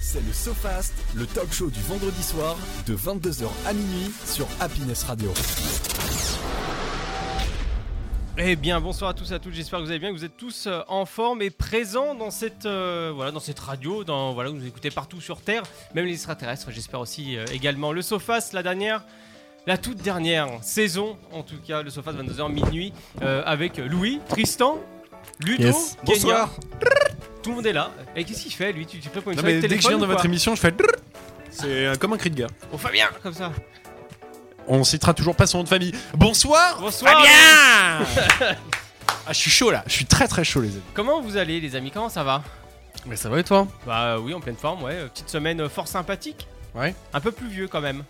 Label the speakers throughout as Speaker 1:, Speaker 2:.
Speaker 1: C'est le SoFast, le talk show du vendredi soir de 22h à minuit sur Happiness Radio.
Speaker 2: Eh bien, bonsoir à tous et à toutes. J'espère que vous allez bien, que vous êtes tous euh, en forme et présents dans cette, euh, voilà, dans cette radio. Dans, voilà, vous nous écoutez partout sur Terre, même les extraterrestres. J'espère aussi euh, également le Sofast, la dernière, la toute dernière saison, en tout cas, le Sofast 22h minuit, euh, avec Louis, Tristan, Ludo,
Speaker 3: Yes.
Speaker 2: Kenya.
Speaker 3: Bonsoir.
Speaker 2: Tout le monde est là. Et qu'est-ce qu'il fait, lui Tu, tu fais comme une
Speaker 3: Non,
Speaker 2: sonnerie
Speaker 3: mais
Speaker 2: de
Speaker 3: dès que je
Speaker 2: téléphone
Speaker 3: viens dans
Speaker 2: ou
Speaker 3: votre
Speaker 2: quoi
Speaker 3: émission, je fais. drrrr. C'est euh, comme un cri de gars.
Speaker 2: Oh, Fabien, comme ça.
Speaker 3: On citera toujours pas son nom de famille. Bonsoir
Speaker 2: Bonsoir.
Speaker 3: Fabien Ah, je suis chaud là, je suis très très chaud, les amis.
Speaker 2: Comment vous allez, les amis Comment ça va
Speaker 3: Mais ça va et toi
Speaker 2: Bah euh, oui, en pleine forme, ouais. Euh, Petite semaine euh, fort sympathique.
Speaker 3: Ouais.
Speaker 2: Un peu pluvieux quand même.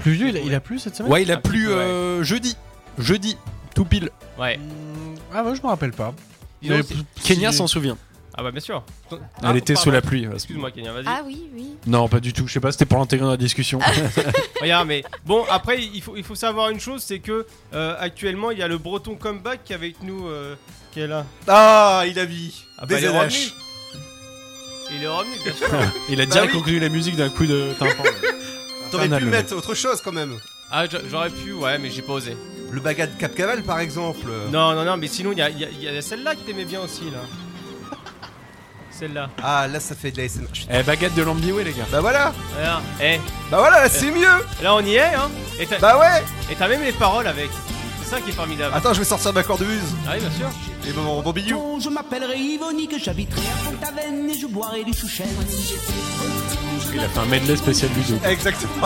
Speaker 4: Plus vieux, il a, il a plu cette semaine
Speaker 3: Ouais, il
Speaker 2: Un
Speaker 3: a
Speaker 2: petit
Speaker 3: plu
Speaker 2: peu,
Speaker 3: euh, jeudi. Jeudi, tout pile.
Speaker 2: Ouais.
Speaker 4: Hmm, Ah ouais, je me rappelle pas.
Speaker 2: Dis donc,
Speaker 4: Mais
Speaker 2: c'est-
Speaker 4: p-
Speaker 3: Kenya
Speaker 4: si-
Speaker 3: s'en souvient.
Speaker 2: Ah bah bien sûr.
Speaker 3: Elle était sous la pluie.
Speaker 2: Excuse-moi Kenya, vas-y.
Speaker 5: Ah oui, oui.
Speaker 3: Non, pas du tout, je sais pas, c'était pour l'intégrer dans la discussion.
Speaker 2: Regarde, mais bon, après il faut il faut savoir une chose, c'est que euh, actuellement il y a le Breton comeback qui est avec nous, euh, qui est là.
Speaker 6: Ah, il a vie.
Speaker 2: Ah bah,
Speaker 6: Des
Speaker 2: il est revenu.
Speaker 6: LH.
Speaker 2: Il est revenu, bien sûr.
Speaker 3: Il a
Speaker 6: Bah
Speaker 3: direct
Speaker 6: oui.
Speaker 3: conclu la musique d'un coup de tympan.
Speaker 6: T'aurais
Speaker 3: Infernal,
Speaker 6: pu
Speaker 3: le
Speaker 6: mettre autre chose quand même.
Speaker 2: ah j'a- j'aurais pu, ouais, mais j'ai pas osé.
Speaker 6: Le bagat de Capcaval par exemple.
Speaker 2: Non, non, non, mais sinon il y a, il y a- il y a celle-là que t'aimais bien aussi là. Celle-là.
Speaker 6: Ah, là ça fait de la SN.
Speaker 3: Eh, baguette de l'ambiway, les gars.
Speaker 6: Bah voilà.
Speaker 2: Regarde. Eh,
Speaker 6: Bah voilà, là c'est mieux.
Speaker 2: là on y est, hein. Et t'as
Speaker 6: Bah ouais.
Speaker 2: et t'as même les paroles avec. C'est ça qui est formidable.
Speaker 6: Attends, je vais sortir ma corde de buse.
Speaker 2: Ah oui, bien sûr.
Speaker 6: Et bon, bon billou.
Speaker 7: Breton, je m'appellerai Yvonique, j'habiterai à Fontaven et je boirai du chouchène.
Speaker 3: Il a fait un medley spécial du zoo.
Speaker 6: Exactement.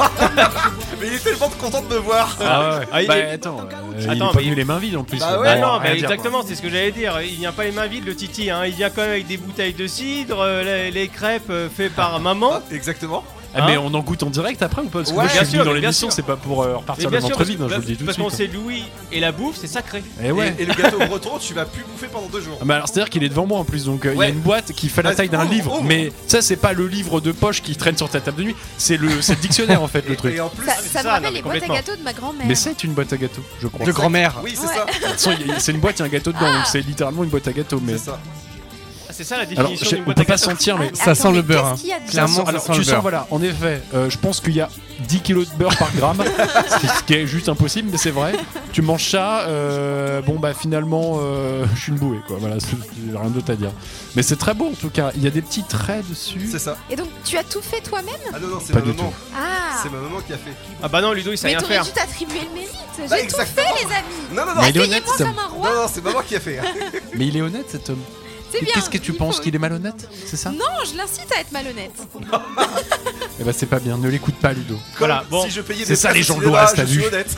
Speaker 6: Mais il est tellement content de me voir.
Speaker 3: Ah ouais,
Speaker 2: Ah, il
Speaker 3: bah,
Speaker 2: est-
Speaker 3: attends, euh, il est
Speaker 2: Attends,
Speaker 3: pas
Speaker 2: mais-
Speaker 3: venu les mains vides en plus.
Speaker 6: Bah
Speaker 3: là.
Speaker 6: ouais.
Speaker 2: Ah
Speaker 3: Bon,
Speaker 2: non,
Speaker 3: rien
Speaker 2: mais
Speaker 3: à dire.
Speaker 2: exactement, c'est ce que j'allais dire. Il vient pas les mains vides, le Titi. Hein. Il vient quand même avec des bouteilles de cidre, euh, les, les crêpes euh, faites par maman.
Speaker 6: Exactement.
Speaker 3: Ah, mais
Speaker 2: Hein
Speaker 3: on en goûte en direct après ou pas Parce que
Speaker 6: Ouais,
Speaker 3: moi
Speaker 2: bien
Speaker 3: je suis venu
Speaker 2: sûr,
Speaker 3: dans
Speaker 2: bien
Speaker 3: l'émission,
Speaker 2: sûr.
Speaker 3: c'est pas pour euh,
Speaker 2: Mais
Speaker 3: repartir le ventre
Speaker 2: parce-
Speaker 3: vide, hein, je vous le dis tout de
Speaker 2: parce
Speaker 3: suite.
Speaker 2: qu'on sait Louis et la bouffe, c'est sacré.
Speaker 3: Eh ouais.
Speaker 6: Et, et le gâteau breton, tu vas plus bouffer pendant deux jours.
Speaker 3: Ah, mais alors c'est à dire qu'il est devant moi en plus, donc euh, il y
Speaker 6: Ouais.
Speaker 3: a une boîte qui fait la
Speaker 6: Vas-y,
Speaker 3: taille d'un
Speaker 6: ouvre,
Speaker 3: livre,
Speaker 6: ouvre.
Speaker 3: mais ça c'est pas le livre de poche qui traîne sur ta table de nuit, c'est le, c'est le dictionnaire en fait le
Speaker 6: Et-
Speaker 3: truc.
Speaker 6: Et en plus,
Speaker 5: Ça,
Speaker 2: mais
Speaker 5: ça
Speaker 2: ça,
Speaker 5: me
Speaker 2: non,
Speaker 5: rappelle
Speaker 2: mais
Speaker 5: les boîtes à
Speaker 2: complètement.
Speaker 5: gâteaux de ma grand-mère.
Speaker 3: Mais c'est une boîte à gâteau, je crois.
Speaker 4: De grand-mère.
Speaker 6: oui, c'est
Speaker 5: Ouais.
Speaker 6: ça.
Speaker 3: De toute façon, il y a- c'est une boîte, il y a un gâteau dedans,
Speaker 5: Ah.
Speaker 3: donc c'est littéralement une boîte à gâteau. Mais
Speaker 6: C'est ça.
Speaker 2: Ah, c'est ça la définition
Speaker 3: alors je-
Speaker 2: d'une
Speaker 3: on
Speaker 2: boîte à
Speaker 3: peut pas
Speaker 2: gâteaux.
Speaker 3: sentir, mais
Speaker 4: Ça sent le beurre,
Speaker 5: Ah, Qu'est-ce qu'il y a dedans
Speaker 4: Clairement,
Speaker 3: hein, Clairement,
Speaker 4: ça
Speaker 3: alors
Speaker 4: sent
Speaker 3: tu
Speaker 4: le
Speaker 3: sens,
Speaker 4: beurre.
Speaker 3: voilà, en effet, euh, je pense qu'il y a 10 kilos de beurre par gramme, ce qui est juste impossible, mais c'est vrai. Tu manges ça, euh, bon bah finalement, euh, je suis une bouée, quoi. Voilà, c'est- j'ai rien d'autre à dire. Mais c'est très beau en tout cas, il y a des petits traits dessus.
Speaker 6: C'est ça.
Speaker 5: Et donc, tu as tout fait toi-même
Speaker 6: Ah non, non, c'est
Speaker 3: Pas
Speaker 6: ma
Speaker 3: du
Speaker 6: maman.
Speaker 5: Ah
Speaker 6: C'est ma maman qui a fait.
Speaker 2: Ah bah non, Ludo, il sait
Speaker 5: Mais
Speaker 2: rien
Speaker 5: t'aurais
Speaker 2: faire.
Speaker 5: dû t'attribuer le mérite. J'ai
Speaker 6: Bah,
Speaker 5: tout fait,
Speaker 6: exactement.
Speaker 5: les amis.
Speaker 6: Non, non, non.
Speaker 3: Mais il est honnête,
Speaker 5: Accueillez-moi
Speaker 3: cet
Speaker 5: comme
Speaker 3: homme.
Speaker 5: un roi.
Speaker 6: Non, non, c'est maman qui a fait. hein.
Speaker 3: Mais il est honnête cet homme.
Speaker 5: C'est
Speaker 3: Et
Speaker 5: bien.
Speaker 3: Qu'est-ce que tu
Speaker 5: il
Speaker 3: penses
Speaker 5: faut-
Speaker 3: qu'il est malhonnête C'est ça
Speaker 5: Non, je l'incite à être malhonnête.
Speaker 3: Eh bah c'est pas bien, ne l'écoute pas Ludo.
Speaker 2: Voilà,
Speaker 6: Comme
Speaker 2: bon.
Speaker 6: Si je payais
Speaker 3: C'est
Speaker 6: des
Speaker 3: ça,
Speaker 6: places
Speaker 3: les gens
Speaker 6: au cinéma,
Speaker 3: de l'Ouest,
Speaker 6: je
Speaker 3: t'as
Speaker 6: suis
Speaker 3: vu.
Speaker 6: honnête.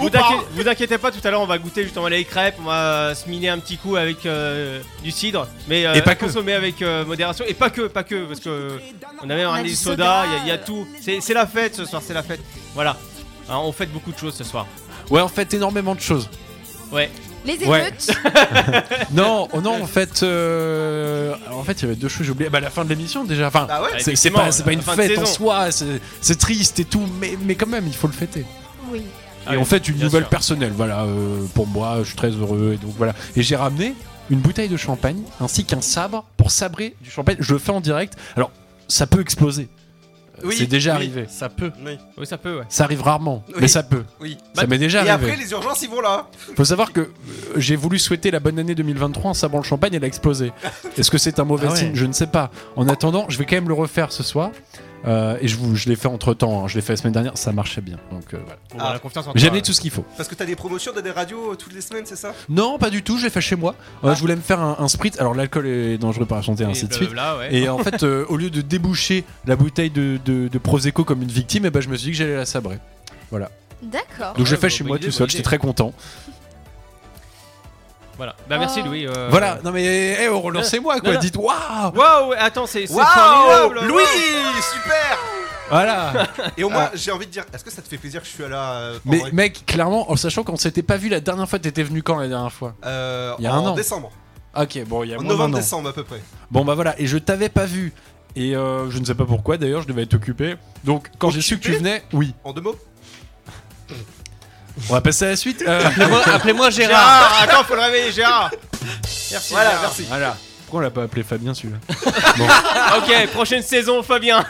Speaker 2: Vous, inquiétez- vous inquiétez pas, tout à l'heure on va goûter justement les crêpes, on va se miner un petit coup avec euh, du cidre, mais euh,
Speaker 3: Et pas que.
Speaker 2: consommer avec euh, modération. Et pas que, pas que, parce que on a même
Speaker 5: On a
Speaker 2: ramené du
Speaker 5: du
Speaker 2: soda,
Speaker 5: soda,
Speaker 2: il y a- il y, a
Speaker 5: euh.
Speaker 2: tout. C'est c'est la fête ce soir, c'est la fête. Voilà, Hein, on fête beaucoup de choses ce soir.
Speaker 3: Ouais, en fait, énormément de choses.
Speaker 2: Ouais.
Speaker 5: Les
Speaker 3: Ouais.
Speaker 5: émeutes.
Speaker 3: Non, oh non, en fait, euh, alors, en fait, il y avait deux choses, j'ai oublié. Bah la fin de l'émission déjà. Enfin,
Speaker 6: Bah ouais.
Speaker 3: c'est c'est pas, c'est pas une
Speaker 2: Ah, Fin de
Speaker 3: fête en
Speaker 2: saison.
Speaker 3: soi, c'est c'est triste et tout, mais, mais quand même, il faut le fêter.
Speaker 5: Oui.
Speaker 2: Ah
Speaker 3: et
Speaker 2: oui,
Speaker 3: en fait, une
Speaker 2: bien
Speaker 3: nouvelle
Speaker 2: sûr.
Speaker 3: personnelle. Voilà, euh, pour moi, je suis très heureux. Et donc voilà. Et j'ai ramené une bouteille de champagne ainsi qu'un sabre pour sabrer du champagne. Je le fais en direct. Alors, ça peut exploser. Euh,
Speaker 6: Oui,
Speaker 3: c'est déjà
Speaker 6: oui.
Speaker 3: arrivé.
Speaker 4: Ça peut.
Speaker 2: Oui, ça peut, ouais.
Speaker 3: Ça arrive rarement,
Speaker 6: Oui.
Speaker 3: mais ça peut.
Speaker 6: Oui.
Speaker 2: Bah,
Speaker 3: ça m'est déjà
Speaker 6: Et
Speaker 3: arrivé.
Speaker 6: après, les urgences, ils vont là.
Speaker 3: Faut savoir que euh, j'ai voulu souhaiter la bonne année 2023 en sabrant le champagne et elle a explosé. Est-ce que c'est un mauvais
Speaker 4: Ah ouais.
Speaker 3: signe Je ne sais pas. En attendant, je vais quand même le refaire ce soir. Euh, et je, vous, je l'ai fait entre temps. hein. Je l'ai fait la semaine dernière. Ça marchait bien. Donc euh, voilà.
Speaker 2: Bon, bah,
Speaker 6: Ah.
Speaker 2: la confiance en
Speaker 3: J'ai
Speaker 2: toi,
Speaker 3: amené
Speaker 2: ouais.
Speaker 3: tout ce qu'il faut.
Speaker 6: Parce que t'as des promotions, t'as des radios euh, toutes les semaines, c'est ça
Speaker 3: Non, pas du tout, je l'ai fait chez moi.
Speaker 2: Ah.
Speaker 3: Euh, Je voulais me faire un, un spritz. Alors, l'alcool est dangereux par la santé,
Speaker 2: Et
Speaker 3: ainsi de suite.
Speaker 2: blablabla, bah ouais.
Speaker 3: Et en fait, euh, au lieu de déboucher la bouteille de, de, de Prosecco comme une victime, eh ben, je me suis dit que j'allais la sabrer.
Speaker 5: D'accord.
Speaker 3: Donc, je l'ai
Speaker 2: Ouais,
Speaker 3: fait
Speaker 2: bah,
Speaker 3: chez
Speaker 2: bonne
Speaker 3: moi
Speaker 2: idée,
Speaker 3: tout
Speaker 2: bonne
Speaker 3: seul, j'étais
Speaker 2: idée.
Speaker 3: très content.
Speaker 2: Voilà. Bah merci
Speaker 5: Oh.
Speaker 2: Louis. euh,
Speaker 3: Voilà, non mais eh, oh, relancez-moi quoi,
Speaker 2: non.
Speaker 3: dites waouh
Speaker 2: Waouh, ouais, attends, c'est c'est
Speaker 6: Waouh
Speaker 2: formidable.
Speaker 6: Louis Super
Speaker 3: Voilà
Speaker 6: Et au
Speaker 3: Ah.
Speaker 6: moins, j'ai envie de dire, est-ce que ça te fait plaisir que je suis là euh, pendant-
Speaker 3: Mais mec, clairement, en sachant qu'on s'était pas vu la dernière fois, t'étais venu quand la dernière fois
Speaker 6: euh,
Speaker 3: il y a
Speaker 6: en
Speaker 3: un an.
Speaker 6: décembre.
Speaker 3: Ok, bon, il y a
Speaker 6: En
Speaker 3: moins d'un an.
Speaker 6: novembre-décembre à peu près.
Speaker 3: Bon bah voilà, et je t'avais pas vu. Et euh, je ne sais pas pourquoi d'ailleurs, je devais être occupé. Donc, quand j'ai su que tu
Speaker 6: Occupé
Speaker 3: venais, oui,
Speaker 6: En deux mots
Speaker 3: on va passer à la suite. Euh,
Speaker 4: Appelez-moi
Speaker 2: Gérard, attends, faut le réveiller Gérard. Merci.
Speaker 6: Voilà,
Speaker 2: Gérard.
Speaker 6: merci.
Speaker 3: Voilà. Pourquoi on l'a pas appelé Fabien celui-là
Speaker 2: ok, prochaine saison, Fabien.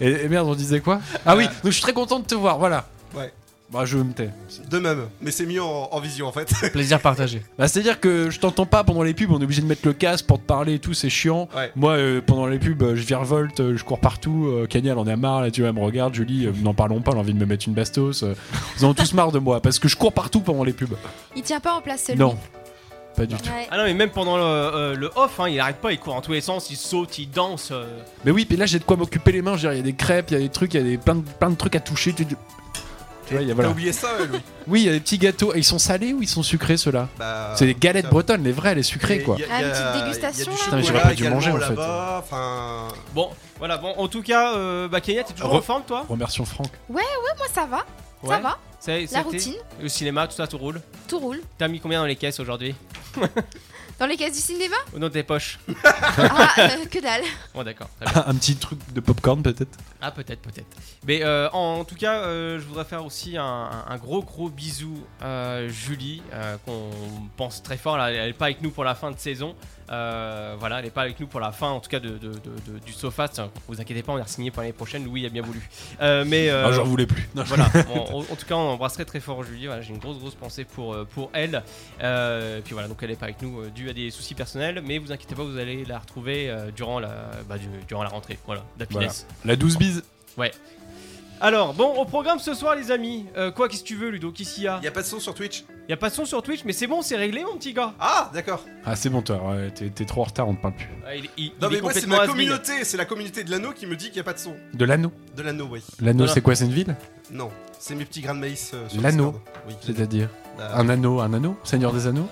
Speaker 3: et, et merde, on disait quoi Ah oui, donc je suis très content de te voir, voilà.
Speaker 6: Ouais.
Speaker 3: Bah je me tais.
Speaker 6: De même, mais c'est mieux en, en visio en fait.
Speaker 2: Plaisir partagé.
Speaker 3: Bah c'est-à-dire que je t'entends pas pendant les pubs, on est obligé de mettre le casque pour te parler et tout, c'est chiant.
Speaker 6: Ouais.
Speaker 3: Moi euh, pendant les pubs, euh, je virevolte, euh, je cours partout, euh, Cagnal en a marre, là tu vois, elle me regarde, Julie, euh, n'en parlons pas, elle a envie de me mettre une bastos. euh, ils en ont tous marre de moi parce que je cours partout pendant les pubs.
Speaker 5: Il tient pas en place celui.
Speaker 3: Non. Pas du tout.
Speaker 5: Ouais.
Speaker 2: Ah non, mais même pendant le, euh, le off, hein, il arrête pas, il court en tous les sens, il saute, il danse. euh.
Speaker 3: Mais oui, puis là j'ai de quoi m'occuper les mains, je veux dire, il y a des crêpes, il y a des trucs, il y a des, plein, de, plein de trucs à toucher. Tu, tu- tu vois, il y a-
Speaker 6: T'as
Speaker 3: voilà.
Speaker 6: oublié ça, euh, Louis
Speaker 3: Oui, il y a des petits gâteaux, Et ils sont salés ou ils sont sucrés ceux-là
Speaker 6: Bah,
Speaker 3: C'est des galettes
Speaker 6: putain.
Speaker 3: bretonnes, les vraies, les sucrées
Speaker 6: Et
Speaker 3: quoi.
Speaker 6: y a-
Speaker 5: Ah,
Speaker 6: y a-
Speaker 5: une petite
Speaker 6: y a du
Speaker 5: dégustation, là.
Speaker 6: chocolat
Speaker 3: Putain, mais j'aurais pas dû
Speaker 6: également
Speaker 3: manger, en fait.
Speaker 6: là-bas, enfin.
Speaker 2: Bon, voilà, bon, en tout cas, euh, bah, Kenya, t'es toujours
Speaker 3: Re-
Speaker 2: en forme, toi
Speaker 3: Remercions Franck.
Speaker 5: Moi ça va, ça
Speaker 2: Ouais.
Speaker 5: va.
Speaker 2: C'est-
Speaker 5: La
Speaker 2: c'était-
Speaker 5: routine,
Speaker 2: Le cinéma, tout ça, tout roule.
Speaker 5: tout roule.
Speaker 2: T'as mis combien dans les caisses aujourd'hui
Speaker 5: Dans les caisses du cinéma
Speaker 2: Ou dans tes poches
Speaker 5: Ah, euh, que dalle.
Speaker 2: Bon, d'accord. très bien.
Speaker 3: Un petit truc de popcorn peut-être
Speaker 2: Ah, peut-être, peut-être. Mais euh, en, en tout cas, euh, je voudrais faire aussi un, un- un gros, gros bisou à Julie, euh, qu'on pense très fort. là, elle n'est pas avec nous pour la fin de saison. Euh, voilà, elle n'est pas avec nous pour la fin, en tout cas, de, de- de- de- du sofa. Tiens, Vous inquiétez pas, on est signé pour l'année prochaine. Louis a bien voulu. Euh, mais euh,
Speaker 3: Ah, j'en voulais plus.
Speaker 2: voilà, Bon, en, en tout cas, on embrasserait très fort Julie. Voilà, J'ai une grosse, grosse pensée pour, euh, pour elle. Euh, puis voilà, donc elle n'est pas avec nous euh, due à des soucis personnels. Mais vous inquiétez pas, vous allez la retrouver euh, durant, la, bah, du- durant la rentrée. Voilà, d'Happiness.
Speaker 3: La 12 bise.
Speaker 2: Alors, bon, au programme ce soir, les amis. Euh, quoi, qu'est-ce que tu veux, Ludo Qu'est-ce qu'il y a
Speaker 6: Y a pas de son sur Twitch
Speaker 2: Y a pas de son sur Twitch, mais c'est bon, c'est réglé, mon petit gars.
Speaker 6: Ah, d'accord.
Speaker 3: Ah, c'est bon, toi, ouais, t'es t'es trop en retard, on te parle plus.
Speaker 2: Ah, il, il-
Speaker 6: Non,
Speaker 2: il est
Speaker 6: mais moi, c'est
Speaker 2: complètement
Speaker 6: ma
Speaker 2: has-been.
Speaker 6: communauté, c'est la communauté de l'anneau qui me dit qu'il y a pas de son.
Speaker 3: De l'anneau
Speaker 6: De l'anneau, oui.
Speaker 3: L'anneau,
Speaker 2: Voilà.
Speaker 3: c'est quoi, c'est une ville
Speaker 6: Non, c'est mes petits grains de maïs euh, sur
Speaker 3: L'anneau.
Speaker 6: Discord. Oui.
Speaker 3: C'est-à-dire
Speaker 6: Bah,
Speaker 3: Un anneau, un anneau Seigneur des anneaux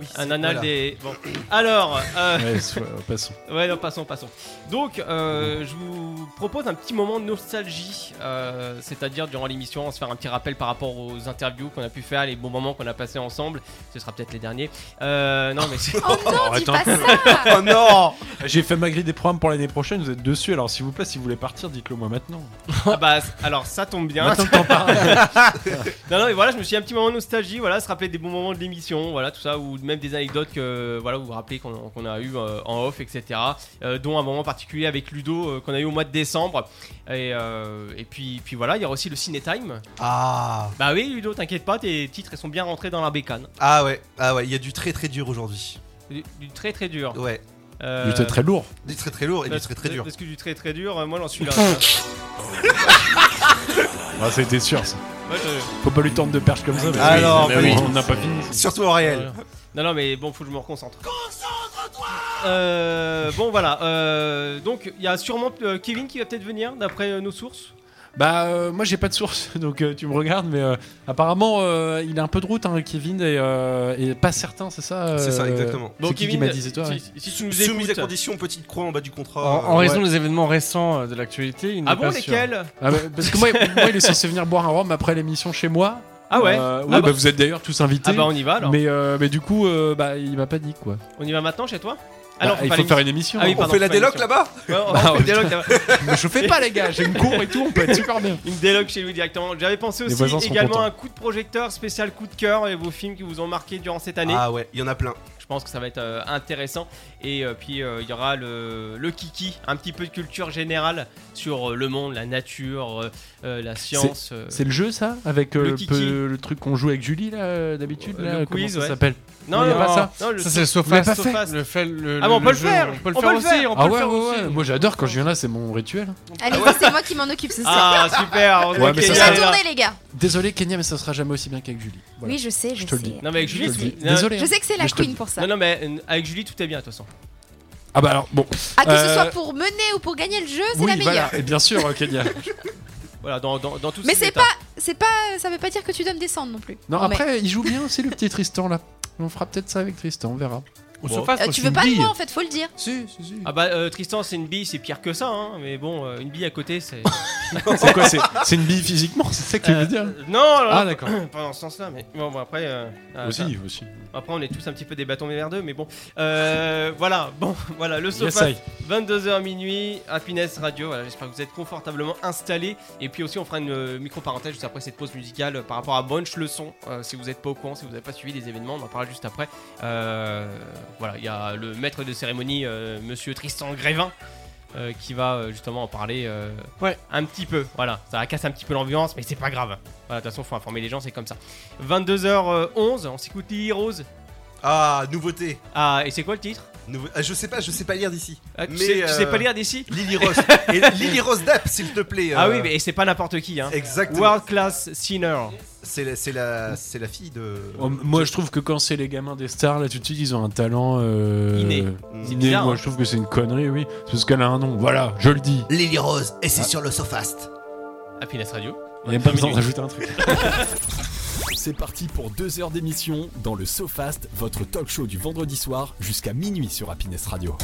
Speaker 6: oui, c'est-
Speaker 2: Un anal
Speaker 6: voilà.
Speaker 2: des. Bon. Alors, euh,
Speaker 3: Ouais, soit- passons.
Speaker 2: ouais, non, passons, passons. Donc, euh, je vous propose un petit moment de nostalgie, euh, c'est-à-dire durant l'émission, on se faire un petit rappel par rapport aux interviews qu'on a pu faire, les bons moments qu'on a passés ensemble. Ce sera peut-être les derniers. Euh, non, mais c'est.
Speaker 5: Oh non, dis
Speaker 3: arrête
Speaker 5: pas ça.
Speaker 6: Oh non
Speaker 3: J'ai fait ma grille des programmes pour l'année prochaine, vous êtes dessus, alors s'il vous plaît, si vous voulez partir, dites-le moi maintenant.
Speaker 2: Ah bah, alors ça tombe bien.
Speaker 3: Maintenant que t'en parles. euh,
Speaker 2: Non, non, mais voilà, je me suis dit un petit moment de nostalgie, voilà, se rappeler des bons moments de l'émission, voilà, tout ça, ou même des anecdotes que, voilà, vous vous rappelez qu'on qu'on a eu euh, en off, etc. euh, dont un moment particulier avec Ludo euh, qu'on a eu au mois de décembre. Et, euh, et puis, puis voilà, il y a aussi le Ciné Time.
Speaker 6: Ah
Speaker 2: Bah oui, Ludo, t'inquiète pas, tes titres, ils sont bien rentrés dans la bécane.
Speaker 6: Ah ouais, ah ouais, il y a du très très dur aujourd'hui.
Speaker 2: Du, du très très dur.
Speaker 6: Ouais,
Speaker 2: Euh,
Speaker 3: J'étais très lourd.
Speaker 6: du très très lourd et du
Speaker 2: parce-
Speaker 6: très très dur.
Speaker 2: Parce que du très très dur, euh, moi j'en suis là.
Speaker 3: Ah, c'était sûr, ça.
Speaker 2: Ouais, je-
Speaker 3: Faut pas lui tendre de perche comme ça. parce que-
Speaker 6: Alors,
Speaker 3: mais
Speaker 6: pas
Speaker 3: oui,
Speaker 6: du
Speaker 3: on n'a pas fini.
Speaker 6: Surtout en réel.
Speaker 2: Non, non, mais bon, faut que je me reconcentre. Concentre-toi Bon, voilà. euh, donc, il y a sûrement euh, Kevin qui va peut-être venir, d'après euh, nos sources.
Speaker 3: Bah, euh, moi j'ai pas de source, donc euh, tu me regardes, mais euh, apparemment euh, il a un peu de route, hein, Kevin, et, euh, et pas certain, c'est ça euh,
Speaker 6: C'est ça, exactement.
Speaker 3: C'est qui qui m'a dit, c'est toi,
Speaker 2: si,
Speaker 3: ouais.
Speaker 2: si tu nous
Speaker 6: Soumise à
Speaker 2: écoutes.
Speaker 6: condition, petite croix en bas du
Speaker 4: En,
Speaker 6: contrat.
Speaker 4: en
Speaker 6: euh,
Speaker 4: raison des événements récents euh, de l'actualité, il n'est
Speaker 2: Ah bon,
Speaker 4: pas sûr.
Speaker 2: lesquels
Speaker 3: Ah, bah, Parce que moi, moi, il est censé venir boire un rhum après l'émission chez moi.
Speaker 2: Ah ouais
Speaker 3: Euh,
Speaker 2: Ah
Speaker 3: bah,
Speaker 2: bah-
Speaker 3: vous êtes d'ailleurs tous invités.
Speaker 2: Ah bah, on y va alors.
Speaker 3: mais, euh, mais du coup, euh, bah, il m'a pas dit quoi.
Speaker 2: On y va maintenant chez toi
Speaker 3: Bah,
Speaker 2: Alors,
Speaker 3: il faut faire Ah une émission.
Speaker 2: Ah oui,
Speaker 3: hein.
Speaker 6: on
Speaker 2: pardon,
Speaker 6: fait la
Speaker 2: pas une
Speaker 6: déloc
Speaker 2: émission.
Speaker 6: là-bas
Speaker 2: une déloc là-bas.
Speaker 3: Me chauffez pas, les gars, j'ai une cour et tout, on peut être super bien.
Speaker 2: Une déloc chez lui directement. J'avais pensé
Speaker 3: Les
Speaker 2: aussi
Speaker 3: voisins seront
Speaker 2: également
Speaker 3: contents.
Speaker 2: à un coup de projecteur spécial coup de cœur et vos films qui vous ont marqué durant cette année.
Speaker 6: Ah ouais, il y en a plein.
Speaker 2: Je pense que ça va être euh, intéressant. Et euh, puis euh, il y aura le, le kiki, un petit peu de culture générale sur euh, le monde, la nature, euh, euh, la science. euh,
Speaker 3: C'est le jeu ça Avec euh,
Speaker 2: Le
Speaker 3: le,
Speaker 2: kiki.
Speaker 3: peu- le truc qu'on joue avec Julie là euh, d'habitude
Speaker 2: Euh,
Speaker 3: là,
Speaker 2: le
Speaker 3: comment
Speaker 2: quiz,
Speaker 3: ça
Speaker 2: ouais.
Speaker 3: s'appelle
Speaker 2: Non,
Speaker 3: il y a
Speaker 2: non,
Speaker 3: pas ça.
Speaker 2: non, le-
Speaker 4: Ça, c'est le
Speaker 3: l'avez
Speaker 4: sofa.
Speaker 3: pas
Speaker 4: sofa.
Speaker 2: fait
Speaker 4: Le fait- le-
Speaker 2: Ah bon, on
Speaker 4: le-
Speaker 2: peut le
Speaker 4: jeu,
Speaker 2: faire.
Speaker 4: On peut le
Speaker 2: On
Speaker 4: faire
Speaker 2: peut le
Speaker 4: aussi. hein.
Speaker 2: faire.
Speaker 4: on peut
Speaker 3: Ah
Speaker 4: le
Speaker 3: ouais,
Speaker 4: faire
Speaker 3: ouais,
Speaker 4: aussi.
Speaker 3: ouais. Moi j'adore quand je viens là, c'est mon rituel.
Speaker 5: Allez, c'est moi qui m'en occupe ce soir.
Speaker 2: Ah super. on
Speaker 3: Ouais,
Speaker 2: est
Speaker 3: mais
Speaker 5: Je
Speaker 2: Kenya,
Speaker 3: ça,
Speaker 5: la
Speaker 2: elle est là.
Speaker 5: tournée les gars.
Speaker 3: Désolé Kenya, mais ça sera jamais aussi bien qu'avec Julie. Voilà.
Speaker 5: Oui, je sais, je,
Speaker 3: Je te le
Speaker 5: sais.
Speaker 3: dis.
Speaker 2: Non mais avec
Speaker 3: Je te
Speaker 2: Julie,
Speaker 3: le dis.
Speaker 2: tu- non,
Speaker 3: Désolé.
Speaker 5: Je
Speaker 3: hein.
Speaker 5: sais que c'est la
Speaker 3: Mais je te
Speaker 5: queen
Speaker 3: le dis.
Speaker 5: pour ça.
Speaker 2: Non, non, mais euh, avec Julie tout est bien de toute façon.
Speaker 3: Ah bah alors bon.
Speaker 5: Ah, que
Speaker 3: Euh,
Speaker 5: ce soit pour mener ou pour gagner le jeu, c'est la
Speaker 3: Oui,
Speaker 5: meilleure.
Speaker 3: voilà. Et bien sûr euh, Kenya.
Speaker 2: Voilà, dans, dans, dans tout
Speaker 5: Mais
Speaker 2: ce
Speaker 5: c'est
Speaker 2: état.
Speaker 5: pas, c'est pas, ça veut pas dire que tu dois me descendre non plus. Euh,
Speaker 3: Non
Speaker 5: Mais-
Speaker 3: après, il joue bien aussi le petit Tristan là. On fera peut-être ça avec Tristan, on verra.
Speaker 4: Au
Speaker 2: Bon.
Speaker 4: sofa,
Speaker 5: Euh,
Speaker 3: Ah,
Speaker 4: faut
Speaker 5: tu
Speaker 4: se
Speaker 5: veux pas de
Speaker 4: dire.
Speaker 5: moi en fait, faut le dire.
Speaker 3: Si, si, si.
Speaker 2: Ah bah euh, Tristan c'est une bille, c'est pire que ça. Hein, mais bon, euh, une bille à côté c'est.
Speaker 3: C'est quoi c'est, c'est une bille physiquement, c'est ça que tu
Speaker 2: Euh,
Speaker 3: veux dire
Speaker 2: Non, alors,
Speaker 3: Ah d'accord.
Speaker 2: pas dans ce sens-là. Mais bon, bon, après. euh, ah, ça-
Speaker 3: Aussi, aussi.
Speaker 2: Après, on est tous un petit peu des bâtons vers deux, mais bon. Euh, voilà, bon, voilà, le sofa.
Speaker 3: Yes, I.
Speaker 2: 22h minuit, Happiness Radio. Voilà, j'espère que vous êtes confortablement installés. Et puis aussi, on fera une euh, micro-parenthèse juste après cette pause musicale euh, par rapport à Bunch le son. Euh, si vous n'êtes pas au courant, si vous n'avez pas suivi les événements, on en parlera juste après. Euh, voilà, il y a le maître de cérémonie, euh, monsieur Tristan Grévin. euh, qui va euh, justement en parler euh,
Speaker 4: Ouais.
Speaker 2: un petit peu. Voilà, ça casse un petit peu l'ambiance, mais c'est pas grave. Voilà, de toute façon, faut informer les gens, c'est comme ça. 22h11, on s'écoute les Heroes.
Speaker 6: Ah, nouveauté.
Speaker 2: Ah, et c'est quoi le titre
Speaker 6: Nouveau- ah, je sais pas, je sais pas lire d'ici.
Speaker 2: Ah, tu,
Speaker 6: Mais,
Speaker 2: sais, tu sais
Speaker 6: euh,
Speaker 2: pas lire d'ici
Speaker 6: Lily Rose. Et Lily Rose Depp, s'il te plaît.
Speaker 2: Ah
Speaker 6: euh,
Speaker 2: oui, mais et c'est pas n'importe qui. Hein.
Speaker 6: Exactement.
Speaker 2: World Class Sinner.
Speaker 6: C'est la, c'est la, c'est la fille de.
Speaker 3: Oh, Moi, je trouve que quand c'est les gamins des stars, là, tout de suite, ils ont un talent euh,
Speaker 2: Inné.
Speaker 6: Mm.
Speaker 3: inné.
Speaker 2: bizarre,
Speaker 3: Moi,
Speaker 2: hein.
Speaker 3: je trouve que c'est une connerie, oui. C'est Parce qu'elle a un nom. Voilà, je le dis.
Speaker 6: Lily Rose, et
Speaker 4: Ah.
Speaker 6: c'est sur le Sofast.
Speaker 2: Happiness Radio.
Speaker 3: Il n'y a pas
Speaker 2: 25
Speaker 3: besoin de
Speaker 2: minutes.
Speaker 3: rajouter un truc.
Speaker 1: C'est parti pour deux heures d'émission dans le SoFast, votre talk show du vendredi soir jusqu'à minuit sur Happiness Radio.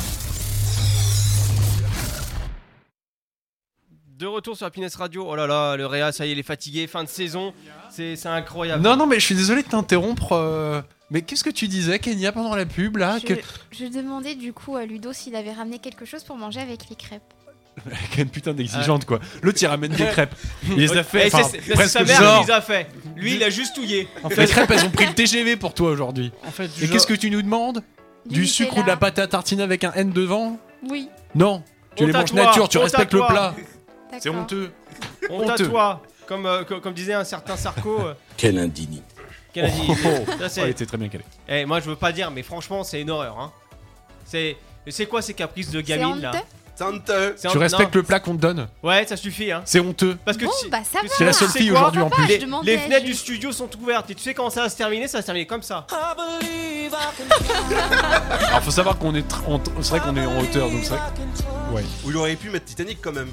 Speaker 2: De retour sur Happiness Radio. Oh là là, le Réa, ça y est, il est fatigué. Fin de saison. C'est c'est incroyable.
Speaker 3: Non, non, mais je suis désolé de t'interrompre. euh, Mais qu'est-ce que tu disais, Kenya, pendant la pub, là
Speaker 5: je,
Speaker 3: Ah, que...
Speaker 5: je demandais du coup à Ludo s'il avait ramené quelque chose pour manger avec les crêpes.
Speaker 3: Quelle putain d'exigeante, quoi. L'autre, il ramène des crêpes. Il les a fait,
Speaker 2: Eh, c'est-
Speaker 3: enfin,
Speaker 2: c'est- c'est
Speaker 3: presque
Speaker 2: sa mère
Speaker 3: genre.
Speaker 2: qui les a fait. Lui, il a juste touillé.
Speaker 4: En
Speaker 3: Les
Speaker 4: fait,
Speaker 3: crêpes, elles ont pris le TGV pour toi aujourd'hui.
Speaker 4: en fait, du
Speaker 3: Et
Speaker 4: genre-
Speaker 3: qu'est-ce que tu nous demandes Du sucre ou de la
Speaker 5: Nutella.
Speaker 3: pâte à tartiner avec un N devant
Speaker 5: Oui,
Speaker 3: Non. Tu
Speaker 2: Honte
Speaker 3: les
Speaker 2: à
Speaker 3: manges
Speaker 2: toi,
Speaker 3: nature, tu
Speaker 2: honte à
Speaker 3: respectes le
Speaker 2: toi.
Speaker 3: plat.
Speaker 5: d'accord.
Speaker 3: C'est honteux.
Speaker 2: On t'a
Speaker 3: Honteux.
Speaker 2: toi. Comme, euh, co- comme disait un certain Sarko. euh,
Speaker 8: Quelle indignité.
Speaker 2: quel a dit-
Speaker 3: Oh,
Speaker 2: Ça,
Speaker 3: elle
Speaker 2: c'est-
Speaker 3: était très bien calée.
Speaker 2: Eh, moi, je veux pas dire, mais franchement, c'est une horreur. Hein. C'est. C'est quoi ces caprices de
Speaker 5: C'est
Speaker 2: gamine là
Speaker 5: honteux
Speaker 6: Tante.
Speaker 2: C'est
Speaker 3: Tu
Speaker 2: un-
Speaker 3: respectes
Speaker 2: non.
Speaker 3: le plat qu'on te donne.
Speaker 2: Ouais, ça suffit hein.
Speaker 3: C'est honteux.
Speaker 2: Parce que
Speaker 5: Bon,
Speaker 2: tu-
Speaker 5: bah ça
Speaker 2: tu
Speaker 5: va.
Speaker 2: sais-
Speaker 3: C'est la seule
Speaker 2: tu sais
Speaker 3: fille
Speaker 2: quoi
Speaker 3: aujourd'hui en plus.
Speaker 5: Ah, je
Speaker 2: Les,
Speaker 5: demandais
Speaker 2: les
Speaker 5: à
Speaker 2: fenêtres du
Speaker 5: Gilles.
Speaker 2: studio sont ouvertes et tu sais quand ça va se terminer, ça va se terminer comme ça.
Speaker 3: Ah, Alors faut savoir qu'on est, tr- on- c'est vrai qu'on est en hauteur, donc c'est vrai. que- Ouais.
Speaker 6: Où il aurait pu mettre Titanic quand même.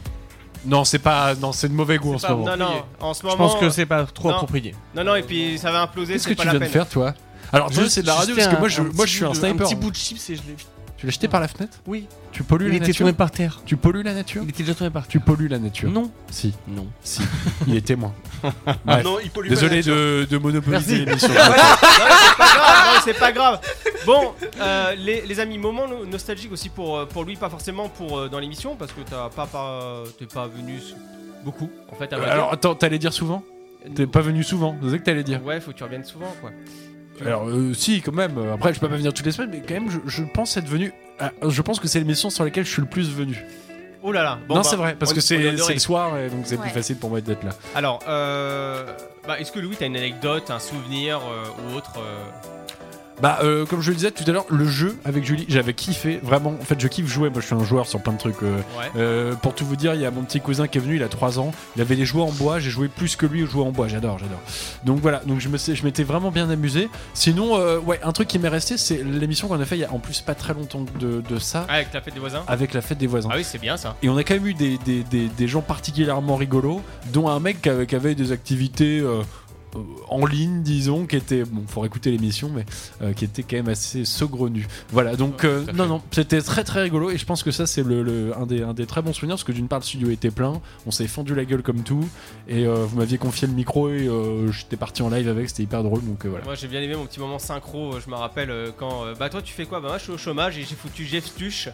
Speaker 3: Non, c'est pas, non, c'est de mauvais goût en ce
Speaker 4: pas
Speaker 3: moment.
Speaker 2: Non, non, en ce
Speaker 4: Je
Speaker 2: moment.
Speaker 4: pense que c'est pas trop
Speaker 2: Non.
Speaker 4: approprié.
Speaker 2: Non, non, et puis ça va imploser,
Speaker 3: Qu'est-ce
Speaker 2: c'est
Speaker 3: que
Speaker 2: pas
Speaker 3: tu
Speaker 2: la
Speaker 3: viens de
Speaker 2: peine.
Speaker 3: faire, toi
Speaker 4: Ah,
Speaker 3: Alors toi, c'est de la radio parce que moi, je, moi, je suis un sniper.
Speaker 4: Un petit bout de chips et je l'ai.
Speaker 3: Tu l'as jeté par la fenêtre
Speaker 4: Oui.
Speaker 3: Tu pollues
Speaker 4: Il
Speaker 3: la
Speaker 4: était
Speaker 3: nature.
Speaker 4: tombé par terre.
Speaker 3: Tu pollues la nature
Speaker 4: Il était déjà tombé par
Speaker 3: Tu
Speaker 4: terre.
Speaker 3: pollues la nature.
Speaker 4: Non.
Speaker 3: Si,
Speaker 4: Non.
Speaker 3: si. Il est témoin.
Speaker 6: Ah
Speaker 3: Bref.
Speaker 6: Non, il pollue pas
Speaker 3: Désolé
Speaker 6: la nature.
Speaker 3: de, de monopoliser l'émission.
Speaker 2: Non, c'est pas grave, Ah, non, c'est pas grave. Bon, euh, les, les amis, moment no- nostalgique aussi pour, euh, pour lui, pas forcément pour euh, dans l'émission, parce que t'as pas, pas, t'es pas venu s- beaucoup, en fait. à vrai
Speaker 3: Alors attends, t'allais dire souvent
Speaker 2: dire.
Speaker 3: T'es pas venu souvent, c'est ça que t'allais dire.
Speaker 2: Ouais, faut que tu reviennes souvent, quoi.
Speaker 3: Alors euh, si, quand même. euh, Après, je peux pas venir toutes les semaines, mais quand même, je, je pense être venu. ah, je pense que c'est l'émission sur laquelle je suis le plus venu.
Speaker 2: Oh là là. Bon,
Speaker 3: non,
Speaker 2: bah,
Speaker 3: c'est vrai, parce
Speaker 2: on-
Speaker 3: que
Speaker 2: on est
Speaker 3: c'est
Speaker 2: honoré.
Speaker 3: c'est le soir et donc c'est plus
Speaker 5: Ouais.
Speaker 3: facile pour moi d'être là.
Speaker 2: Alors, euh, bah, est-ce que Louis, t'as une anecdote, un souvenir euh, ou autre euh,
Speaker 3: Bah, euh, comme je le disais tout à l'heure, le jeu avec Julie, j'avais kiffé vraiment. En fait, je kiffe jouer. Moi, je suis un joueur sur plein de trucs. euh,
Speaker 2: Ouais.
Speaker 3: Euh, pour tout vous dire, il y a mon petit cousin qui est venu, il a 3 ans. Il avait les jouets en bois, j'ai joué plus que lui aux jouets en bois, j'adore, j'adore. Donc voilà, donc je me sais- je m'étais vraiment bien amusé. Sinon, euh, ouais, un truc qui m'est resté, c'est l'émission qu'on a fait il y a en plus pas très longtemps de, de ça,
Speaker 2: Ah, avec la fête des voisins
Speaker 3: avec la fête des voisins.
Speaker 2: Ah oui, c'est bien ça.
Speaker 3: Et on a quand même eu des, des- des- des gens particulièrement rigolos, dont un mec qui avait, qui avait des activités euh, euh, en ligne, disons, qui était, bon, faut écouter l'émission, mais euh, qui était quand même assez saugrenu. Voilà, donc, euh,
Speaker 2: tout à fait.
Speaker 3: non, non, c'était très très rigolo, et je pense que ça, c'est le, le- un, des, un des très bons souvenirs, parce que d'une part, le studio était plein, on s'est fendu la gueule comme tout, et euh, vous m'aviez confié le micro, et euh, j'étais parti en live avec, c'était hyper drôle, donc euh, voilà.
Speaker 2: Moi j'ai bien aimé mon petit moment synchro, euh, je me rappelle euh, quand... euh, bah toi tu fais quoi Bah moi je suis au chômage et j'ai foutu Jeff Tuche.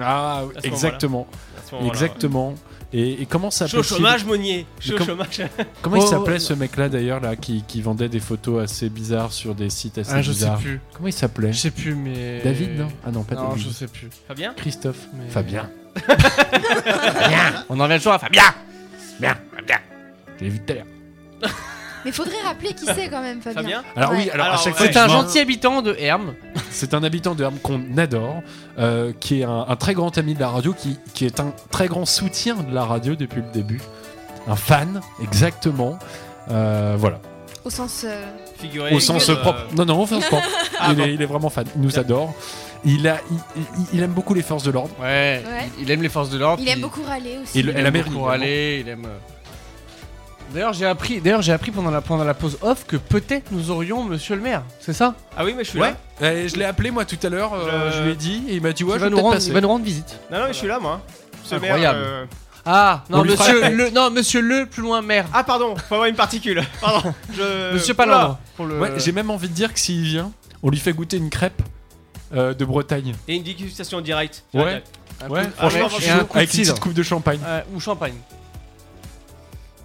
Speaker 3: Ah,
Speaker 2: moment-là.
Speaker 3: exactement,
Speaker 2: à ce moment-là.
Speaker 3: exactement. Et, et comment ça
Speaker 2: Je suis au
Speaker 3: peut-il-
Speaker 2: chômage, Monnier. Je suis
Speaker 3: Mais
Speaker 2: au
Speaker 3: comme-
Speaker 2: chômage.
Speaker 3: Comment il
Speaker 4: Oh,
Speaker 3: s'appelait
Speaker 4: oh,
Speaker 3: ce mec-là d'ailleurs là qui, qui vendait des photos assez bizarres sur des sites assez
Speaker 4: Ah, je sais
Speaker 3: bizarres
Speaker 4: plus.
Speaker 3: Comment il s'appelait
Speaker 4: Je sais plus, mais.
Speaker 3: David non Ah non pas
Speaker 4: Non,
Speaker 3: David.
Speaker 4: je sais plus.
Speaker 2: Fabien
Speaker 3: Christophe.
Speaker 4: Mais-
Speaker 3: Fabien.
Speaker 4: On en revient toujours à Fabien
Speaker 3: Je l'ai vu tout à l'heure.
Speaker 5: Mais faudrait rappeler qui c'est quand même, Fabien.
Speaker 2: Fabien
Speaker 3: Alors
Speaker 5: Ouais.
Speaker 3: oui, alors, à
Speaker 2: Alors,
Speaker 3: chaque
Speaker 2: ouais.
Speaker 3: fois.
Speaker 4: C'est un
Speaker 3: je vois-
Speaker 4: gentil habitant de Herm.
Speaker 3: C'est un habitant de Hermes qu'on adore, euh, qui est un, un très grand ami de la radio, qui, qui est un très grand soutien de la radio depuis le début. Un fan, exactement. Euh, voilà.
Speaker 5: Au sens. euh,
Speaker 2: Figuré.
Speaker 3: Au sens
Speaker 2: euh,
Speaker 3: propre. Non, non, au sens propre.
Speaker 2: Ah,
Speaker 3: il,
Speaker 2: bon.
Speaker 3: est, il est vraiment fan. Il nous adore. Il, a, il- il- il aime beaucoup les forces de l'ordre.
Speaker 4: Ouais.
Speaker 5: Ouais.
Speaker 4: Il, il aime les forces de l'ordre.
Speaker 5: Il
Speaker 4: puis-
Speaker 5: aime beaucoup râler aussi.
Speaker 3: Oh, Il-
Speaker 4: Il
Speaker 3: elle a
Speaker 4: aime
Speaker 3: mérité,
Speaker 4: beaucoup
Speaker 3: vraiment.
Speaker 4: aller, il aime. euh. D'ailleurs, j'ai appris, d'ailleurs, j'ai appris pendant la, pendant la pause off que peut-être nous aurions monsieur le maire, c'est ça
Speaker 2: Ah oui mais je suis là.
Speaker 3: Ouais, Eh, je l'ai appelé moi tout à l'heure, euh,
Speaker 2: Je-
Speaker 3: je lui ai dit, et il m'a dit ouais,
Speaker 4: il,
Speaker 3: je
Speaker 4: va
Speaker 3: vais
Speaker 4: nous
Speaker 3: peut-être
Speaker 4: rendre,
Speaker 3: passer.
Speaker 4: il va nous rendre visite.
Speaker 2: Non non mais je suis là moi. hein. Ce maire,
Speaker 4: Incroyable.
Speaker 2: euh,
Speaker 4: Ah, non,
Speaker 3: On lui
Speaker 4: monsieur
Speaker 3: fera-
Speaker 4: le, non, monsieur le, plus loin, maire.
Speaker 2: Ah pardon, faut avoir une particule. Pardon. Je...
Speaker 4: monsieur Palandre. Euh, Pour le...
Speaker 3: Ouais, j'ai même envie de dire que s'il vient, on lui fait goûter une crêpe euh, de Bretagne.
Speaker 2: Et une dégustation directe.
Speaker 3: Ouais. Ouais,
Speaker 4: peu-
Speaker 3: franchement,
Speaker 4: avec-
Speaker 3: je
Speaker 4: et
Speaker 3: suis
Speaker 4: un
Speaker 3: chaud.
Speaker 4: coup de
Speaker 3: avec une
Speaker 4: cidre.
Speaker 3: petite coupe de champagne.
Speaker 4: Ouais, ou champagne.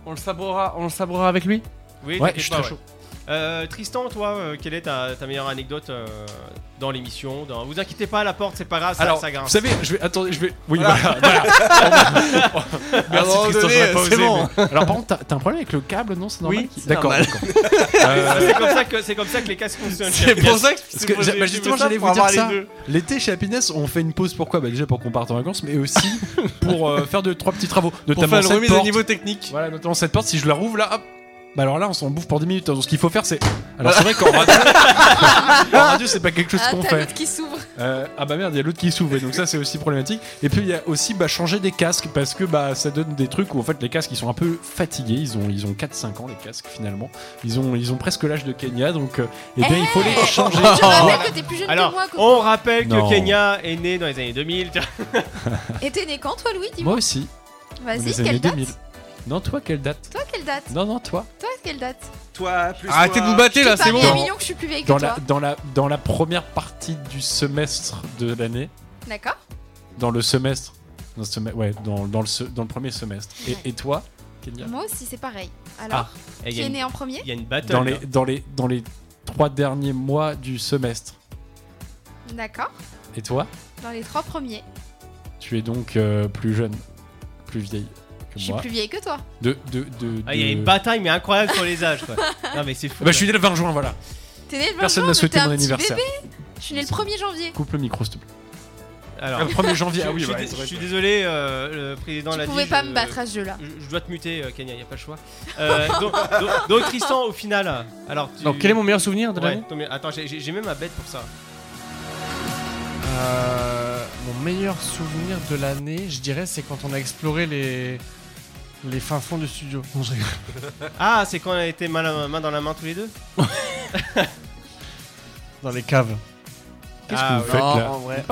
Speaker 4: On le sabrera, on le sabrera avec lui
Speaker 2: Oui,
Speaker 3: Ouais,
Speaker 2: t'inquiète
Speaker 3: je suis
Speaker 2: pas,
Speaker 3: très
Speaker 2: ouais. Euh, Tristan, toi, euh, quelle est ta, ta meilleure anecdote euh, dans l'émission dans... Vous inquiétez pas, la porte, c'est pas
Speaker 4: Ah,
Speaker 2: grave, ça,
Speaker 3: Alors,
Speaker 2: ça
Speaker 3: vous
Speaker 2: grimpe.
Speaker 3: savez, je vais. Attendez, je vais. Oui, voilà. voilà. Merci
Speaker 4: moment
Speaker 3: Tristan,
Speaker 4: donné,
Speaker 3: j'aurais pas
Speaker 4: c'est
Speaker 3: osé,
Speaker 4: bon.
Speaker 3: mais- Alors, par contre, t'as- t'as un problème avec le câble, non C'est normal
Speaker 4: Oui, c'est
Speaker 3: d'accord.
Speaker 4: normal.
Speaker 3: d'accord. Euh,
Speaker 2: C'est comme, ça que- c'est comme ça que les casques fonctionnent. chérie.
Speaker 4: ça que,
Speaker 3: Parce que j'ai- bah, justement, j'allais vous dire ça. L'été chez Happiness, on fait une pause pourquoi bah, Déjà pour qu'on parte en vacances, mais aussi pour euh, faire deux, trois petits travaux.
Speaker 4: Pour
Speaker 3: Notamment
Speaker 4: faire une
Speaker 3: cette
Speaker 4: remise au
Speaker 3: porte.
Speaker 4: niveau technique.
Speaker 3: Voilà, notamment cette porte, si je la rouvre là, hop bah alors là, on s'en bouffe pour 10 minutes. hein. Donc, ce qu'il faut faire, c'est. Alors, c'est vrai qu'en radio, en radio, c'est pas quelque chose
Speaker 5: Ah,
Speaker 3: qu'on
Speaker 5: t'as
Speaker 3: fait.
Speaker 5: l'autre qui s'ouvre.
Speaker 3: Euh, ah bah merde, il y a l'autre qui s'ouvre, et donc ça c'est aussi problématique. Et puis il y a aussi bah, changer des casques parce que bah ça donne des trucs où en fait les casques ils sont un peu fatigués, ils ont ils ont 4-5 ans les casques finalement. Ils ont ils ont presque l'âge de Kenya donc euh, eh bien il faut les changer.
Speaker 5: oh, Je rappelle que t'es plus jeune
Speaker 2: Alors,
Speaker 5: que moi. coco.
Speaker 2: on rappelle
Speaker 3: Non.
Speaker 2: que Kenya est né dans les années 2000. tu vois.
Speaker 5: Et t'es né quand, toi, Louis Dis-moi.
Speaker 3: Moi aussi.
Speaker 5: Vas-y,
Speaker 3: les
Speaker 5: quelle
Speaker 3: années
Speaker 5: date
Speaker 3: 2000. Non toi quelle date
Speaker 5: Toi, quelle date
Speaker 3: Non non toi.
Speaker 5: Toi, quelle date
Speaker 6: Toi, plus
Speaker 4: Arrêtez de
Speaker 6: toi.
Speaker 4: vous battre là, c'est
Speaker 5: Paris
Speaker 4: bon.
Speaker 5: à
Speaker 3: Dans-
Speaker 5: million que je suis plus vieille que
Speaker 3: Dans
Speaker 5: toi.
Speaker 3: la dans la dans la première partie du semestre de l'année,
Speaker 5: D'accord
Speaker 3: dans le semestre, dans le semestre- ouais dans, dans le se- dans le premier semestre. Et, et toi Kenya
Speaker 5: Moi aussi, c'est pareil. Alors,
Speaker 3: Ah,
Speaker 2: Et Il
Speaker 5: qui
Speaker 2: y, a
Speaker 5: est
Speaker 2: une-
Speaker 5: né en premier
Speaker 2: il y a une battle.
Speaker 3: dans les
Speaker 2: là.
Speaker 3: dans les dans les trois derniers mois du semestre.
Speaker 5: D'accord.
Speaker 3: Et toi
Speaker 5: Dans les trois premiers.
Speaker 3: Tu es donc euh, plus jeune, plus vieille que
Speaker 5: Je suis
Speaker 3: moi.
Speaker 5: plus vieille que toi.
Speaker 3: De, de, de,
Speaker 2: Ah, il y a
Speaker 3: de-
Speaker 2: une bataille, mais incroyable sur les âges. Quoi. Non, mais c'est fou.
Speaker 3: Ah Bah, je suis né le 20 juin, voilà.
Speaker 5: T'es né le 20
Speaker 3: Personne
Speaker 5: juin,
Speaker 3: n'a
Speaker 5: mais
Speaker 3: souhaité
Speaker 5: t'es un
Speaker 3: mon
Speaker 5: petit
Speaker 3: anniversaire.
Speaker 5: bébé. Je suis né le 1er janvier.
Speaker 3: Coupe le micro, s'il te plaît.
Speaker 2: Alors,
Speaker 3: Ah, le 1er janvier, ah
Speaker 2: je,
Speaker 3: oui,
Speaker 2: je
Speaker 3: bah,
Speaker 2: suis,
Speaker 3: c'est
Speaker 2: dé-
Speaker 3: vrai,
Speaker 2: je suis
Speaker 3: c'est vrai.
Speaker 2: désolé, euh, le président
Speaker 5: Tu
Speaker 2: l'a dit.
Speaker 5: pouvais pas
Speaker 2: je-
Speaker 5: me battre à ce jeu-là.
Speaker 2: Je je dois te muter, euh, Kenya, y a pas le choix. Euh, donc, donc- donc, Tristan, au final, alors tu...
Speaker 4: Donc, quel est mon meilleur souvenir de
Speaker 2: Ouais,
Speaker 4: l'année
Speaker 2: ton meilleur- Attends, j'ai- j'ai j'ai même ma bête pour ça.
Speaker 4: Euh, Mon meilleur souvenir de l'année, je dirais, c'est quand on a exploré les. Les fins fonds du studio. Non, je rigole.
Speaker 2: Ah, c'est quand on a été main, la- main dans la main tous les deux
Speaker 4: Dans les caves.
Speaker 3: Qu'est-ce
Speaker 2: Ah,
Speaker 3: que vous faites là
Speaker 4: en vrai.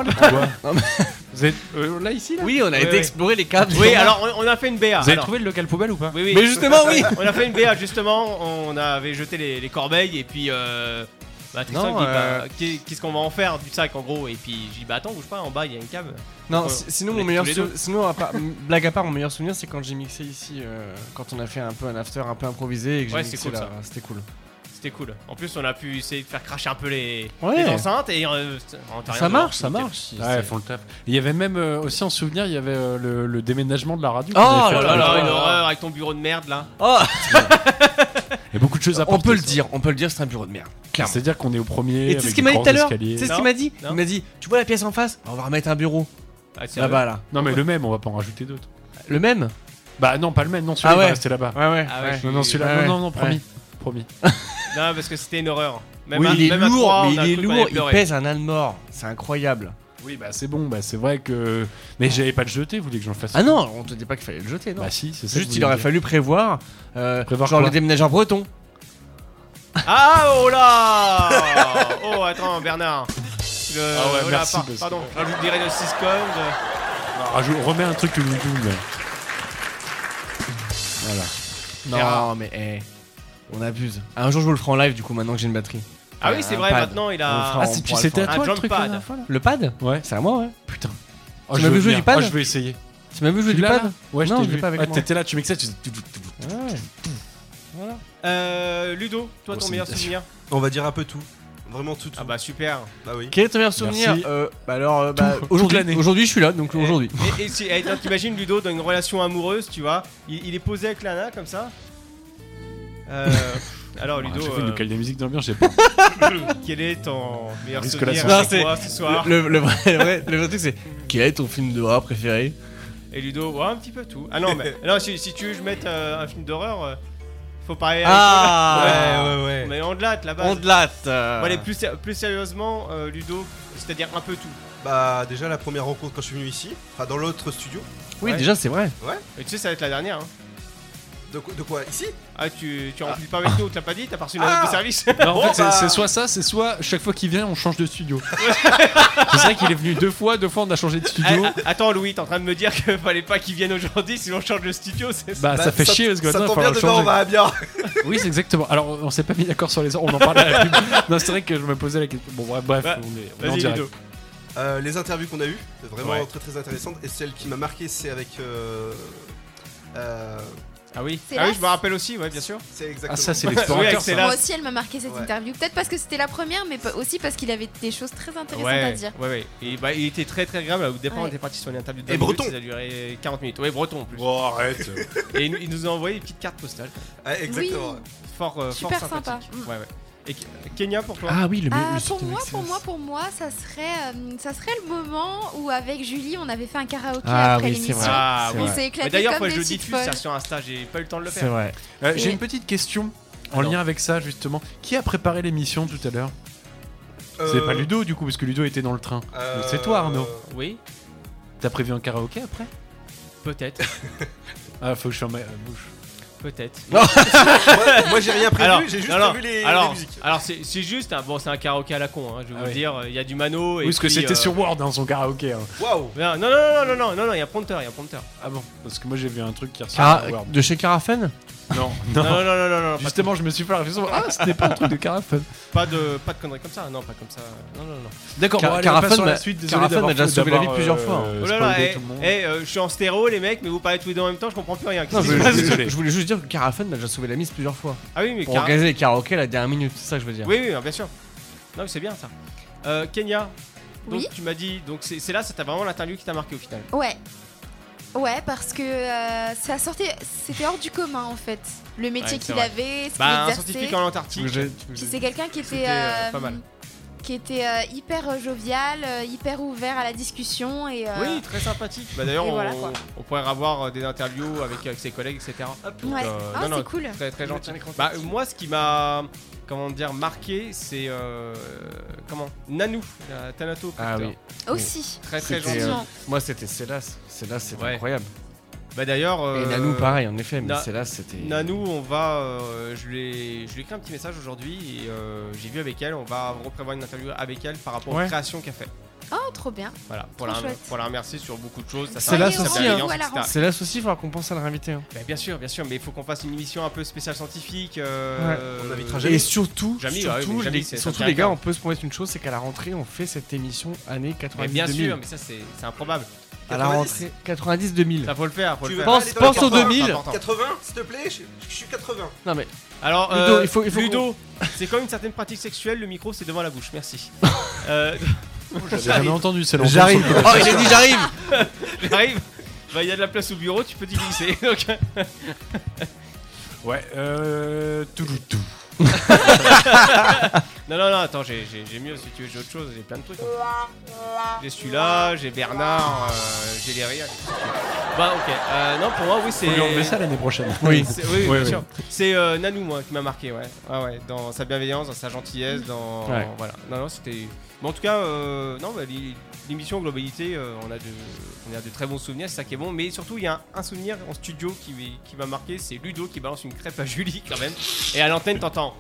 Speaker 3: Vous êtes euh, là, ici, là
Speaker 4: Oui, on a
Speaker 2: Ouais,
Speaker 4: été
Speaker 2: ouais.
Speaker 4: explorer les caves.
Speaker 2: Oui, alors on, on a fait une BA.
Speaker 3: Vous avez
Speaker 2: alors.
Speaker 3: trouvé le local poubelle ou pas
Speaker 2: Oui, oui.
Speaker 4: Mais justement, oui
Speaker 2: On a fait une BA, justement, on avait jeté les, les corbeilles et puis. Euh... Bah, Tristan
Speaker 4: Non,
Speaker 2: dit
Speaker 4: euh,
Speaker 2: bah, qu'est- qu'est-ce qu'on va en faire du sac en gros Et puis je dis bah attends, bouge pas, en bas il y a une cave.
Speaker 4: Non,
Speaker 2: Donc,
Speaker 4: si- sinon
Speaker 2: on
Speaker 4: mon
Speaker 2: est
Speaker 4: meilleur
Speaker 2: tous les
Speaker 4: sou-
Speaker 2: deux.
Speaker 4: sinon à part- m- blague à part mon meilleur souvenir c'est quand j'ai mixé ici euh, quand on a fait un peu un after un peu improvisé et que j'ai
Speaker 2: Ouais,
Speaker 4: mixé
Speaker 2: c'est cool,
Speaker 4: là.
Speaker 2: ça.
Speaker 4: c'était cool.
Speaker 2: C'était cool. En plus, on a pu essayer de faire cracher un peu les,
Speaker 4: Ouais.
Speaker 2: les enceintes et euh, c'est- on t'a rien
Speaker 4: Ça
Speaker 2: de-
Speaker 4: marche, ça
Speaker 2: nickel.
Speaker 4: marche.
Speaker 3: Ah Ouais, font le taf. Il y avait même euh, aussi en souvenir, il y avait euh, le, le déménagement de la radio.
Speaker 4: Oh
Speaker 3: qu'on avait fait
Speaker 2: Oh là
Speaker 3: tout à
Speaker 2: là,
Speaker 3: l'heure.
Speaker 2: une horreur avec ton bureau de merde là.
Speaker 4: Oh,
Speaker 3: Il y a beaucoup de choses à
Speaker 4: on
Speaker 3: porter,
Speaker 4: peut le
Speaker 3: ça.
Speaker 4: dire, on peut le dire, c'est un bureau de merde. Clairement.
Speaker 3: C'est-à-dire qu'on est au premier.
Speaker 4: Et tu sais
Speaker 3: avec
Speaker 4: ce qu'il
Speaker 3: des
Speaker 4: m'a dit
Speaker 3: grands
Speaker 4: tout à l'heure Tu
Speaker 3: escaliers.
Speaker 4: sais ce
Speaker 2: Non,
Speaker 4: qu'il m'a dit
Speaker 2: non.
Speaker 4: Il m'a dit, tu vois la pièce en face On va remettre un bureau
Speaker 2: Ah, sérieux
Speaker 4: là-bas là.
Speaker 3: Non, mais le même, on va pas en rajouter d'autres.
Speaker 4: Le même
Speaker 3: Bah, non, pas le même, non, celui-là,
Speaker 4: Ah
Speaker 3: il
Speaker 4: ouais.
Speaker 3: va rester là-bas.
Speaker 4: Ouais ouais.
Speaker 2: Ah ouais, je suis-
Speaker 3: Non, non, celui-là,
Speaker 4: Ouais, ouais.
Speaker 3: non, non, non, promis. Promis.
Speaker 2: Non, parce que c'était une horreur. Même
Speaker 4: Oui,
Speaker 2: à-
Speaker 4: il est
Speaker 2: même à trois,
Speaker 4: lourd,
Speaker 2: on
Speaker 4: mais
Speaker 2: a
Speaker 4: il est
Speaker 2: cru qu'on allait
Speaker 4: lourd, il
Speaker 2: pleurer.
Speaker 4: pèse un âne mort, c'est incroyable.
Speaker 3: Oui, bah c'est bon, bah c'est vrai que. Mais j'avais pas de jeter, vous voulez que j'en fasse
Speaker 4: Ah non, on te dit pas qu'il fallait le jeter, non
Speaker 3: Bah si, c'est ça. que
Speaker 4: Juste il
Speaker 3: je voulais
Speaker 4: aurait
Speaker 3: dire.
Speaker 4: fallu prévoir, euh,
Speaker 3: Prévoir
Speaker 4: genre
Speaker 3: quoi
Speaker 4: le déménageur breton.
Speaker 2: Ah oh là Oh attends Bernard Le-
Speaker 3: Ah ouais,
Speaker 2: oh là,
Speaker 3: merci,
Speaker 2: par-
Speaker 3: parce que-
Speaker 2: Pardon, je dirais de euh. 6 secondes.
Speaker 3: Ah, je remets un truc que nous double. Voilà. euh,
Speaker 4: Non,
Speaker 3: Ah,
Speaker 2: Ferra.
Speaker 4: mais eh, on abuse. Un jour, je vous le ferai en live, du coup, maintenant que j'ai une batterie.
Speaker 2: Ah
Speaker 4: Un
Speaker 2: oui c'est vrai,
Speaker 4: pad.
Speaker 2: maintenant il
Speaker 4: On le fera
Speaker 2: a...
Speaker 4: en-
Speaker 3: Ah, c'est-
Speaker 4: on
Speaker 3: puis
Speaker 4: pourra
Speaker 3: c'était
Speaker 4: le
Speaker 3: à
Speaker 4: faire.
Speaker 2: Un
Speaker 3: toi le
Speaker 2: jump
Speaker 3: truc
Speaker 2: pad.
Speaker 3: la dernière fois, là
Speaker 4: Le pad
Speaker 3: Ouais.
Speaker 4: C'est à moi, ouais.
Speaker 3: Putain.
Speaker 4: Tu
Speaker 3: je
Speaker 4: m'avais
Speaker 3: veux
Speaker 4: joué
Speaker 3: bien.
Speaker 4: du pad
Speaker 3: Oh, je vais essayer.
Speaker 4: Tu m'as vu jouer
Speaker 3: Tu
Speaker 4: du
Speaker 3: l'as,
Speaker 4: pad
Speaker 3: là Ouais,
Speaker 4: Non,
Speaker 3: je
Speaker 4: je
Speaker 3: t'ai
Speaker 4: l'ai
Speaker 3: vu.
Speaker 4: pas avec
Speaker 3: ah,
Speaker 4: moi.
Speaker 3: t'étais là, tu m'excites. tu-
Speaker 4: Ouais. Voilà.
Speaker 2: Euh, Ludo, toi
Speaker 3: Bon,
Speaker 2: ton
Speaker 3: c'est
Speaker 2: meilleur
Speaker 3: une-
Speaker 2: souvenir
Speaker 6: On va dire un peu tout. Vraiment tout. tout.
Speaker 2: Ah bah super
Speaker 6: Ah oui.
Speaker 4: Quel est ton meilleur souvenir
Speaker 3: Merci.
Speaker 4: Euh, Bah alors, euh, bah, aujourd'hui,
Speaker 3: l'année.
Speaker 4: aujourd'hui, je suis là, donc aujourd'hui.
Speaker 2: Et, et si- et attends, t'imagines Ludo dans une relation amoureuse, tu vois il, il est posé avec Lana comme ça Euh, Alors
Speaker 3: Ah,
Speaker 2: Ludo,
Speaker 3: J'ai fait
Speaker 2: euh,
Speaker 3: une locale de musique d'ambiance, j'ai pas.
Speaker 2: quel est ton meilleur
Speaker 3: Risque la
Speaker 2: souvenir
Speaker 4: santé.
Speaker 2: avec toi ce soir
Speaker 4: Le, le vrai, le vrai- le vrai truc, c'est quel est ton film d'horreur préféré
Speaker 2: Et Ludo, ouais, un petit peu tout. Ah non, mais non, si, si tu veux que je mette euh, un film d'horreur, euh, faut parler avec
Speaker 4: Ah
Speaker 6: ouais, ouais, ouais.
Speaker 2: Mais on de là, de la base.
Speaker 4: On de latte euh.
Speaker 2: Bon, allez, plus, sé- plus sérieusement, euh, Ludo, c'est-à-dire un peu tout.
Speaker 6: Bah, déjà, la première rencontre quand je suis venu ici, enfin, dans l'autre studio.
Speaker 4: Oui,
Speaker 2: ouais.
Speaker 4: déjà, c'est vrai.
Speaker 2: Et tu sais, ça va être la dernière. hein.
Speaker 6: De, quoi- de quoi Ici
Speaker 2: Ah, tu, tu remplis pas avec nous, t'as pas dit, t'as pas reçu une
Speaker 6: Ah.
Speaker 2: note de service.
Speaker 3: Non, en
Speaker 6: Bon,
Speaker 3: fait, c'est-
Speaker 6: bah.
Speaker 3: c'est soit ça, c'est soit chaque fois qu'il vient, on change de studio. c'est vrai qu'il est venu deux fois, deux fois, on a changé de
Speaker 2: Ah,
Speaker 3: studio.
Speaker 2: ah, attends, Louis, t'es en train de me dire qu'il fallait pas qu'il vienne aujourd'hui sinon on change de studio, c'est ça
Speaker 3: Bah, ça
Speaker 6: Bah,
Speaker 3: fait chier parce que
Speaker 6: Ça
Speaker 3: maintenant, il
Speaker 6: tombe
Speaker 3: va falloir
Speaker 6: bien dedans, on
Speaker 3: changer.
Speaker 6: va bien.
Speaker 3: Oui, c'est exactement. Alors, on s'est pas mis d'accord sur les heures, on en parle à la pub. Non, c'est vrai que je me posais la question. Bon, bref, bref
Speaker 2: Bah,
Speaker 3: on est, on est en
Speaker 2: Vas-y,
Speaker 3: direct.
Speaker 2: Ludo.
Speaker 6: Euh, les interviews qu'on a eues, vraiment
Speaker 2: Ouais.
Speaker 6: très très intéressantes. Et celle qui m'a marqué, c'est avec. euh, euh,
Speaker 2: Ah oui,
Speaker 5: C'est
Speaker 2: ah oui
Speaker 5: là
Speaker 2: je me rappelle aussi, ouais, bien sûr.
Speaker 6: c'est exactement.
Speaker 3: Ah, ça, c'est
Speaker 2: Oui,
Speaker 3: l'explorateur.
Speaker 2: avec
Speaker 3: ça.
Speaker 2: Célas.
Speaker 5: Moi aussi, elle m'a marqué cette
Speaker 6: Ouais.
Speaker 5: interview. Peut-être parce que c'était la première, mais pas- aussi parce qu'il avait des choses très intéressantes à
Speaker 2: Ouais,
Speaker 5: dire.
Speaker 2: ouais, ouais. Et bah, il était très très agréable. Au départ, on
Speaker 5: Ouais.
Speaker 2: était parti sur une interview de
Speaker 6: Et
Speaker 2: 20 minutes,
Speaker 6: breton.
Speaker 2: Ça a duré 40 minutes. Ouais, breton en plus.
Speaker 3: Oh, arrête.
Speaker 2: Et il nous- il nous a envoyé une petite carte postale.
Speaker 6: Ah, exactement.
Speaker 5: Oui.
Speaker 2: Fort, euh,
Speaker 5: Super
Speaker 2: fort
Speaker 5: sympa. Mm.
Speaker 2: sympathique. Ouais, ouais. Et Ke- Kenya pour toi
Speaker 3: Ah oui, le
Speaker 5: Ah, pour moi, pour moi, pour moi, ça serait, euh, ça serait le moment où avec Julie, on avait fait un karaoké
Speaker 4: Ah
Speaker 5: après
Speaker 4: oui, c'est
Speaker 5: l'émission.
Speaker 4: vrai.
Speaker 2: Ah,
Speaker 4: c'est
Speaker 2: oui.
Speaker 5: On
Speaker 4: vrai.
Speaker 5: s'est
Speaker 2: Mais
Speaker 5: éclaté
Speaker 2: d'ailleurs,
Speaker 5: comme
Speaker 2: moi
Speaker 5: des
Speaker 2: je dis
Speaker 5: petites
Speaker 2: diffuse ça
Speaker 5: folles.
Speaker 2: sur Insta, j'ai pas eu le temps de le
Speaker 4: C'est
Speaker 2: faire.
Speaker 4: vrai.
Speaker 3: Euh,
Speaker 5: Et-
Speaker 3: J'ai une petite question en
Speaker 2: Alors.
Speaker 3: lien avec ça, justement. Qui a préparé l'émission tout à l'heure C'est
Speaker 6: Euh,
Speaker 3: pas Ludo, du coup, parce que Ludo était dans le train.
Speaker 6: euh,
Speaker 3: C'est toi, Arnaud.
Speaker 2: Oui,
Speaker 3: T'as prévu un karaoké après
Speaker 2: peut-être,
Speaker 3: Ah, faut que je ferme ma la bouche.
Speaker 2: peut-être.
Speaker 6: moi, moi, j'ai rien prévu, j'ai juste
Speaker 2: non, non.
Speaker 6: prévu les, les
Speaker 2: alors,
Speaker 6: musiques.
Speaker 2: alors c'est c'est juste, un, bon, c'est un karaoké à la con, hein, je vais
Speaker 3: Ah
Speaker 2: vous
Speaker 3: oui.
Speaker 2: dire, il y a du mano. et
Speaker 3: Oui, parce que
Speaker 2: puis,
Speaker 3: c'était
Speaker 2: euh,
Speaker 3: sur Word, hein, son karaoké. hein.
Speaker 6: Waouh
Speaker 2: Non, non, non, non, non, non, non, non, il y a un prompteur, il y a un prompteur.
Speaker 3: Ah bon Parce que moi, j'ai vu un truc qui ressemble
Speaker 4: Ah,
Speaker 3: à Word.
Speaker 4: de chez Carafen
Speaker 3: Non,
Speaker 2: Non,
Speaker 3: non.
Speaker 2: non, non, non, non, non, pas-
Speaker 3: Justement, je me suis fait la réflexion. Ah, c'était pas un truc de Carafen.
Speaker 2: pas de, pas de conneries comme ça, non, pas comme ça, non, non, non.
Speaker 3: D'accord,
Speaker 4: Car-
Speaker 3: bon, allez,
Speaker 4: Carafen
Speaker 3: on passe sur la
Speaker 4: m'a-
Speaker 3: suite.
Speaker 4: Carafen
Speaker 3: Désolé d'avoir
Speaker 4: m'a déjà
Speaker 3: fait-
Speaker 4: sauvé la vie
Speaker 3: d'avoir,
Speaker 4: plusieurs
Speaker 3: euh,
Speaker 4: fois, hein.
Speaker 2: Oh là là,
Speaker 3: spoilé
Speaker 2: eh,
Speaker 3: tout le monde.
Speaker 2: eh, euh, je suis en stéréo les mecs, mais vous parlez tous les deux en même temps, je comprends plus rien.
Speaker 4: Non,
Speaker 2: Qu'est-ce qui
Speaker 4: mais
Speaker 2: se
Speaker 4: je,
Speaker 2: passe
Speaker 3: désolé.
Speaker 4: je voulais juste dire que Carafen m'a déjà sauvé la mise plusieurs fois.
Speaker 2: Ah oui, mais
Speaker 4: Pour
Speaker 2: car-
Speaker 4: organiser les karaokés la dernière minute, c'est ça que je veux dire.
Speaker 2: Oui, oui, bien sûr. Non, mais c'est bien ça. Euh, Kenya, donc
Speaker 5: Oui.
Speaker 2: tu m'as dit, donc c'est c'est là, ça t'a vraiment l'interview qui t'a marqué au final.
Speaker 5: Ouais. Ouais, parce que euh, ça sortait, c'était hors du commun en fait. Le métier
Speaker 2: Ouais, c'est
Speaker 5: qu'il
Speaker 2: vrai.
Speaker 5: avait, ce qu'il
Speaker 2: Bah, un
Speaker 5: exerçait.
Speaker 2: scientifique en
Speaker 4: Tu veux
Speaker 2: Antarctique.
Speaker 4: que j'aille- tu veux que
Speaker 5: Puis
Speaker 4: j'aille-
Speaker 5: c'est quelqu'un qui était,
Speaker 2: C'était, euh,
Speaker 5: euh,
Speaker 2: pas mal.
Speaker 5: qui était euh, hyper euh, jovial, euh, hyper ouvert à la discussion et. euh,
Speaker 2: Oui, très sympathique. Bah d'ailleurs,
Speaker 5: Et
Speaker 2: on,
Speaker 5: voilà, quoi.
Speaker 2: on pourrait avoir euh, des interviews avec, avec ses collègues, etc. Donc,
Speaker 5: Ouais.
Speaker 2: euh,
Speaker 5: Ah,
Speaker 2: non, non,
Speaker 5: c'est cool.
Speaker 2: Très très gentil.
Speaker 4: Tiens, l'écran.
Speaker 2: Bah euh, moi, ce qui m'a comment dire marqué, c'est euh, comment Nanou, la Thanato.
Speaker 4: Ah oui.
Speaker 5: Aussi.
Speaker 2: Très Oh. très
Speaker 4: C'était,
Speaker 2: gentil.
Speaker 4: euh,
Speaker 5: Gentiment.
Speaker 4: Moi c'était Célas. Célas c'était
Speaker 2: Ouais.
Speaker 4: incroyable.
Speaker 2: Bah d'ailleurs.
Speaker 4: Et
Speaker 2: euh,
Speaker 4: Nanou pareil en effet, mais
Speaker 2: Na-
Speaker 4: Célas c'était.
Speaker 2: Nanou, on va, euh, je, lui ai, je lui ai écrit un petit message aujourd'hui et euh, j'ai vu avec elle, on va reprévoir une interview avec elle par rapport aux
Speaker 4: Ouais.
Speaker 2: créations qu'elle fait.
Speaker 5: Oh, trop bien.
Speaker 2: Voilà, pour, la,
Speaker 5: Trop chouette.
Speaker 2: pour la remercier sur beaucoup de choses.
Speaker 5: C'est
Speaker 2: sert à
Speaker 4: là
Speaker 2: rien,
Speaker 4: aussi,
Speaker 2: sert à
Speaker 4: hein.
Speaker 2: rien,
Speaker 5: Voilà,
Speaker 2: etc.
Speaker 5: Rance.
Speaker 4: Célas aussi, il faudra qu'on pense à le réinviter. hein.
Speaker 2: Bah, bien sûr, bien sûr, mais il faut qu'on fasse une émission un peu spéciale scientifique. euh,
Speaker 6: Ouais. On invitera Jamy.
Speaker 4: Et surtout,
Speaker 2: Jamy, ouais,
Speaker 4: surtout,
Speaker 2: mais Jamy,
Speaker 4: les,
Speaker 2: c'est-
Speaker 4: surtout,
Speaker 2: c'est un
Speaker 4: les gars,
Speaker 2: caractère.
Speaker 4: on peut se promettre une chose, c'est qu'à la rentrée, on fait cette émission année
Speaker 2: Mais
Speaker 4: 90
Speaker 2: bien
Speaker 4: 2000.
Speaker 2: sûr, mais ça c'est c'est improbable.
Speaker 4: à la
Speaker 6: 90.
Speaker 4: rentrée 90 2000.
Speaker 2: Ça faut le faire, faut
Speaker 6: Tu
Speaker 2: le
Speaker 6: veux
Speaker 2: faire.
Speaker 6: pas
Speaker 4: Pense-
Speaker 6: aller dans les
Speaker 4: pense aux
Speaker 6: 80,
Speaker 4: 2000.
Speaker 2: Attends, attends.
Speaker 6: 80, s'il te plaît, je, je suis 80.
Speaker 4: Non mais
Speaker 2: Alors,
Speaker 4: Ludo,
Speaker 2: euh,
Speaker 4: il faut- il faut
Speaker 2: Ludo, c'est comme une certaine pratique sexuelle, le micro c'est devant la bouche, merci. Euh,
Speaker 3: J'ai jamais entendu celle
Speaker 4: j'arrive. Oh, il a dit j'arrive.
Speaker 2: J'arrive, Bah, il y a de la place au bureau, tu peux t'y glisser. Donc,
Speaker 3: Ouais, euh. Tout, tout, tout.
Speaker 2: Non, non, non, attends, j'ai, j'ai- j'ai mieux si tu veux, j'ai autre chose, j'ai plein de trucs. hein. J'ai celui-là, j'ai Bernard, euh, j'ai les rires. Bah, ok. Euh, non, pour moi, oui, c'est.
Speaker 3: Faut lui enlever ça l'année prochaine.
Speaker 4: Oui.
Speaker 2: C'est- oui, oui,
Speaker 3: Ouais,
Speaker 2: bien
Speaker 3: ouais.
Speaker 2: sûr. C'est euh, Nanou, moi, qui m'a marqué, ouais. Ah, ouais, dans sa bienveillance, dans sa gentillesse, dans.
Speaker 4: Ouais.
Speaker 2: Voilà. Non, non, c'était. Bon, en tout cas, euh, non, bah, l'é- l'émission en globalité, euh, on, a de, on a de très bons souvenirs, c'est ça qui est bon. Mais surtout, il y a un, un souvenir en studio qui, qui m'a marqué, c'est Ludo qui balance une crêpe à Julie, quand même. Et à l'antenne, t'entends.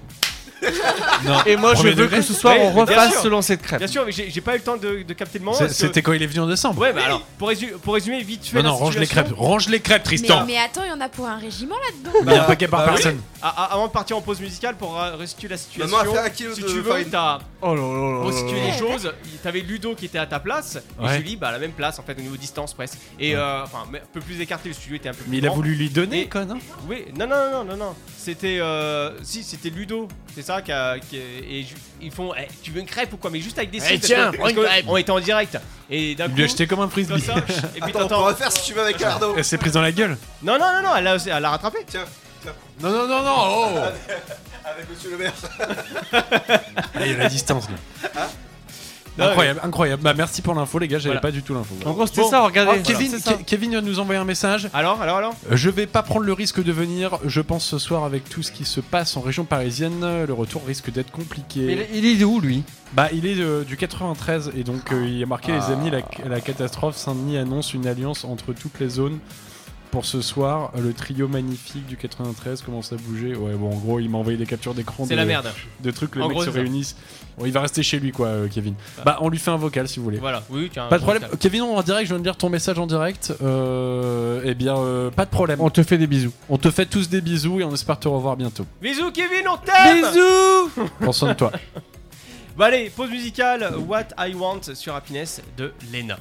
Speaker 4: Et moi, je
Speaker 3: Premier
Speaker 4: veux
Speaker 3: degré.
Speaker 4: que ce soir,
Speaker 2: Oui,
Speaker 4: on
Speaker 2: mais bien
Speaker 4: refasse
Speaker 2: sûr.
Speaker 4: ce lancer de crêpe.
Speaker 2: Bien sûr, mais j'ai j'ai pas eu le temps de, de capter le moment.
Speaker 3: C'est-
Speaker 2: parce que-
Speaker 3: C'était quand il est venu en décembre.
Speaker 2: Ouais, mais alors, pour, résu- pour résumer vite fait.
Speaker 3: Non,
Speaker 2: la
Speaker 3: non, range les
Speaker 2: situation-
Speaker 3: crêpes. Range les crêpes,
Speaker 5: Mais,
Speaker 3: Tristan.
Speaker 5: mais attends, il y en a pour un régiment là-dedans.
Speaker 3: Il y a
Speaker 2: Bah,
Speaker 3: un paquet par
Speaker 2: bah oui.
Speaker 3: personne.
Speaker 2: Ah, ah, avant de partir en pause musicale, pour euh, restituer la situation.
Speaker 6: Maman a fait un kilo
Speaker 2: si
Speaker 6: de
Speaker 2: tu veux,
Speaker 6: farine.
Speaker 2: t'as
Speaker 4: Oh là là là
Speaker 2: pour
Speaker 4: là
Speaker 2: situer
Speaker 4: là.
Speaker 2: les
Speaker 5: Ouais.
Speaker 2: choses. il- T'avais Ludo qui était à ta place et
Speaker 3: Ouais.
Speaker 2: Julie bah, à la même place en fait au niveau distance presque. Et euh, enfin mais un peu plus écarté, le studio était un peu plus.
Speaker 3: Mais il a
Speaker 2: grand.
Speaker 3: voulu lui
Speaker 2: Et-
Speaker 3: donner, con, hein
Speaker 2: Oui, non non non non non. C'était euh, si c'était Ludo, c'est ça qui a- qui a- et ju- ils font eh, tu veux une crêpe ou quoi mais juste avec des
Speaker 4: Eh,
Speaker 2: signes, parce
Speaker 4: tiens,
Speaker 2: que-
Speaker 4: prends une
Speaker 2: parce que
Speaker 4: crêpe.
Speaker 2: on était en direct et d'un
Speaker 3: Il
Speaker 2: coup
Speaker 3: lui a jeté comme un
Speaker 2: comme
Speaker 3: frisbee.
Speaker 2: ça, et puis
Speaker 6: Attends, on peut
Speaker 2: t'entends
Speaker 6: refaire si tu veux avec Arnaud.
Speaker 3: Elle s'est prise dans la gueule.
Speaker 2: Non, non, non, non, elle a, elle a rattrapé.
Speaker 6: Tiens,
Speaker 3: Non, non, non, oh. non,
Speaker 6: avec monsieur le maire.
Speaker 3: oh Là, il y a la distance, là.
Speaker 2: Non,
Speaker 3: incroyable, incroyable. Bah, merci pour l'info, les gars, j'avais
Speaker 2: Voilà.
Speaker 3: pas du tout l'info.
Speaker 4: En gros, c'était
Speaker 3: Bon.
Speaker 4: ça, regardez.
Speaker 3: Ah, Kevin,
Speaker 4: Voilà, c'est ça.
Speaker 3: Ke- Kevin vient de nous envoyer un message.
Speaker 2: Alors, alors, alors
Speaker 3: Euh, Je vais pas prendre le risque de venir, je pense ce soir avec tout ce qui se passe en région parisienne, euh, le retour risque d'être compliqué.
Speaker 4: Mais il il est où lui
Speaker 3: Bah il est euh, du 93 et donc euh, il y a marqué
Speaker 4: Ah.
Speaker 3: les amis, la, la catastrophe, Saint-Denis annonce une alliance entre toutes les zones. Pour ce soir, euh, le trio magnifique du 93 commence à bouger. Ouais bon en gros il m'a envoyé des captures d'écran
Speaker 2: C'est
Speaker 3: de,
Speaker 2: la merde.
Speaker 3: de trucs, les
Speaker 2: En
Speaker 3: mecs
Speaker 2: gros,
Speaker 3: se
Speaker 2: c'est ça.
Speaker 3: réunissent. Bon, il va rester chez lui quoi euh, Kevin. Bah on lui fait un vocal si vous voulez.
Speaker 2: Voilà, oui, tiens.
Speaker 3: Pas de problème. Kevin, en direct, je viens de lire ton message en direct. Euh, eh bien, euh, pas de problème.
Speaker 4: On te fait des bisous.
Speaker 3: On te fait tous des bisous et on espère te revoir bientôt.
Speaker 2: Bisous, Kevin, on t'aime
Speaker 4: Bisous
Speaker 3: Prends soin de toi.
Speaker 2: Bah allez, pause musicale, What I Want sur Happiness de Lena.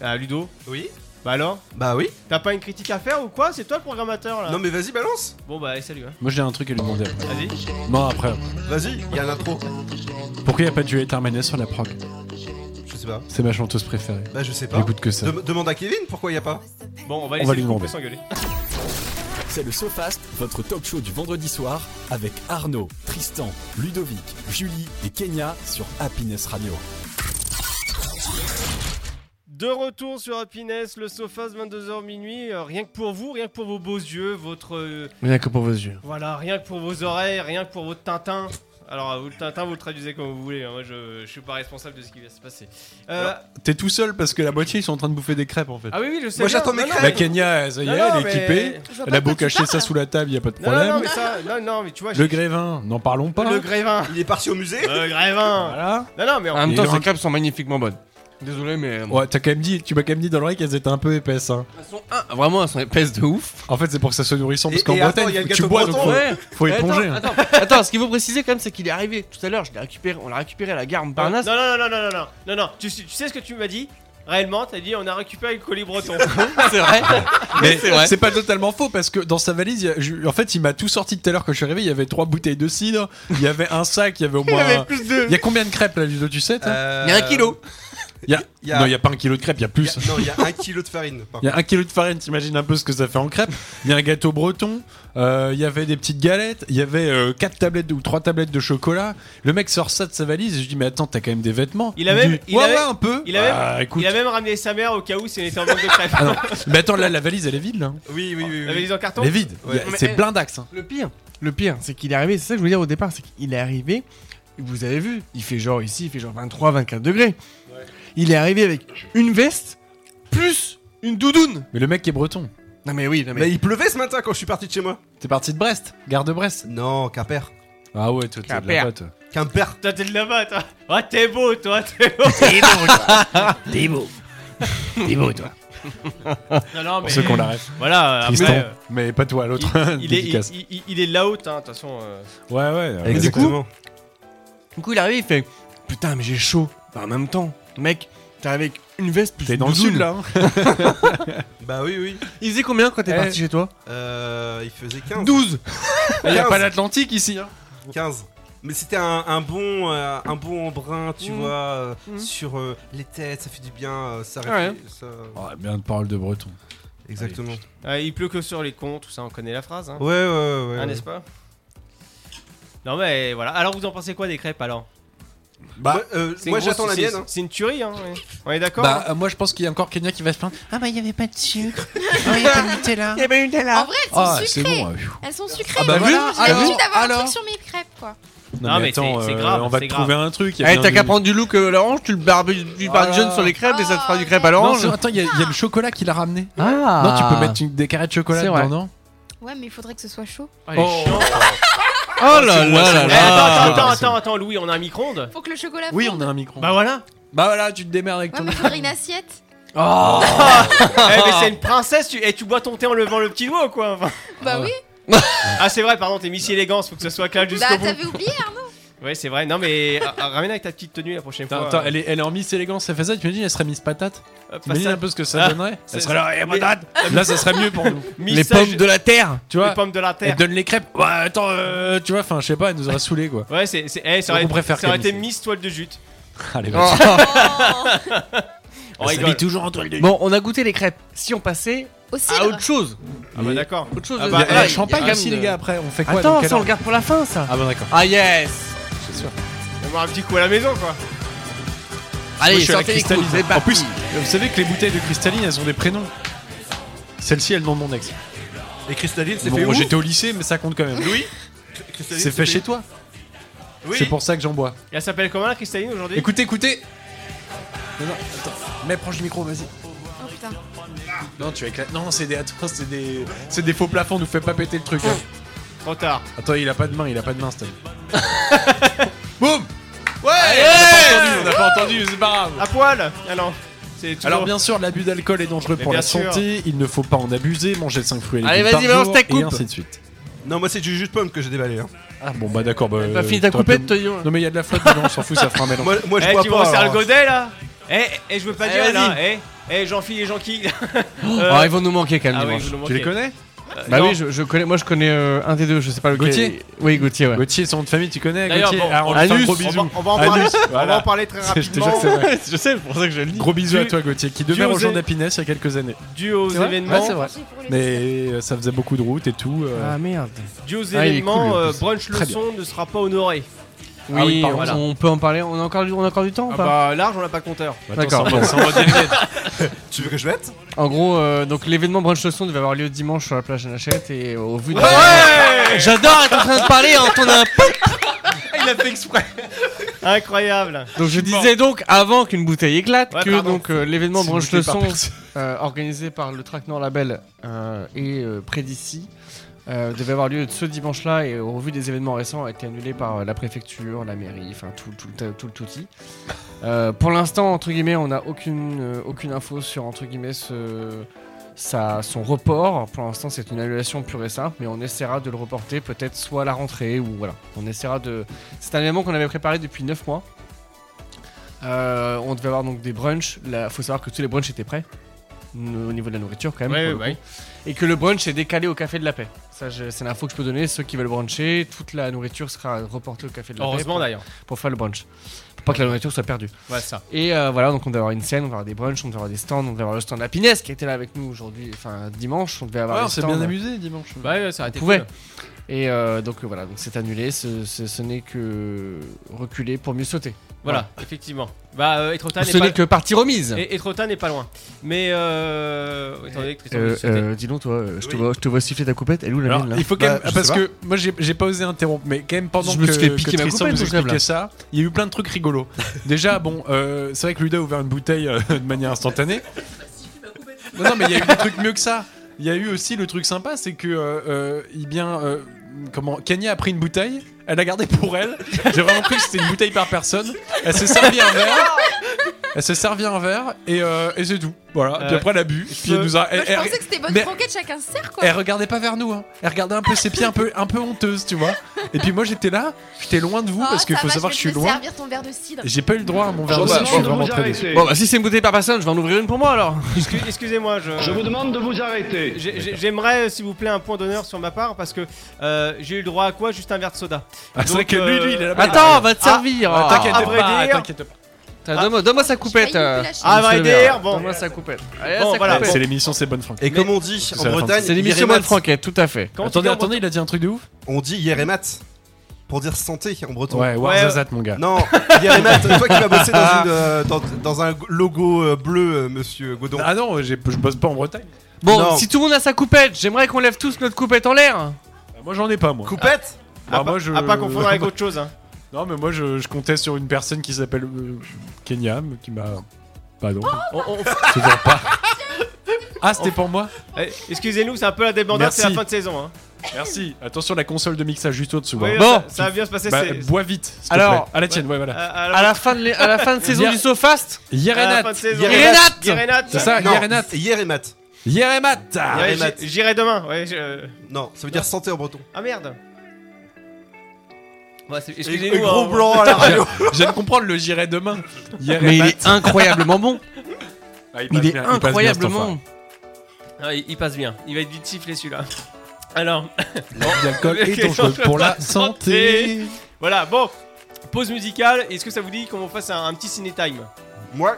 Speaker 2: Ah Ludo
Speaker 6: Oui
Speaker 2: Bah alors
Speaker 6: Bah oui
Speaker 2: T'as pas une critique à faire ou quoi C'est toi le programmateur là
Speaker 6: Non mais vas-y balance
Speaker 2: Bon bah allez, salut hein.
Speaker 3: Moi j'ai un truc à lui demander après.
Speaker 2: Vas-y.
Speaker 3: Non, après.
Speaker 6: Vas-y, il y a l'intro
Speaker 3: Pourquoi il a pas du Ethermanet sur la prog
Speaker 6: Je sais pas.
Speaker 3: C'est ma chanteuse préférée.
Speaker 6: Bah je sais pas.
Speaker 3: J'écoute que ça.
Speaker 6: Dem- demande à Kevin pourquoi il y a pas.
Speaker 2: Bon on va
Speaker 3: On
Speaker 2: laisser
Speaker 3: va lui
Speaker 2: le couple
Speaker 3: demander.
Speaker 2: s'engueuler.
Speaker 1: C'est le SoFast, votre talk show du vendredi soir avec Arnaud, Tristan, Ludovic, Julie et Kenya sur Happiness Radio.
Speaker 2: De retour sur Happiness, le sofa 22h minuit, euh, rien que pour vous, rien que pour vos beaux yeux, votre... euh,
Speaker 4: Rien que pour vos yeux.
Speaker 2: voilà, rien que pour vos oreilles, rien que pour votre tintin. Alors euh, vous le tintin, vous le traduisez comme vous voulez, hein. moi je, je suis pas responsable de ce qui va se passer. Euh,
Speaker 3: T'es tout seul parce que la moitié ils sont en train de bouffer des crêpes en fait.
Speaker 2: ah oui oui je sais
Speaker 6: Moi,
Speaker 2: bien.
Speaker 6: j'attends mes
Speaker 2: Non, non,
Speaker 3: Bah Kenya, ça y est,
Speaker 2: Non, non,
Speaker 3: elle est
Speaker 2: mais-
Speaker 3: équipée.
Speaker 5: Je vois
Speaker 3: Elle a
Speaker 5: pas de
Speaker 3: beau
Speaker 5: quoi tu
Speaker 3: cacher ça
Speaker 5: parles.
Speaker 3: sous la table, y a pas de
Speaker 2: Non, non,
Speaker 3: problème.
Speaker 2: non, mais ça, non, non, mais tu vois,
Speaker 3: Le
Speaker 2: j'ai-
Speaker 3: grévin, n'en parlons pas.
Speaker 2: le grévin,
Speaker 6: Il est parti au musée
Speaker 2: le Euh, grévin.
Speaker 3: Voilà.
Speaker 2: Non, non, mais en-
Speaker 4: En même
Speaker 3: Et
Speaker 4: temps,
Speaker 3: leur-
Speaker 4: ces crêpes sont magnifiquement bonnes. Désolé, mais. euh,
Speaker 3: Ouais, t'as quand même dit, tu m'as quand même dit dans l'oreille qu'elles étaient un peu épaisses. hein.
Speaker 4: elles sont- ah, vraiment, elles sont épaisses de ouf.
Speaker 3: En fait, c'est pour que ça soit nourrissant parce
Speaker 6: Et-
Speaker 3: qu'en
Speaker 6: et attends,
Speaker 3: Bretagne,
Speaker 6: il y a le
Speaker 3: tu
Speaker 6: gâteau
Speaker 3: bois donc
Speaker 6: breton.
Speaker 3: faut,
Speaker 4: Oh, Ouais.
Speaker 3: faut
Speaker 4: Mais
Speaker 3: éponger. hein.
Speaker 4: Attends, attends, attends, ce qu'il faut préciser quand même, c'est qu'il est arrivé tout à l'heure. Je l'ai récupéré, on l'a récupéré à la gare Montparnasse.
Speaker 2: Non, non, non, non, non, non, non, non. Tu, sais- tu sais ce que tu m'as dit Réellement, t'as dit on a récupéré le colis breton.
Speaker 4: c'est vrai.
Speaker 3: Mais
Speaker 4: c'est vrai.
Speaker 3: c'est pas totalement faux parce que dans sa valise, il y a- je- en fait, il m'a tout sorti tout à l'heure quand je suis arrivé. Il y avait trois bouteilles de cidre, il y avait un sac, il y avait au
Speaker 4: Il y
Speaker 3: moins. un-
Speaker 4: avait plus de.
Speaker 3: Il y a combien de crêpes là, Ludo, tu sais toi
Speaker 6: Euh,
Speaker 4: Il y a un kilo.
Speaker 3: Il y a-
Speaker 6: il y a-
Speaker 3: Non, il y a pas un kilo de crêpes, il y a
Speaker 6: il y
Speaker 3: plus.
Speaker 6: a- Non, il y a un kilo de farine. par
Speaker 3: Il y a un kilo de farine, t'imagines un peu ce que ça fait en crêpes. Il y a un gâteau breton, euh, il y avait des petites galettes, il y avait euh, quatre tablettes de- ou trois tablettes de chocolat. Le mec sort ça de sa valise et je dis mais attends t'as quand même des vêtements.
Speaker 2: Il a
Speaker 3: dit,
Speaker 2: même- il
Speaker 3: ouais
Speaker 2: a
Speaker 3: ouais
Speaker 2: même-
Speaker 3: un peu.
Speaker 2: il a même-
Speaker 3: Ah, écoute.
Speaker 2: Il a même ramené sa mère au cas où si elle était en manque de crêpes.
Speaker 3: Ah non. Mais attends là la valise elle est vide là.
Speaker 6: contre. Oui, oui, oui.
Speaker 2: La
Speaker 6: oui.
Speaker 2: valise en carton.
Speaker 3: Elle est vide. Il
Speaker 6: Ouais.
Speaker 3: y a- C'est
Speaker 4: Mais- eh,
Speaker 3: plein d'axes. hein.
Speaker 4: Le pire, le pire, c'est qu'il est arrivé. C'est ça que je voulais dire au départ, c'est qu'il est arrivé. Vous avez vu, il fait genre ici, il fait genre 23, 24 degrés. Il est arrivé avec une veste plus une doudoune.
Speaker 3: Mais le mec est breton.
Speaker 4: Non mais oui, non mais.
Speaker 6: Mais il pleuvait ce matin quand je suis parti de chez moi.
Speaker 3: T'es parti de Brest, gare de Brest.
Speaker 6: Non, Quimper.
Speaker 3: Ah ouais toi t'es de là-bas, toi.
Speaker 6: Quimper.
Speaker 2: Toi, t'es de là-bas, toi. Ah, t'es beau, toi, t'es beau.
Speaker 7: T'es beau. T'es beau, toi.
Speaker 2: Non, non, mais.
Speaker 3: Pour ceux qu'on l'arrête.
Speaker 2: Voilà, après.
Speaker 3: Tristan,
Speaker 2: euh,
Speaker 3: mais pas toi l'autre.
Speaker 2: Il, il est,
Speaker 3: Dédicace.
Speaker 2: il, il- il est de la haute, hein, de toute façon. euh.
Speaker 3: Ouais ouais.
Speaker 4: Et du
Speaker 3: exactement.
Speaker 4: coup, du coup, il est arrivé, il fait putain mais j'ai chaud. Bah, en même temps, mec, t'es arrivé avec une veste plus
Speaker 3: T'es
Speaker 4: une
Speaker 3: dans le
Speaker 4: doudoune.
Speaker 3: sud là. hein.
Speaker 6: Bah oui, oui.
Speaker 4: Il faisait combien quand t'es
Speaker 3: Eh.
Speaker 4: parti chez toi
Speaker 6: Euh, il faisait 15.
Speaker 4: 12
Speaker 3: Il y a
Speaker 6: 15.
Speaker 3: pas l'Atlantique ici. hein.
Speaker 6: 15. Mais c'était un, un bon euh, un bon embrun, tu
Speaker 4: Mhm.
Speaker 6: vois, euh,
Speaker 4: Mhm.
Speaker 6: sur euh, les têtes, ça fait du bien, euh, ça,
Speaker 4: Ouais.
Speaker 6: réfléchit, ça-
Speaker 3: Oh, bien de parole de breton.
Speaker 6: Exactement.
Speaker 2: Ah, il pleut que sur les cons, tout ça, on connaît la phrase. Hein,
Speaker 6: Ouais, ouais, ouais.
Speaker 2: Hein, n'est-ce pas Non, mais voilà. Alors, vous en pensez quoi des crêpes alors
Speaker 3: Bah,
Speaker 6: Moi, euh,
Speaker 2: C'est une
Speaker 6: moi,
Speaker 2: grosse-
Speaker 6: j'attends la
Speaker 2: c'est-
Speaker 6: mienne. hein.
Speaker 2: C'est une tuerie, hein. ouais. On est d'accord hein?
Speaker 3: Bah, euh, moi je pense qu'il y a encore Kenya qui va se plaindre.
Speaker 7: Ah bah, il y avait pas de sucre. Ah, il y a pas de Nutella.
Speaker 4: Eh ben une
Speaker 3: Ah.
Speaker 4: là
Speaker 5: En vrai, elles sont sucrées.
Speaker 3: euh, pfiou.
Speaker 5: Elles sont sucrées.
Speaker 3: Ah bah
Speaker 5: moi,
Speaker 3: voilà,
Speaker 5: j'ai l'habitude
Speaker 3: alors,
Speaker 5: d'avoir un
Speaker 3: alors.
Speaker 5: truc sur mes crêpes, quoi.
Speaker 3: Non,
Speaker 2: Non,
Speaker 3: mais
Speaker 2: mais
Speaker 3: attends,
Speaker 2: c'est- c'est
Speaker 3: euh,
Speaker 2: grave,
Speaker 3: on va
Speaker 2: c'est
Speaker 3: te trouver un truc. il y a
Speaker 4: Eh,
Speaker 3: bien
Speaker 4: t'as
Speaker 3: du-
Speaker 4: qu'à prendre du look euh, l'orange, tu le barbes du
Speaker 3: Voilà.
Speaker 4: barbecue sur les crêpes et ça te fera du crêpe à
Speaker 3: Non,
Speaker 4: l'orange.
Speaker 3: c'est- attends, il y, a- il y a le chocolat qui l'a ramené.
Speaker 4: Ah
Speaker 3: Non, tu peux mettre une- des carrés de chocolat
Speaker 4: C'est vrai.
Speaker 3: dedans, non
Speaker 5: Ouais, mais il faudrait que ce soit chaud.
Speaker 3: Ah,
Speaker 2: Oh.
Speaker 4: Oh là là là
Speaker 2: Eh,
Speaker 4: là
Speaker 2: attends, attends, attends, attends, Louis, on a un micro-ondes
Speaker 5: Faut que le chocolat.
Speaker 3: Oui,
Speaker 5: fonde.
Speaker 3: on a un micro.
Speaker 2: Bah voilà
Speaker 3: Bah voilà, tu te démerdes avec
Speaker 5: Ouais, mais faudrait une assiette.
Speaker 4: Oh.
Speaker 2: Eh,
Speaker 3: Ah.
Speaker 2: mais c'est une princesse, tu, eh, tu bois ton thé en levant le petit doigt ou quoi enfin
Speaker 5: Bah oui.
Speaker 2: Ah, c'est vrai, pardon, t'es Miss Élégance, faut que ce soit clair jusqu'au
Speaker 5: Bah
Speaker 2: bout.
Speaker 5: t'avais oublié. Arnaud.
Speaker 2: Ouais, c'est vrai, non mais ah, ah, ramène avec ta petite tenue la prochaine
Speaker 3: Attends,
Speaker 2: fois.
Speaker 3: attends, elle est, elle est en Miss élégance, elle fait ça, tu imagines, elle serait Miss patate
Speaker 2: Euh,
Speaker 3: Tu imagines
Speaker 2: façade-
Speaker 3: un peu ce que ça
Speaker 2: Ah,
Speaker 3: donnerait
Speaker 2: c'est-
Speaker 3: Elle serait là, eh, patate Là, ça serait mieux pour nous.
Speaker 2: Miss
Speaker 4: Les
Speaker 2: Sage-
Speaker 4: pommes de la terre
Speaker 3: Tu
Speaker 2: les
Speaker 3: vois,
Speaker 2: pommes de la
Speaker 3: elle
Speaker 2: terre.
Speaker 3: donne les crêpes. Ouais, attends, euh, tu vois, enfin, je sais pas, elle nous aurait saoulés quoi.
Speaker 2: Ouais, c'est, c'est, eh, ça aurait,
Speaker 3: Donc on préfère Ah,
Speaker 2: ça aurait
Speaker 3: Camille.
Speaker 2: été Miss Toile de Jute.
Speaker 3: Allez,
Speaker 4: Oh.
Speaker 3: vas-y.
Speaker 5: Oh.
Speaker 2: On
Speaker 7: Ça
Speaker 2: rigole.
Speaker 7: vit toujours en toile de
Speaker 4: Bon, on a goûté les crêpes. Si on passait
Speaker 5: Au
Speaker 4: à
Speaker 5: cidre.
Speaker 4: autre chose.
Speaker 2: Ah bah d'accord.
Speaker 4: Autre chose.
Speaker 2: Ah
Speaker 4: de-
Speaker 2: bah,
Speaker 4: Ah,
Speaker 3: Il y a
Speaker 4: il
Speaker 3: le
Speaker 4: y a
Speaker 3: champagne
Speaker 4: quand même
Speaker 3: aussi,
Speaker 4: de-
Speaker 3: les gars, après, on fait quoi dans
Speaker 4: Attends,
Speaker 3: quelle
Speaker 4: ça on
Speaker 3: heure
Speaker 4: le garde pour la fin ça.
Speaker 3: Ah bon, d'accord,
Speaker 4: Ah yes
Speaker 3: c'est sûr.
Speaker 2: On va un petit coup à la maison quoi.
Speaker 3: Moi,
Speaker 4: Allez,
Speaker 3: je suis à la
Speaker 4: sortez les coudes,
Speaker 3: cristalline.
Speaker 4: c'est
Speaker 3: En
Speaker 4: parti.
Speaker 3: plus, vous savez que les bouteilles de cristalline, elles ont des prénoms. Celle-ci, elle nom de mon ex.
Speaker 6: Et Cristaline, c'est
Speaker 3: Bon,
Speaker 6: fait où
Speaker 3: moi, j'étais au lycée, mais ça compte quand même.
Speaker 6: Louis Cristaline,
Speaker 3: C'est fait chez toi.
Speaker 6: Oui.
Speaker 3: C'est pour ça que j'en bois.
Speaker 2: Et Elle s'appelle comment la cristalline aujourd'hui
Speaker 3: Écoutez, écoutez. Non, non, attends. Mais proche du micro, vas-y.
Speaker 5: Oh putain.
Speaker 3: Non, tu éclates. Non, c'est des. Attends, c'est des. C'est des faux plafonds. Nous fait pas péter le truc. hein.
Speaker 2: Trop tard.
Speaker 3: Attends, il a pas de main. Il a pas de main, Stan. Boum.
Speaker 2: Ouais
Speaker 3: On a pas entendu. C'est pas grave.
Speaker 2: À poil Ah non. C'est toujours...
Speaker 3: Alors bien sûr, l'abus d'alcool est dangereux
Speaker 2: Mais
Speaker 3: pour la
Speaker 2: bien sûr.
Speaker 3: santé. Il ne faut pas en abuser. Manger 5 fruits et
Speaker 4: Allez,
Speaker 3: légumes
Speaker 4: vas-y,
Speaker 3: par
Speaker 4: balance
Speaker 3: jour,
Speaker 4: ta
Speaker 3: et
Speaker 4: coupe.
Speaker 3: ainsi de suite.
Speaker 6: Non, moi c'est du jus de pomme que j'ai déballé. hein.
Speaker 3: Ah bon, bah d'accord. Bah,
Speaker 4: T'as fini ta
Speaker 3: t'aurais
Speaker 4: coupette,
Speaker 3: pu-
Speaker 4: Toyo
Speaker 3: Non, mais il y a de la flotte dedans, on s'en fout, ça fera un mélange.
Speaker 6: Moi, moi, je
Speaker 2: Eh,
Speaker 6: bois
Speaker 2: tu
Speaker 6: pas, hein.
Speaker 2: vois, resserres le
Speaker 6: alors.
Speaker 2: godet là Eh, eh, je veux pas
Speaker 4: Eh,
Speaker 2: dire
Speaker 4: vas-y.
Speaker 2: là, eh Eh, Jean-Phil et Jean-Qui
Speaker 4: Oh,
Speaker 3: euh,
Speaker 4: Ils vont nous manquer quand même.
Speaker 2: Ah oui,
Speaker 4: dimanche.
Speaker 2: vous nous
Speaker 3: Tu les
Speaker 2: manquez.
Speaker 3: connais
Speaker 2: Euh,
Speaker 4: Bah
Speaker 2: non.
Speaker 4: oui, je, je connais, moi je connais euh, un des deux, je sais pas lequel.
Speaker 3: Gauthier
Speaker 4: Oui, Gauthier, ouais.
Speaker 3: Gauthier, son nom de famille, tu connais
Speaker 2: D'ailleurs,
Speaker 3: Gauthier
Speaker 2: bon,
Speaker 3: Ah, on lui fait un
Speaker 4: Anus.
Speaker 3: gros
Speaker 2: On va,
Speaker 3: bisou.
Speaker 2: on va en parler,
Speaker 3: Anus,
Speaker 2: on va en
Speaker 3: voilà.
Speaker 2: parler très
Speaker 3: C'est- Je te jure
Speaker 2: rapidement.
Speaker 3: que c'est vrai.
Speaker 4: je sais, c'est pour ça que je le dis.
Speaker 3: Gros bisous à
Speaker 2: Tu-
Speaker 3: toi, Gauthier, qui demeure au
Speaker 2: osais-
Speaker 3: Jean d'Apinès il y a quelques années.
Speaker 2: Dû aux
Speaker 3: C'est vrai
Speaker 2: événements,
Speaker 3: Ouais, c'est vrai. Mais euh, ça faisait beaucoup de route et tout. euh,
Speaker 4: Ah merde.
Speaker 2: dû aux
Speaker 4: Ah, il est
Speaker 2: événements,
Speaker 4: cool, en
Speaker 2: euh,
Speaker 4: plus.
Speaker 2: brunch
Speaker 3: Très
Speaker 2: leçon ne sera pas honoré.
Speaker 4: Oui,
Speaker 3: oui,
Speaker 4: on,
Speaker 3: pardon,
Speaker 2: voilà.
Speaker 4: on peut en parler, on a encore du, on a encore du temps ou
Speaker 2: Ah
Speaker 4: pas
Speaker 2: bah large, on n'a pas de compteur.
Speaker 3: attends,
Speaker 4: D'accord.
Speaker 3: ça en va- ça en va dire.
Speaker 6: Tu veux que je mette
Speaker 4: En gros, euh, donc l'événement brunch leçon devait avoir lieu dimanche sur la plage de la Chette et euh, au vu de.
Speaker 2: Ouais
Speaker 4: J'adore être en train de parler en ton impact.
Speaker 2: Il a fait exprès. Incroyable.
Speaker 4: Donc je disais donc avant qu'une bouteille éclate
Speaker 2: Ouais,
Speaker 4: que
Speaker 2: pardon.
Speaker 4: donc euh, l'événement
Speaker 3: C'est
Speaker 4: branche
Speaker 3: bouclé
Speaker 4: le
Speaker 3: par
Speaker 4: son
Speaker 3: personne.
Speaker 4: euh, organisé par le Tracknor Label euh, et euh, près d'ici euh, devait avoir lieu ce dimanche-là et au vu des événements récents a été annulé par euh, la préfecture, la mairie, enfin tout tout le ta- tout le touti. Euh, pour l'instant entre guillemets on n'a aucune euh, aucune info sur entre guillemets ce sa- son report, pour l'instant c'est une annulation pure et simple, mais on essaiera de le reporter peut-être soit à la rentrée ou voilà. On essaiera de. C'est un événement qu'on avait préparé depuis 9 mois. Euh, on devait avoir donc des brunchs. Il faut savoir que tous les brunchs étaient prêts n- au niveau de la nourriture quand même. pour le coup. Et que le brunch est décalé au Café de la Paix. Ça, je- c'est l'info que je peux donner. Ceux qui veulent bruncher, toute la nourriture sera reportée au Café de la
Speaker 2: Heureusement
Speaker 4: Paix
Speaker 2: d'ailleurs.
Speaker 4: pour, pour faire le brunch. Pour pas que la nourriture soit perdue.
Speaker 2: Ouais, ça.
Speaker 4: Et euh, voilà, donc on devait avoir une scène, on devait avoir des brunchs, on devait avoir des stands, on devait avoir le stand Happiness qui était là avec nous aujourd'hui, enfin dimanche, on devait avoir
Speaker 3: Ouais,
Speaker 4: des
Speaker 3: on s'est
Speaker 4: stands.
Speaker 3: Ah, bien amusé dimanche.
Speaker 2: Bah ouais, ça aurait été
Speaker 4: pouvait.
Speaker 2: cool.
Speaker 4: Et euh, donc euh, voilà, donc c'est annulé, ce, ce- ce n'est que reculer pour mieux sauter.
Speaker 2: Voilà, effectivement. Bah, euh, Etretat
Speaker 4: Ce
Speaker 2: n'est
Speaker 4: n'est
Speaker 2: pas...
Speaker 4: que partie remise.
Speaker 2: Et, Etretat n'est pas loin. Mais euh... Étant donné que Tristan
Speaker 4: Euh,
Speaker 2: veut sauter.
Speaker 4: euh, dis donc toi, euh, je, te
Speaker 6: Oui.
Speaker 4: vois, je te vois siffler ta coupette, elle est où la
Speaker 3: Alors,
Speaker 4: mienne là
Speaker 3: il faut quand même,
Speaker 6: Bah, je
Speaker 3: parce
Speaker 6: sais
Speaker 3: que moi j'ai j'ai pas osé interrompre, mais quand même pendant
Speaker 4: Je
Speaker 3: que,
Speaker 4: me suis fait
Speaker 3: que
Speaker 4: piquer ma
Speaker 3: Tristan
Speaker 4: coupelle,
Speaker 3: nous
Speaker 4: tout ce
Speaker 3: expliquait
Speaker 4: blabla.
Speaker 3: ça, il y a eu plein de trucs rigolos. Déjà, bon, euh, c'est vrai que Luda a ouvert une bouteille euh, de manière instantanée. Non, non, mais il y a eu des trucs mieux que ça. Il y a eu aussi le truc sympa, c'est que, euh, euh, eh bien, euh, comment, Kenya a pris une bouteille, elle l'a gardée pour elle. J'ai vraiment cru que c'était une bouteille par personne. Elle s'est servie un verre. Elle s'est servie un verre et, euh, et c'est tout. Voilà. Puis
Speaker 2: Euh,
Speaker 3: après, elle a bu. Puis elle nous a.
Speaker 5: Moi,
Speaker 3: elle-
Speaker 5: je
Speaker 3: elle-
Speaker 5: pensais que c'était bonne
Speaker 3: mais-
Speaker 5: franquette, chacun se sert quoi.
Speaker 3: elle regardait pas vers nous, hein. elle regardait un peu ses pieds, un peu, un peu honteuse, tu vois. Et puis moi j'étais là, j'étais loin de vous
Speaker 5: Oh,
Speaker 3: parce qu'il
Speaker 5: ça
Speaker 3: faut
Speaker 5: va,
Speaker 3: savoir que je suis
Speaker 5: vais te
Speaker 3: loin.
Speaker 5: servir ton verre de cidre.
Speaker 3: J'ai pas eu le droit à mon verre
Speaker 8: Je
Speaker 3: de
Speaker 8: vous
Speaker 3: cidre, je
Speaker 8: demande
Speaker 3: suis
Speaker 8: de
Speaker 3: vraiment
Speaker 8: vous
Speaker 3: très déçu.
Speaker 8: arrêter.
Speaker 4: Bon bah si c'est une bouteille par personne, je vais en ouvrir une pour moi alors.
Speaker 2: Excu- Excusez-moi, je...
Speaker 8: Je vous demande de vous arrêter.
Speaker 2: j'ai- j'ai- J'aimerais, s'il vous plaît, un point d'honneur sur ma part parce que euh, j'ai eu le droit à quoi Juste un verre de soda.
Speaker 3: Ah, c'est vrai
Speaker 2: Donc,
Speaker 3: que lui,
Speaker 2: euh,
Speaker 3: lui, il est là-bas.
Speaker 4: Attends, on va te servir.
Speaker 3: Ah,
Speaker 4: bah, Ah,
Speaker 3: t'inquiète
Speaker 2: à vrai
Speaker 3: pas,
Speaker 2: dire-
Speaker 3: t'inquiète pas.
Speaker 4: Attends, donne-moi, donne-moi sa coupette.
Speaker 5: J'ai failli
Speaker 4: euh,
Speaker 5: vous lâcher.
Speaker 2: Ah,
Speaker 4: monsieur
Speaker 2: vrai
Speaker 4: le maire.
Speaker 2: dire, bon.
Speaker 4: Donne-moi sa coupette. Allez,
Speaker 2: Bon,
Speaker 4: sa
Speaker 2: voilà.
Speaker 4: coupette.
Speaker 3: C'est l'émission, c'est bonne franquette.
Speaker 6: Et comme on dit
Speaker 3: C'est
Speaker 6: en
Speaker 3: la fin de-
Speaker 6: Bretagne,
Speaker 4: C'est l'émission
Speaker 6: hier et
Speaker 4: Bonne
Speaker 6: mat.
Speaker 4: Franquette, tout à fait.
Speaker 2: Quand tu dis
Speaker 3: Attendez,
Speaker 2: en
Speaker 3: attendez, il a dit un truc de ouf
Speaker 6: On dit hier et mat pour dire santé en breton.
Speaker 3: Ouais,
Speaker 2: Ouais,
Speaker 3: Warzazat, mon gars.
Speaker 6: Non, hier et mat, toi qui vas bosser dans, une, euh, dans, dans un logo euh, bleu, euh, monsieur Godon.
Speaker 3: Ah non, j'ai- je bosse pas en Bretagne.
Speaker 4: Bon,
Speaker 6: Non.
Speaker 4: si tout le monde a sa coupette, j'aimerais qu'on lève tous notre coupette en l'air.
Speaker 3: Bah, Moi j'en ai pas, moi.
Speaker 6: Coupette
Speaker 3: Ah,
Speaker 2: à,
Speaker 3: moi,
Speaker 2: pas-
Speaker 3: je-
Speaker 2: à pas confondre avec autre chose. hein.
Speaker 3: Non, mais moi je, je comptais sur une personne qui s'appelle euh, Kenya, mais qui m'a. Bah non,
Speaker 2: On- on-
Speaker 3: toujours pas. Ah, c'était pour moi
Speaker 2: Eh, Excusez-nous, c'est un peu la débandade, c'est la
Speaker 3: Merci.
Speaker 2: fin de saison. Hein.
Speaker 3: Merci. Attention, la console de mixage juste au-dessous. hein.
Speaker 2: Oui,
Speaker 4: Bon.
Speaker 2: ça, ça va bien se passer.
Speaker 3: Bah,
Speaker 2: c'est-
Speaker 3: bois vite. s'il te
Speaker 4: Alors,
Speaker 3: plaît. à la tienne, ouais, voilà.
Speaker 2: Euh, alors,
Speaker 4: À la fin de, l'é- à la fin de saison
Speaker 3: Hier-
Speaker 4: du SoFast,
Speaker 2: à la fin
Speaker 3: Yerenat.
Speaker 2: de saison.
Speaker 4: Irénat
Speaker 2: Irénat.
Speaker 3: C'est ça,
Speaker 6: Non,
Speaker 3: Yerenat.
Speaker 6: Hier et mat.
Speaker 2: Ouais,
Speaker 3: Yeremat.
Speaker 6: Irénat.
Speaker 2: j- J'irai demain. Ouais, je-
Speaker 6: Non, ça veut dire santé en breton.
Speaker 2: Ah merde. Ouais, c'est-
Speaker 6: Et,
Speaker 2: Excusez-nous.
Speaker 6: et gros
Speaker 2: hein,
Speaker 6: blanc à la radio.
Speaker 3: Ah, Je viens de comprendre le j'irai demain.
Speaker 4: mais il
Speaker 3: Yeremat.
Speaker 4: est incroyablement bon.
Speaker 3: Ah, passe
Speaker 4: Il est
Speaker 3: bien, passe bien, cet
Speaker 4: incroyablement.
Speaker 3: enfoiré.
Speaker 2: on- Ah, il, il passe bien. Il va être vite sifflé celui-là. Alors,
Speaker 3: L'alcool est dangereux pour la santé.
Speaker 2: voilà, bon. Pause musicale. Est-ce que ça vous dit qu'on fasse un, un petit ciné time
Speaker 6: Moi,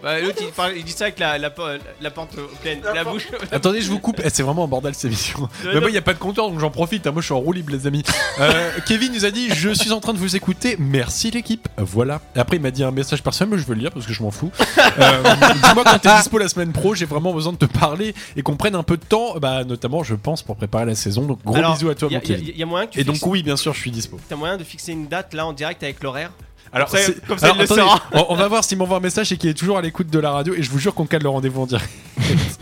Speaker 2: bah, L'autre, il, parle- il dit ça avec la, la, po- la porte pleine, la bouche.
Speaker 3: Attendez, je vous coupe. Eh, C'est vraiment un bordel cette émission.
Speaker 2: Non,
Speaker 3: Mais
Speaker 2: non.
Speaker 3: moi, Bah, il n'y a pas de compteur, donc j'en profite. hein. Moi, je suis en roue libre, les amis. Euh, Kevin nous a dit Je suis en train de vous écouter. Merci, l'équipe. Voilà. Et après, il m'a dit un message personnel, mais je veux le lire parce que je m'en fous. Euh, Dis-moi quand t'es dispo la semaine pro. J'ai vraiment besoin de te parler et qu'on prenne un peu de temps, bah, notamment, je pense, pour préparer la saison. Donc, gros
Speaker 2: Alors,
Speaker 3: bisous à toi,
Speaker 2: Il y, a-
Speaker 3: mon
Speaker 2: il y a-
Speaker 3: Kevin.
Speaker 2: il y a moyen que tu
Speaker 3: Et donc
Speaker 2: fixes-
Speaker 3: oui, bien sûr, je suis dispo.
Speaker 2: t'as moyen de fixer une date là en direct avec l'horaire.
Speaker 3: Alors,
Speaker 2: Comme ça-
Speaker 3: c'est-
Speaker 2: comme ça,
Speaker 3: alors,
Speaker 2: il le
Speaker 3: attendez,
Speaker 2: saura.
Speaker 3: on, on va voir s'il m'envoie un message et qu'il est toujours à l'écoute de la radio. Et je vous jure qu'on cale le rendez-vous en direct.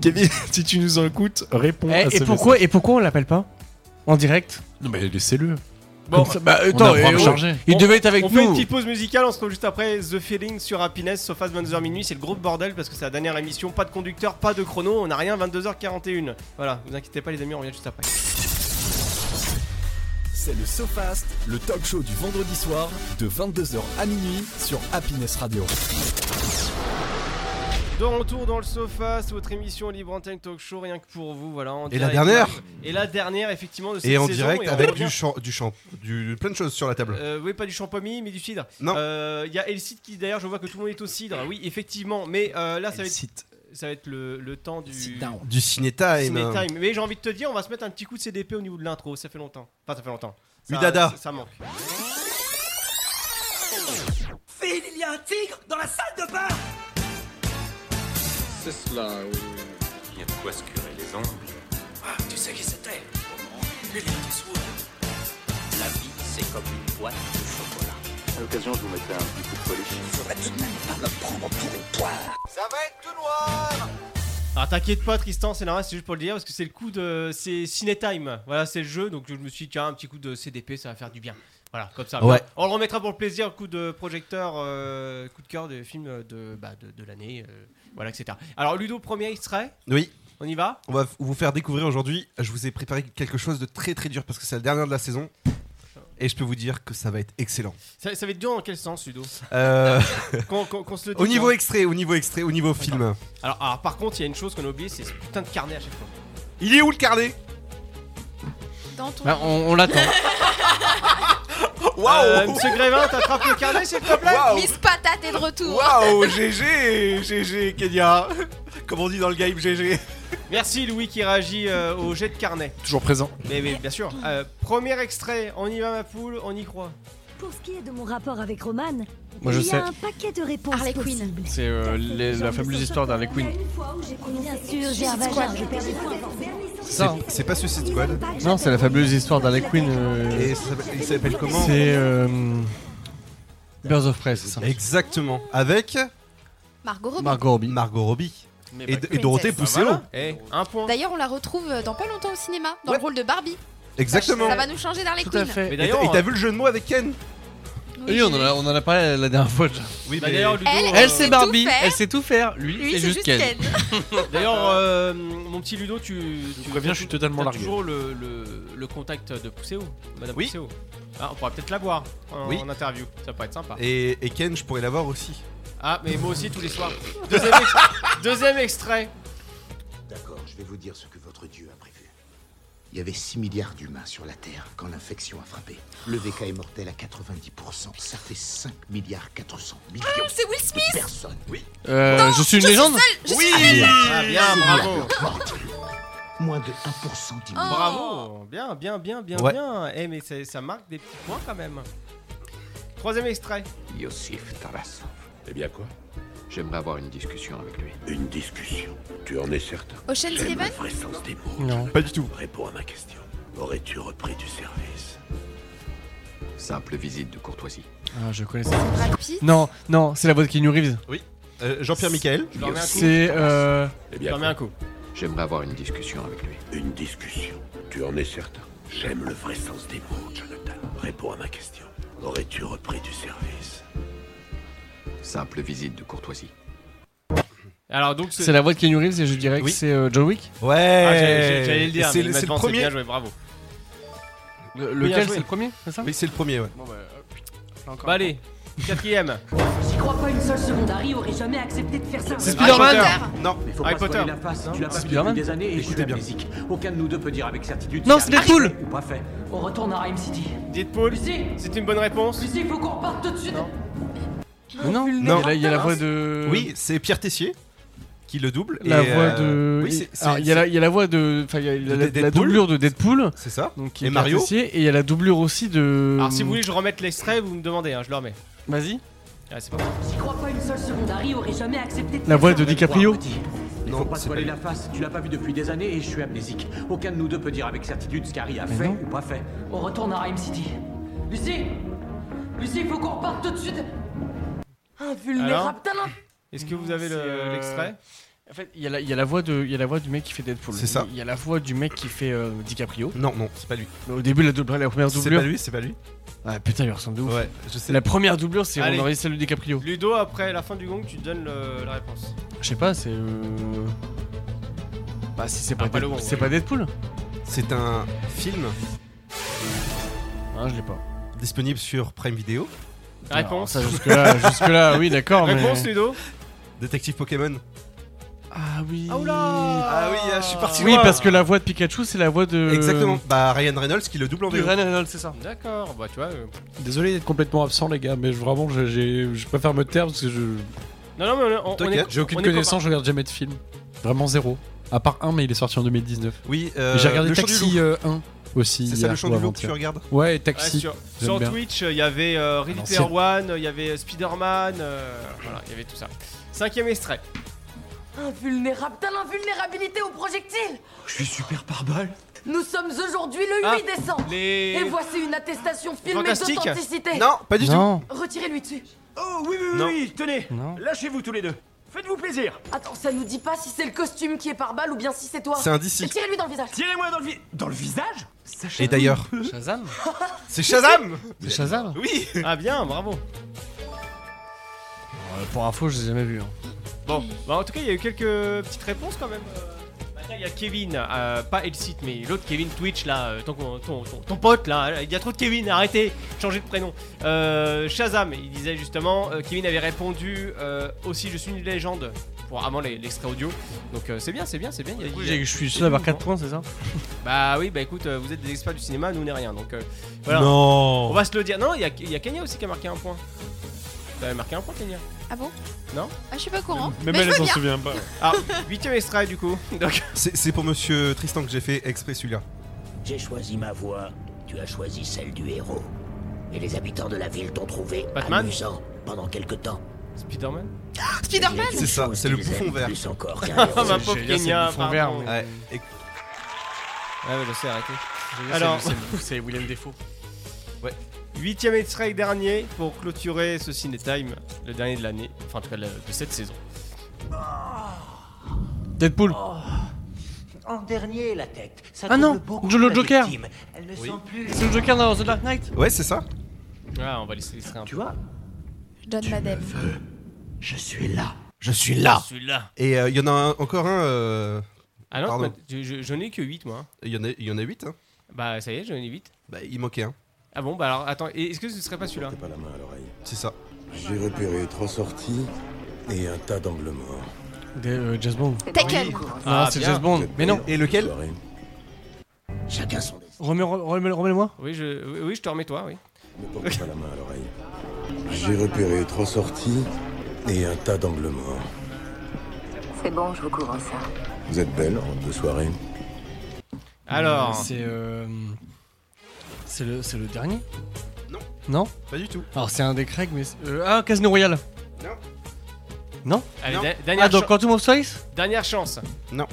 Speaker 3: Kevin, si tu nous écoutes, réponds à
Speaker 4: Eh,
Speaker 3: ce
Speaker 4: Et pourquoi et pourquoi on l'appelle pas en direct
Speaker 3: message. Non mais laissez-le.
Speaker 2: Bon,
Speaker 4: Comme ça- bah,
Speaker 3: on a le droit
Speaker 4: eh,
Speaker 3: de
Speaker 4: oh,
Speaker 3: charger.
Speaker 4: il
Speaker 2: On-
Speaker 4: devait être avec
Speaker 2: on fait une
Speaker 4: nous.
Speaker 2: petite pause musicale, on se retrouve juste après The Feeling sur Happiness, sauf à 22h minuit, c'est le gros bordel parce que c'est la dernière émission, pas de conducteur, pas de chrono, on n'a rien, 22h41. Voilà, vous inquiétez pas les amis, on revient juste après.
Speaker 1: C'est le SoFast, le talk show du vendredi soir de 22h à minuit sur Happiness Radio.
Speaker 2: De retour dans le sofa, c'est votre émission Libre Antenne Talk Show, rien que pour vous, voilà. en
Speaker 6: Et la
Speaker 2: direct.
Speaker 6: dernière
Speaker 2: Et la dernière, effectivement, de cette
Speaker 6: Et en
Speaker 2: saison,
Speaker 6: direct
Speaker 2: on
Speaker 6: avec
Speaker 2: revient-
Speaker 6: du champ, du champ, du plein de choses sur la table.
Speaker 2: Euh, oui, pas du champomis, mais du cidre.
Speaker 6: Non.
Speaker 2: Euh, Il y a Elcid qui, d'ailleurs, je vois que tout le monde est au cidre. Oui, effectivement, mais euh, là, ça va être, ça va être le, le temps du.
Speaker 6: Du ciné-time.
Speaker 2: ciné time. Mais j'ai envie de te dire, on va se mettre un petit coup de CDP au niveau de l'intro. Ça fait longtemps. Enfin, ça fait longtemps. Ça-
Speaker 6: Udada.
Speaker 2: Ça, ça manque.
Speaker 7: Phil, il y a un tigre dans la salle de bain
Speaker 8: C'est cela, oui. Il y a de quoi se curer les ongles. Ah, tu sais qui c'était Lui, il était sourd. La vie, c'est comme une boîte de chocolat. À l'occasion, je vous mettrai un petit coup de polish. Il faudrait tout de même pas me prendre pour une poire.
Speaker 2: Alors, t'inquiète pas, Tristan, c'est normal, c'est juste pour le dire parce que c'est le coup de. C'est ciné time. Voilà, c'est le jeu. Donc, je me suis dit, tiens, un petit coup de CDP, ça va faire du bien. Voilà, comme ça.
Speaker 6: Ouais.
Speaker 2: On le remettra pour le plaisir, coup de projecteur, euh, coup de cœur de film de, bah, de, de l'année. euh, voilà, etc. Alors, Ludo, premier extrait.
Speaker 6: Oui,
Speaker 2: On y va
Speaker 6: on va f- vous faire découvrir aujourd'hui. Je vous ai préparé quelque chose de très très dur parce que c'est la dernière de la saison. Et je peux vous dire que ça va être excellent.
Speaker 2: ça, ça va être dur dans quel sens, Ludo
Speaker 6: Euh,
Speaker 2: Qu'on qu'on- qu'on se le dise,
Speaker 6: au niveau
Speaker 2: hein.
Speaker 6: extrait, au niveau extrait, au niveau film.
Speaker 2: Alors, alors, par contre, il y a une chose qu'on a oubliée, c'est ce putain de carnet à chaque fois.
Speaker 6: Il est où le carnet
Speaker 5: Dans ton.
Speaker 4: Bah, on on l'attend.
Speaker 6: Ah, oh,
Speaker 2: Euh, Monsieur Grévin, t'attrapes le carnet, s'il te plaît
Speaker 6: Waouh
Speaker 5: Miss Patate est de retour.
Speaker 6: Waouh GG GG Kenya Comme on dit dans le game, GG
Speaker 2: Merci Louis qui réagit euh, au jet de carnet.
Speaker 3: Toujours présent.
Speaker 2: Mais, mais bien sûr. Euh, premier extrait, on y va ma poule, on y croit.
Speaker 9: Pour ce qui est de mon rapport avec Roman,
Speaker 4: Moi, je
Speaker 9: il
Speaker 4: sais.
Speaker 9: y a un paquet de réponses
Speaker 5: Harley Quinn.
Speaker 9: possibles.
Speaker 4: C'est euh, les- la fabuleuse histoire d'Harley Quinn.
Speaker 9: Bien sûr, j'ai un vagin, je perds des points.
Speaker 4: Ça, hein.
Speaker 6: C'est pas Suicide Squad
Speaker 4: Non, c'est la fabuleuse histoire d'Harley Quinn. euh,
Speaker 6: Et ça s'appelle- il s'appelle comment
Speaker 4: C'est euh, Birds of Prey, c'est ça.
Speaker 6: Exactement. Avec Eh
Speaker 5: Margot Robbie.
Speaker 4: Margot Robbie.
Speaker 6: Margot Robbie
Speaker 2: Mais
Speaker 6: et,
Speaker 2: bah,
Speaker 6: et oh. Dorothée
Speaker 5: Princess.
Speaker 6: Pousseau.
Speaker 2: voilà. Eh, un point.
Speaker 5: D'ailleurs, on la retrouve dans pas longtemps au cinéma, dans
Speaker 6: Ouais.
Speaker 5: le rôle de Barbie.
Speaker 6: Exactement.
Speaker 5: Ça va nous changer d'Harley
Speaker 4: Tout à
Speaker 5: Quinn.
Speaker 4: fait.
Speaker 2: Mais
Speaker 6: Et t'as
Speaker 2: d'ailleurs,
Speaker 6: et t'as vu le jeu de mots avec Ken
Speaker 5: Oui,
Speaker 4: Oui, on en, a, on en a parlé la dernière fois. déjà.
Speaker 6: Oui,
Speaker 2: bah, d'ailleurs, Ludo,
Speaker 5: Elle,
Speaker 2: euh,
Speaker 4: Elle,
Speaker 5: sait
Speaker 4: c'est
Speaker 5: tout
Speaker 4: Barbie,
Speaker 5: faire.
Speaker 4: elle sait tout faire. Lui,
Speaker 5: Lui,
Speaker 4: c'est juste qu'elle.
Speaker 5: Ken.
Speaker 2: d'ailleurs, euh, mon petit Ludo, tu. tu
Speaker 3: préviens, je suis totalement
Speaker 2: t'as
Speaker 3: largué.
Speaker 2: toujours le, le- le contact de Pousseau, Madame
Speaker 6: Oui.
Speaker 2: Pousseau. Ah, on pourra peut-être la voir en,
Speaker 6: Oui.
Speaker 2: en interview, ça pourrait être sympa.
Speaker 6: Et, et Ken, je pourrais l'avoir aussi.
Speaker 2: Ah, mais moi aussi tous les soirs. Deuxième, ex- deuxième extrait.
Speaker 10: D'accord, je vais vous dire ce que votre Dieu a prévu. Il y avait 6 milliards d'humains sur la Terre quand l'infection a frappé. Le VK est mortel à 90%. Ça fait 5 milliards 400 millions
Speaker 5: Ah, C'est Will Smith.
Speaker 10: de personnes. Oui,
Speaker 4: Euh, je suis une légende
Speaker 6: oui
Speaker 2: Ah, bien, bravo. Oh.
Speaker 10: Moins de 1% d'humains.
Speaker 2: Bravo, bien, bien, bien, bien,
Speaker 6: Ouais.
Speaker 2: bien. Eh mais c'est- ça marque des petits points quand même. Troisième extrait.
Speaker 10: Yossif Tarasov.
Speaker 8: Eh bien quoi J'aimerais avoir une discussion avec lui.
Speaker 10: Une discussion, tu en es certain
Speaker 5: Ocean Eleven.
Speaker 10: vrai sens des mots.
Speaker 4: Non.
Speaker 6: Pas du tout.
Speaker 10: Réponds à ma question. Aurais-tu repris du service
Speaker 8: Simple visite de courtoisie.
Speaker 4: Ah, je connais ça.
Speaker 5: Brad Pitt.
Speaker 4: Non, non, c'est la voix de Keanu Reeves.
Speaker 6: Euh, Jean-Pierre Michael.
Speaker 2: Je leur mets un coup.
Speaker 4: C'est. Euh...
Speaker 8: Eh
Speaker 2: Je leur mets un coup.
Speaker 8: J'aimerais avoir une discussion avec lui.
Speaker 10: Une discussion, tu en es certain J'aime le vrai sens des mots, Jonathan. Réponds à ma question. Aurais-tu repris du service
Speaker 8: Simple visite de courtoisie.
Speaker 2: Alors donc
Speaker 4: C'est la voix de Keanu Reeves et je dirais
Speaker 6: Oui.
Speaker 4: que c'est euh, John Wick.
Speaker 6: Ouais.
Speaker 2: Ah, j'allais j'allais le dire.
Speaker 6: C'est
Speaker 2: mais
Speaker 6: le, c'est le
Speaker 2: maintenant,
Speaker 6: premier.
Speaker 2: Bien joué, bravo. Bien
Speaker 4: lequel
Speaker 2: joué.
Speaker 4: C'est le premier, c'est ça
Speaker 6: Oui, c'est le premier. Ouais.
Speaker 4: Bon, bah,
Speaker 2: Bah allez, quatrième.
Speaker 7: J'y crois pas une seule seconde, Harry aurait jamais accepté de faire ça.
Speaker 4: C'est
Speaker 2: Harry
Speaker 4: Spider-Man
Speaker 2: Potter.
Speaker 6: Non.
Speaker 10: Mais faut
Speaker 2: Harry Potter.
Speaker 10: face, hein.
Speaker 2: Non.
Speaker 10: tu l'as pas vu
Speaker 4: Spider-Man.
Speaker 10: depuis des années et je suis
Speaker 6: bien.
Speaker 10: amnésique. Aucun de nous deux peut dire avec certitude
Speaker 4: Non,
Speaker 10: si
Speaker 4: c'est
Speaker 10: Harry
Speaker 4: Deadpool.
Speaker 10: fait ou pas fait.
Speaker 7: On retourne à Rime City.
Speaker 2: Deadpool.
Speaker 7: Lucie
Speaker 2: C'est une bonne réponse.
Speaker 7: Lucie, faut qu'on reparte tout de suite
Speaker 4: Mais non,
Speaker 6: Non.
Speaker 4: Il, y a, la- il y a la voix de.
Speaker 6: Oui, c'est Pierre Tessier qui le double.
Speaker 4: Euh, La
Speaker 6: et,
Speaker 4: voix
Speaker 6: euh,
Speaker 4: de.
Speaker 6: Oui, c'est- c'est
Speaker 4: Alors, il y, a la- il y a la voix de. Enfin, il y a la, la- la
Speaker 6: Deadpool.
Speaker 4: doublure de Deadpool.
Speaker 6: c'est- c'est ça.
Speaker 4: Donc, qui
Speaker 6: Et
Speaker 4: est Pierre
Speaker 6: Mario.
Speaker 4: Tessier, Et il y a la doublure aussi de.
Speaker 2: Alors si vous voulez, je remette l'extrait, vous me demandez, hein, je le remets.
Speaker 4: Vas-y.
Speaker 2: Ah, c'est pas grave.
Speaker 7: J'y crois pas une seule seconde, Harry aurait jamais accepté de
Speaker 4: La
Speaker 7: faire
Speaker 4: voix
Speaker 7: ça.
Speaker 4: de DiCaprio.
Speaker 10: Il
Speaker 6: Non,
Speaker 10: faut pas
Speaker 6: c'est
Speaker 10: se voiler
Speaker 6: pas
Speaker 10: la face, tu l'as pas vu depuis des années et je suis amnésique. Aucun de nous deux peut dire avec certitude ce qu'Harry a fait
Speaker 4: non.
Speaker 10: ou pas fait.
Speaker 7: On retourne à Rime City. Lucie Lucie, faut qu'on reparte tout de suite
Speaker 2: Alors
Speaker 7: Invulnérable talent
Speaker 2: Est-ce que vous avez
Speaker 4: C'est,
Speaker 2: le-
Speaker 4: euh,
Speaker 2: l'extrait
Speaker 4: En fait, il y, a la- il y a la voix de, il y a la voix du mec qui fait Deadpool.
Speaker 6: C'est ça.
Speaker 4: Il y a la voix du mec qui fait euh, DiCaprio.
Speaker 6: Non, non, c'est pas lui.
Speaker 4: Mais au début, la, double- la première
Speaker 6: C'est pas
Speaker 4: doublure.
Speaker 6: lui, c'est pas lui.
Speaker 4: Ah putain, il ressemble de ouf.
Speaker 6: Ouais, je sais.
Speaker 4: La première doublure, c'est
Speaker 2: Allez.
Speaker 4: on aurait dit celle de DiCaprio.
Speaker 2: Ludo, après la fin du gong, tu donnes le- la réponse.
Speaker 4: Je sais pas, c'est. euh, Bah, si c'est pas,
Speaker 2: Ah, pas le
Speaker 4: Deadpool-
Speaker 2: bon,
Speaker 4: c'est
Speaker 2: ouais.
Speaker 4: pas Deadpool.
Speaker 6: C'est un film.
Speaker 4: Ah, je l'ai pas.
Speaker 6: Disponible sur Prime Video.
Speaker 2: Réponse.
Speaker 4: ça, jusque-là- jusque-là, oui, d'accord, mais-
Speaker 2: Réponse, Ludo
Speaker 6: Détective Pokémon.
Speaker 4: Ah oui.
Speaker 2: Ah, oula
Speaker 6: Ah oui, je suis parti
Speaker 4: Oui,
Speaker 6: loin.
Speaker 4: parce que la voix de Pikachu, c'est la voix de.
Speaker 6: Exactement. Bah Ryan Reynolds qui le double en
Speaker 4: De
Speaker 6: VO.
Speaker 4: Euh, Ryan Reynolds, c'est ça.
Speaker 2: D'accord, bah tu vois. euh,
Speaker 3: Désolé d'être complètement absent, Oh, les gars, mais je- vraiment, je, j'ai- je préfère me taire parce que je.
Speaker 2: Non, non, mais on, on est.
Speaker 3: J'ai aucune
Speaker 2: on est
Speaker 3: connaissance, je regarde jamais de film. Vraiment zéro. À part un, mais il est sorti en 2019.
Speaker 6: Oui, euh,
Speaker 3: Et j'ai regardé
Speaker 6: le chant du
Speaker 3: Taxi
Speaker 6: loup.
Speaker 3: euh, 1 aussi.
Speaker 6: C'est ça,
Speaker 3: hier,
Speaker 6: le chant
Speaker 3: ou
Speaker 6: du loup que
Speaker 3: avant-hier.
Speaker 6: tu regardes
Speaker 3: Ouais, et
Speaker 2: copains. Ouais,
Speaker 3: Taxi.
Speaker 2: sur
Speaker 3: j'aime
Speaker 2: sur
Speaker 3: bien.
Speaker 2: Twitch, il y avait euh, Ready
Speaker 3: Alors,
Speaker 2: Player One, il y avait Spider-Man, euh, voilà, il y avait tout ça. Cinquième extrait.
Speaker 7: Invulnérable, t'as l'invulnérabilité au projectile
Speaker 8: Je suis super par balle.
Speaker 7: Nous sommes aujourd'hui le
Speaker 2: Ah,
Speaker 7: 8 décembre
Speaker 2: les-
Speaker 7: Et voici une attestation filmée
Speaker 2: Fantastique.
Speaker 7: d'authenticité
Speaker 6: Non, pas du
Speaker 4: Non.
Speaker 7: Retirez-lui dessus
Speaker 8: Oh oui, oui, oui,
Speaker 6: Non.
Speaker 8: oui, tenez.
Speaker 4: Non.
Speaker 8: Lâchez-vous tous les deux. Faites-vous plaisir.
Speaker 7: Attends, ça nous dit pas si c'est le costume qui est par balle ou bien si c'est toi
Speaker 6: C'est un d'ici.
Speaker 7: Tirez-lui dans le visage
Speaker 8: Tirez-moi dans le vi- dans le visage.
Speaker 6: Et d'ailleurs,
Speaker 4: Shazam
Speaker 6: c'est Shazam
Speaker 4: C'est Shazam
Speaker 6: Oui
Speaker 2: Ah bien, bravo.
Speaker 4: Pour info, je les ai jamais vus. hein.
Speaker 2: Bon, bah en tout cas, il y a eu quelques petites réponses quand même. Euh, bah, tiens, Il y a Kevin, euh, pas Elsite, mais l'autre Kevin Twitch là, euh, ton, ton, ton- ton pote là, il y a trop de Kevin, arrêtez, changez de prénom. Euh, Shazam, il disait justement, euh, Kevin avait répondu euh, aussi Je suis une légende pour avant les- l'extrait audio. Donc euh, c'est bien, c'est bien, c'est bien. il y a- il y a-
Speaker 4: Je suis seul à avoir 4 points, c'est ça
Speaker 2: Bah oui, bah écoute, euh, vous êtes des experts du cinéma, nous on est rien donc euh, voilà. On
Speaker 6: Non
Speaker 2: va se le dire. Non, il y a, il y a Kenya aussi qui a marqué un point. T'avais marqué un point, Kenya.
Speaker 5: Ah bon
Speaker 2: Non.
Speaker 5: Ah, je suis pas au courant.
Speaker 3: Même elle,
Speaker 5: mais je
Speaker 3: elle
Speaker 5: veux
Speaker 3: s'en
Speaker 5: bien.
Speaker 3: souvient pas.
Speaker 2: Ah, huitième extrait du coup. Donc
Speaker 6: C'est c'est pour monsieur Tristan que j'ai fait exprès celui-là.
Speaker 11: J'ai choisi ma voie, tu as choisi celle du héros. Et les habitants de la ville t'ont trouvé
Speaker 2: Batman
Speaker 11: amusant pendant quelque temps.
Speaker 2: Spider-Man
Speaker 5: Spider-Man
Speaker 6: C'est ça, c'est le bouffon
Speaker 11: bouffon
Speaker 6: vert.
Speaker 11: Plus encore qu'un héros.
Speaker 2: Oh ma pauvre
Speaker 4: J'ai dit, c'est
Speaker 2: Kenya,
Speaker 4: le bouffon vert,
Speaker 2: pardon.
Speaker 4: mais-
Speaker 6: Ouais. Et-
Speaker 2: Ouais, Ah, mais je sais, arrêtez. Alors-
Speaker 4: Alors, c'est William Defoe.
Speaker 2: Huitième extrait et dernier pour clôturer ce Ciné Time, le dernier de l'année, enfin en tout cas de la- de cette saison.
Speaker 4: Deadpool.
Speaker 2: Ah.
Speaker 11: En dernier, la tête. Ça
Speaker 4: Ah non,
Speaker 11: double beaucoup
Speaker 4: Joe le
Speaker 11: la
Speaker 4: Joker.
Speaker 11: victime. Elle ne sent plus.
Speaker 4: C'est le Joker dans The Dark Knight
Speaker 6: Ouais, c'est ça.
Speaker 2: Ah, on va laisser l'extrait un peu.
Speaker 11: Tu vois,
Speaker 5: Je donne ma dette.
Speaker 11: je suis là.
Speaker 6: Je suis là
Speaker 2: Celui-là
Speaker 6: Et euh, il y en a un- encore un. euh,
Speaker 2: Ah non,
Speaker 6: Pardon.
Speaker 2: t'as- je- je- j'en ai que 8 moi. hein.
Speaker 6: Il y en a- il y en a 8, hein
Speaker 2: Bah ça y est, j'en ai 8.
Speaker 6: Bah, il manquait un.
Speaker 2: Ah bon, bah alors attends, et est-ce que ce serait pas celui-là
Speaker 8: Pas la main à l'oreille.
Speaker 6: C'est ça.
Speaker 8: J'ai repéré trois sorties et un tas d'angles morts.
Speaker 4: Des, euh, Jazz Bond.
Speaker 5: Taken
Speaker 4: Ah,
Speaker 2: Ah,
Speaker 4: c'est
Speaker 2: bien.
Speaker 4: Jazz
Speaker 3: Oh,
Speaker 4: Bond. Mais non.
Speaker 6: Et lequel
Speaker 8: Soirée.
Speaker 11: Chacun son destin.
Speaker 4: Remets- remets- Remets-le-moi.
Speaker 2: Oui, je, oui, oui, je te remets toi, oui.
Speaker 8: Ne porte pas la main à l'oreille. J'ai repéré trois sorties et un tas d'angles morts.
Speaker 7: C'est bon, je vous couvre ça.
Speaker 8: Vous êtes belle en deux soirées.
Speaker 2: Alors,
Speaker 4: C'est euh, c'est le c'est le dernier.
Speaker 6: Non.
Speaker 4: Non.
Speaker 6: Pas du tout.
Speaker 4: Alors c'est un des Craig, mais c'est- euh, ah Casino Royale.
Speaker 2: allez,
Speaker 6: Non.
Speaker 2: da-
Speaker 4: Ah
Speaker 2: dernière,
Speaker 4: donc
Speaker 2: chan-
Speaker 4: Quantum of Solace.
Speaker 2: dernière chance.
Speaker 4: Bah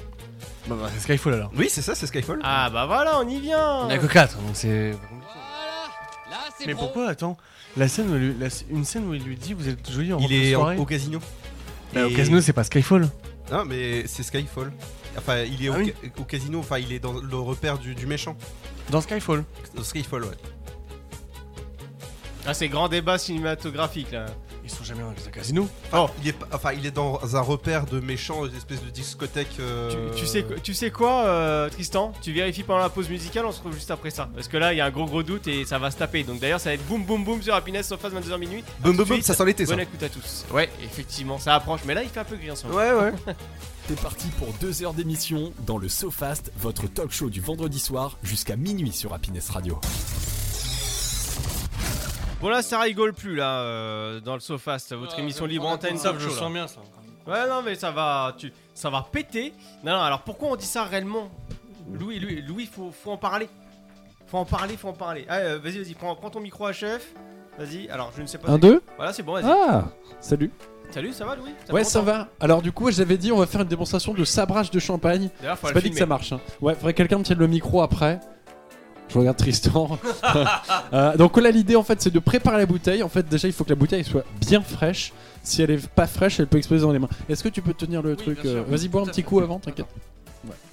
Speaker 4: bah c'est Skyfall alors.
Speaker 6: Oui, c'est ça, c'est Skyfall.
Speaker 2: Ah bah voilà, on y vient
Speaker 4: Il n'y a que 4 donc c'est. pas compliqué. Mais pourquoi attends la scène où elle lui- la- une scène où il lui dit vous êtes joli en
Speaker 6: il
Speaker 4: rentrant de
Speaker 6: est en-
Speaker 4: soirée.
Speaker 6: au casino.
Speaker 4: Bah, au
Speaker 6: Et-
Speaker 4: Casino c'est pas Skyfall.
Speaker 6: Non, mais c'est Skyfall. Enfin, il est
Speaker 4: Ah
Speaker 6: au,
Speaker 4: oui.
Speaker 6: ca- au casino, enfin, il est dans le repère du, du méchant. Euh,
Speaker 4: Dans Skyfall.
Speaker 6: Skyfall, ouais.
Speaker 2: Ah, c'est grand débat cinématographique là.
Speaker 4: Ils sont jamais dans un casino.
Speaker 6: Enfin, il est, pas- enfin, il est dans un repère de méchant, une espèce de discothèque. euh,
Speaker 2: Tu, tu sais, quoi- tu sais quoi, euh, Tristan Tu vérifies pendant la pause musicale, on se retrouve juste après ça. Parce que là, il y a un gros gros doute et ça va se taper. Donc d'ailleurs, ça va être boum boum boum sur Happiness sur Phase 22h minuit. À
Speaker 6: Boum
Speaker 2: tout
Speaker 6: boum
Speaker 2: de
Speaker 6: boum,
Speaker 2: suite.
Speaker 6: ça sent l'été, ça.
Speaker 2: Bonne écoute à tous. Ouais, effectivement, ça approche. Mais là, il fait un peu gris en ce moment.
Speaker 6: Ouais, ouais.
Speaker 1: T'es parti pour deux heures d'émission dans le SoFast, votre talk show du vendredi soir jusqu'à minuit sur Happiness Radio.
Speaker 2: Bon, là, ça rigole plus là, euh, dans le SoFast, votre émission libre antenne.
Speaker 4: ça
Speaker 2: talk
Speaker 4: je
Speaker 2: show, là.
Speaker 4: sens bien ça.
Speaker 2: Ouais, non, mais ça va, tu, ça va péter. Non, non, alors pourquoi on dit ça réellement Louis, Louis, Louis, faut, faut en parler. Faut en parler, faut en parler. Ah, euh, vas-y, vas-y, prends, prends ton micro à chef. Vas-y, alors je ne sais pas.
Speaker 3: Un, deux
Speaker 2: Voilà, c'est bon, vas-y.
Speaker 3: Ah Salut
Speaker 2: Salut, ça va, Louis
Speaker 3: Ouais,
Speaker 2: fait
Speaker 3: ça
Speaker 2: longtemps.
Speaker 3: va. Alors, du coup, j'avais dit, on va faire une démonstration de sabrage de champagne.
Speaker 2: D'ailleurs, faut
Speaker 3: C'est
Speaker 2: le
Speaker 3: pas dit que ça
Speaker 2: filmer.
Speaker 3: marche. hein. Ouais, faudrait que quelqu'un me tienne le micro après. Je regarde Tristan. Euh, donc là, l'idée en fait, c'est de préparer la bouteille. En fait, déjà, il faut que la bouteille soit bien fraîche. Si elle est pas fraîche, elle peut exploser dans les mains. Est-ce que tu peux tenir le truc
Speaker 4: bien
Speaker 3: euh,
Speaker 4: sûr.
Speaker 3: Vas-y, bois un
Speaker 4: Tout à
Speaker 3: petit
Speaker 4: fait.
Speaker 3: coup avant, t'inquiète.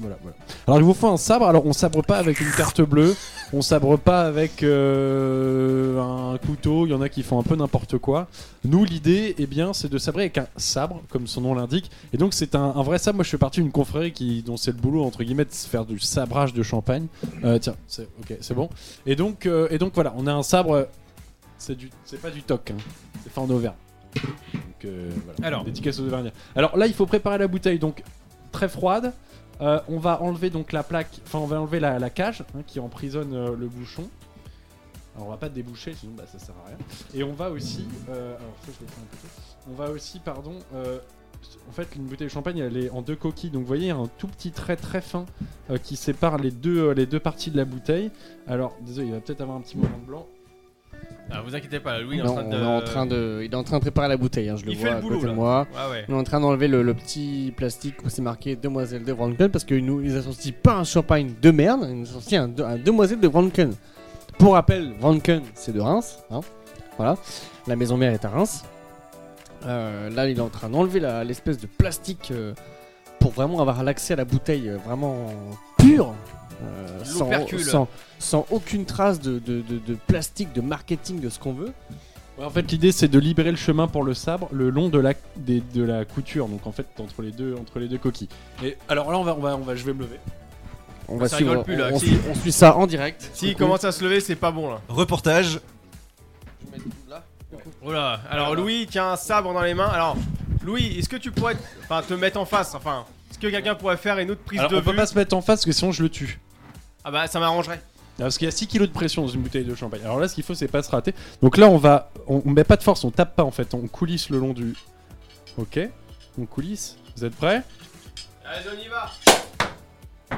Speaker 3: Voilà, voilà. Alors il vous faut un sabre. Alors on sabre pas avec une carte bleue, on sabre pas avec euh, un couteau. Il y en a qui font un peu n'importe quoi. Nous l'idée, eh bien, c'est de sabrer avec un sabre, comme son nom l'indique. Et donc c'est un, un vrai sabre. Moi je fais partie d'une confrérie qui dont c'est le boulot entre guillemets de se faire du sabrage de champagne. Euh, tiens, c'est ok, c'est bon. Et donc euh, et donc voilà, on a un sabre. C'est du, c'est pas du toc, hein. c'est fait en Auvergne. Donc euh, voilà.
Speaker 2: Alors.
Speaker 3: dédicace aux Auvergnats. Alors là, il faut préparer la bouteille donc très froide. Euh, on va enlever donc la plaque, enfin on va enlever la, la cage hein, qui emprisonne euh, le bouchon. Alors on va pas déboucher, sinon bah, ça sert à rien. Et on va aussi, euh, alors ça, je l'ai fait un peu tôt. on va aussi, pardon, euh, en fait une bouteille de champagne elle est en deux coquilles, donc vous voyez il y a un tout petit trait très fin euh, qui sépare les deux, euh, les deux parties de la bouteille. Alors désolé, il va peut-être avoir un petit moment de blanc.
Speaker 2: Ah, vous inquiétez pas, Louis est
Speaker 4: Non,
Speaker 2: en train de.
Speaker 4: on est en train de, il est en train de préparer la bouteille, hein, je le
Speaker 2: Il fait
Speaker 4: vois
Speaker 2: le
Speaker 4: à
Speaker 2: boulot,
Speaker 4: côté
Speaker 2: là.
Speaker 4: de moi.
Speaker 2: Ouais, ouais.
Speaker 4: On est en train d'enlever le, le petit plastique où c'est marqué Demoiselle de Wranken parce qu'ils nous ils a sorti pas un champagne de merde, ils nous ont sorti un, de- un Demoiselle de Wranken. Pour rappel, Wranken c'est de Reims, hein, voilà. La maison mère est à Reims. Euh, là, il est en train d'enlever la- l'espèce de plastique euh, pour vraiment avoir l'accès à la bouteille euh, vraiment pure. euh, sans,
Speaker 2: L'opercule.
Speaker 4: sans- sans aucune trace de, de- de- de plastique, de marketing, de ce qu'on veut.
Speaker 3: Ouais, en fait, l'idée c'est de libérer le chemin pour le sabre le long de la, des- de la couture, donc en fait entre les deux, entre les deux coquilles. Et alors là, on va, on va, on va, je vais me lever.
Speaker 4: On va
Speaker 2: ça
Speaker 4: suivre-
Speaker 2: rigole plus là.
Speaker 4: on- on
Speaker 2: Si-
Speaker 4: suit- on suit ça en direct.
Speaker 2: S'il
Speaker 4: Coucou.
Speaker 2: commence à se lever, c'est pas bon là.
Speaker 6: Reportage.
Speaker 2: Oh là, alors Louis tient un sabre dans les mains. Alors, Louis, est-ce que tu pourrais enfin, te mettre en face Enfin, est-ce que quelqu'un pourrait faire une autre prise
Speaker 3: Alors,
Speaker 2: de
Speaker 3: on peut
Speaker 2: vue
Speaker 3: pas se mettre en face parce que sinon je le tue.
Speaker 2: Ah bah, ça m'arrangerait.
Speaker 3: Alors, Parce qu'il y a 6 kilos de pression dans une bouteille de champagne. Alors là, ce qu'il faut, c'est pas se rater. Donc là, on va. On, on met pas de force, on tape pas en fait. On coulisse le long du. Ok, on coulisse. Vous êtes prêts
Speaker 2: Allez, on y va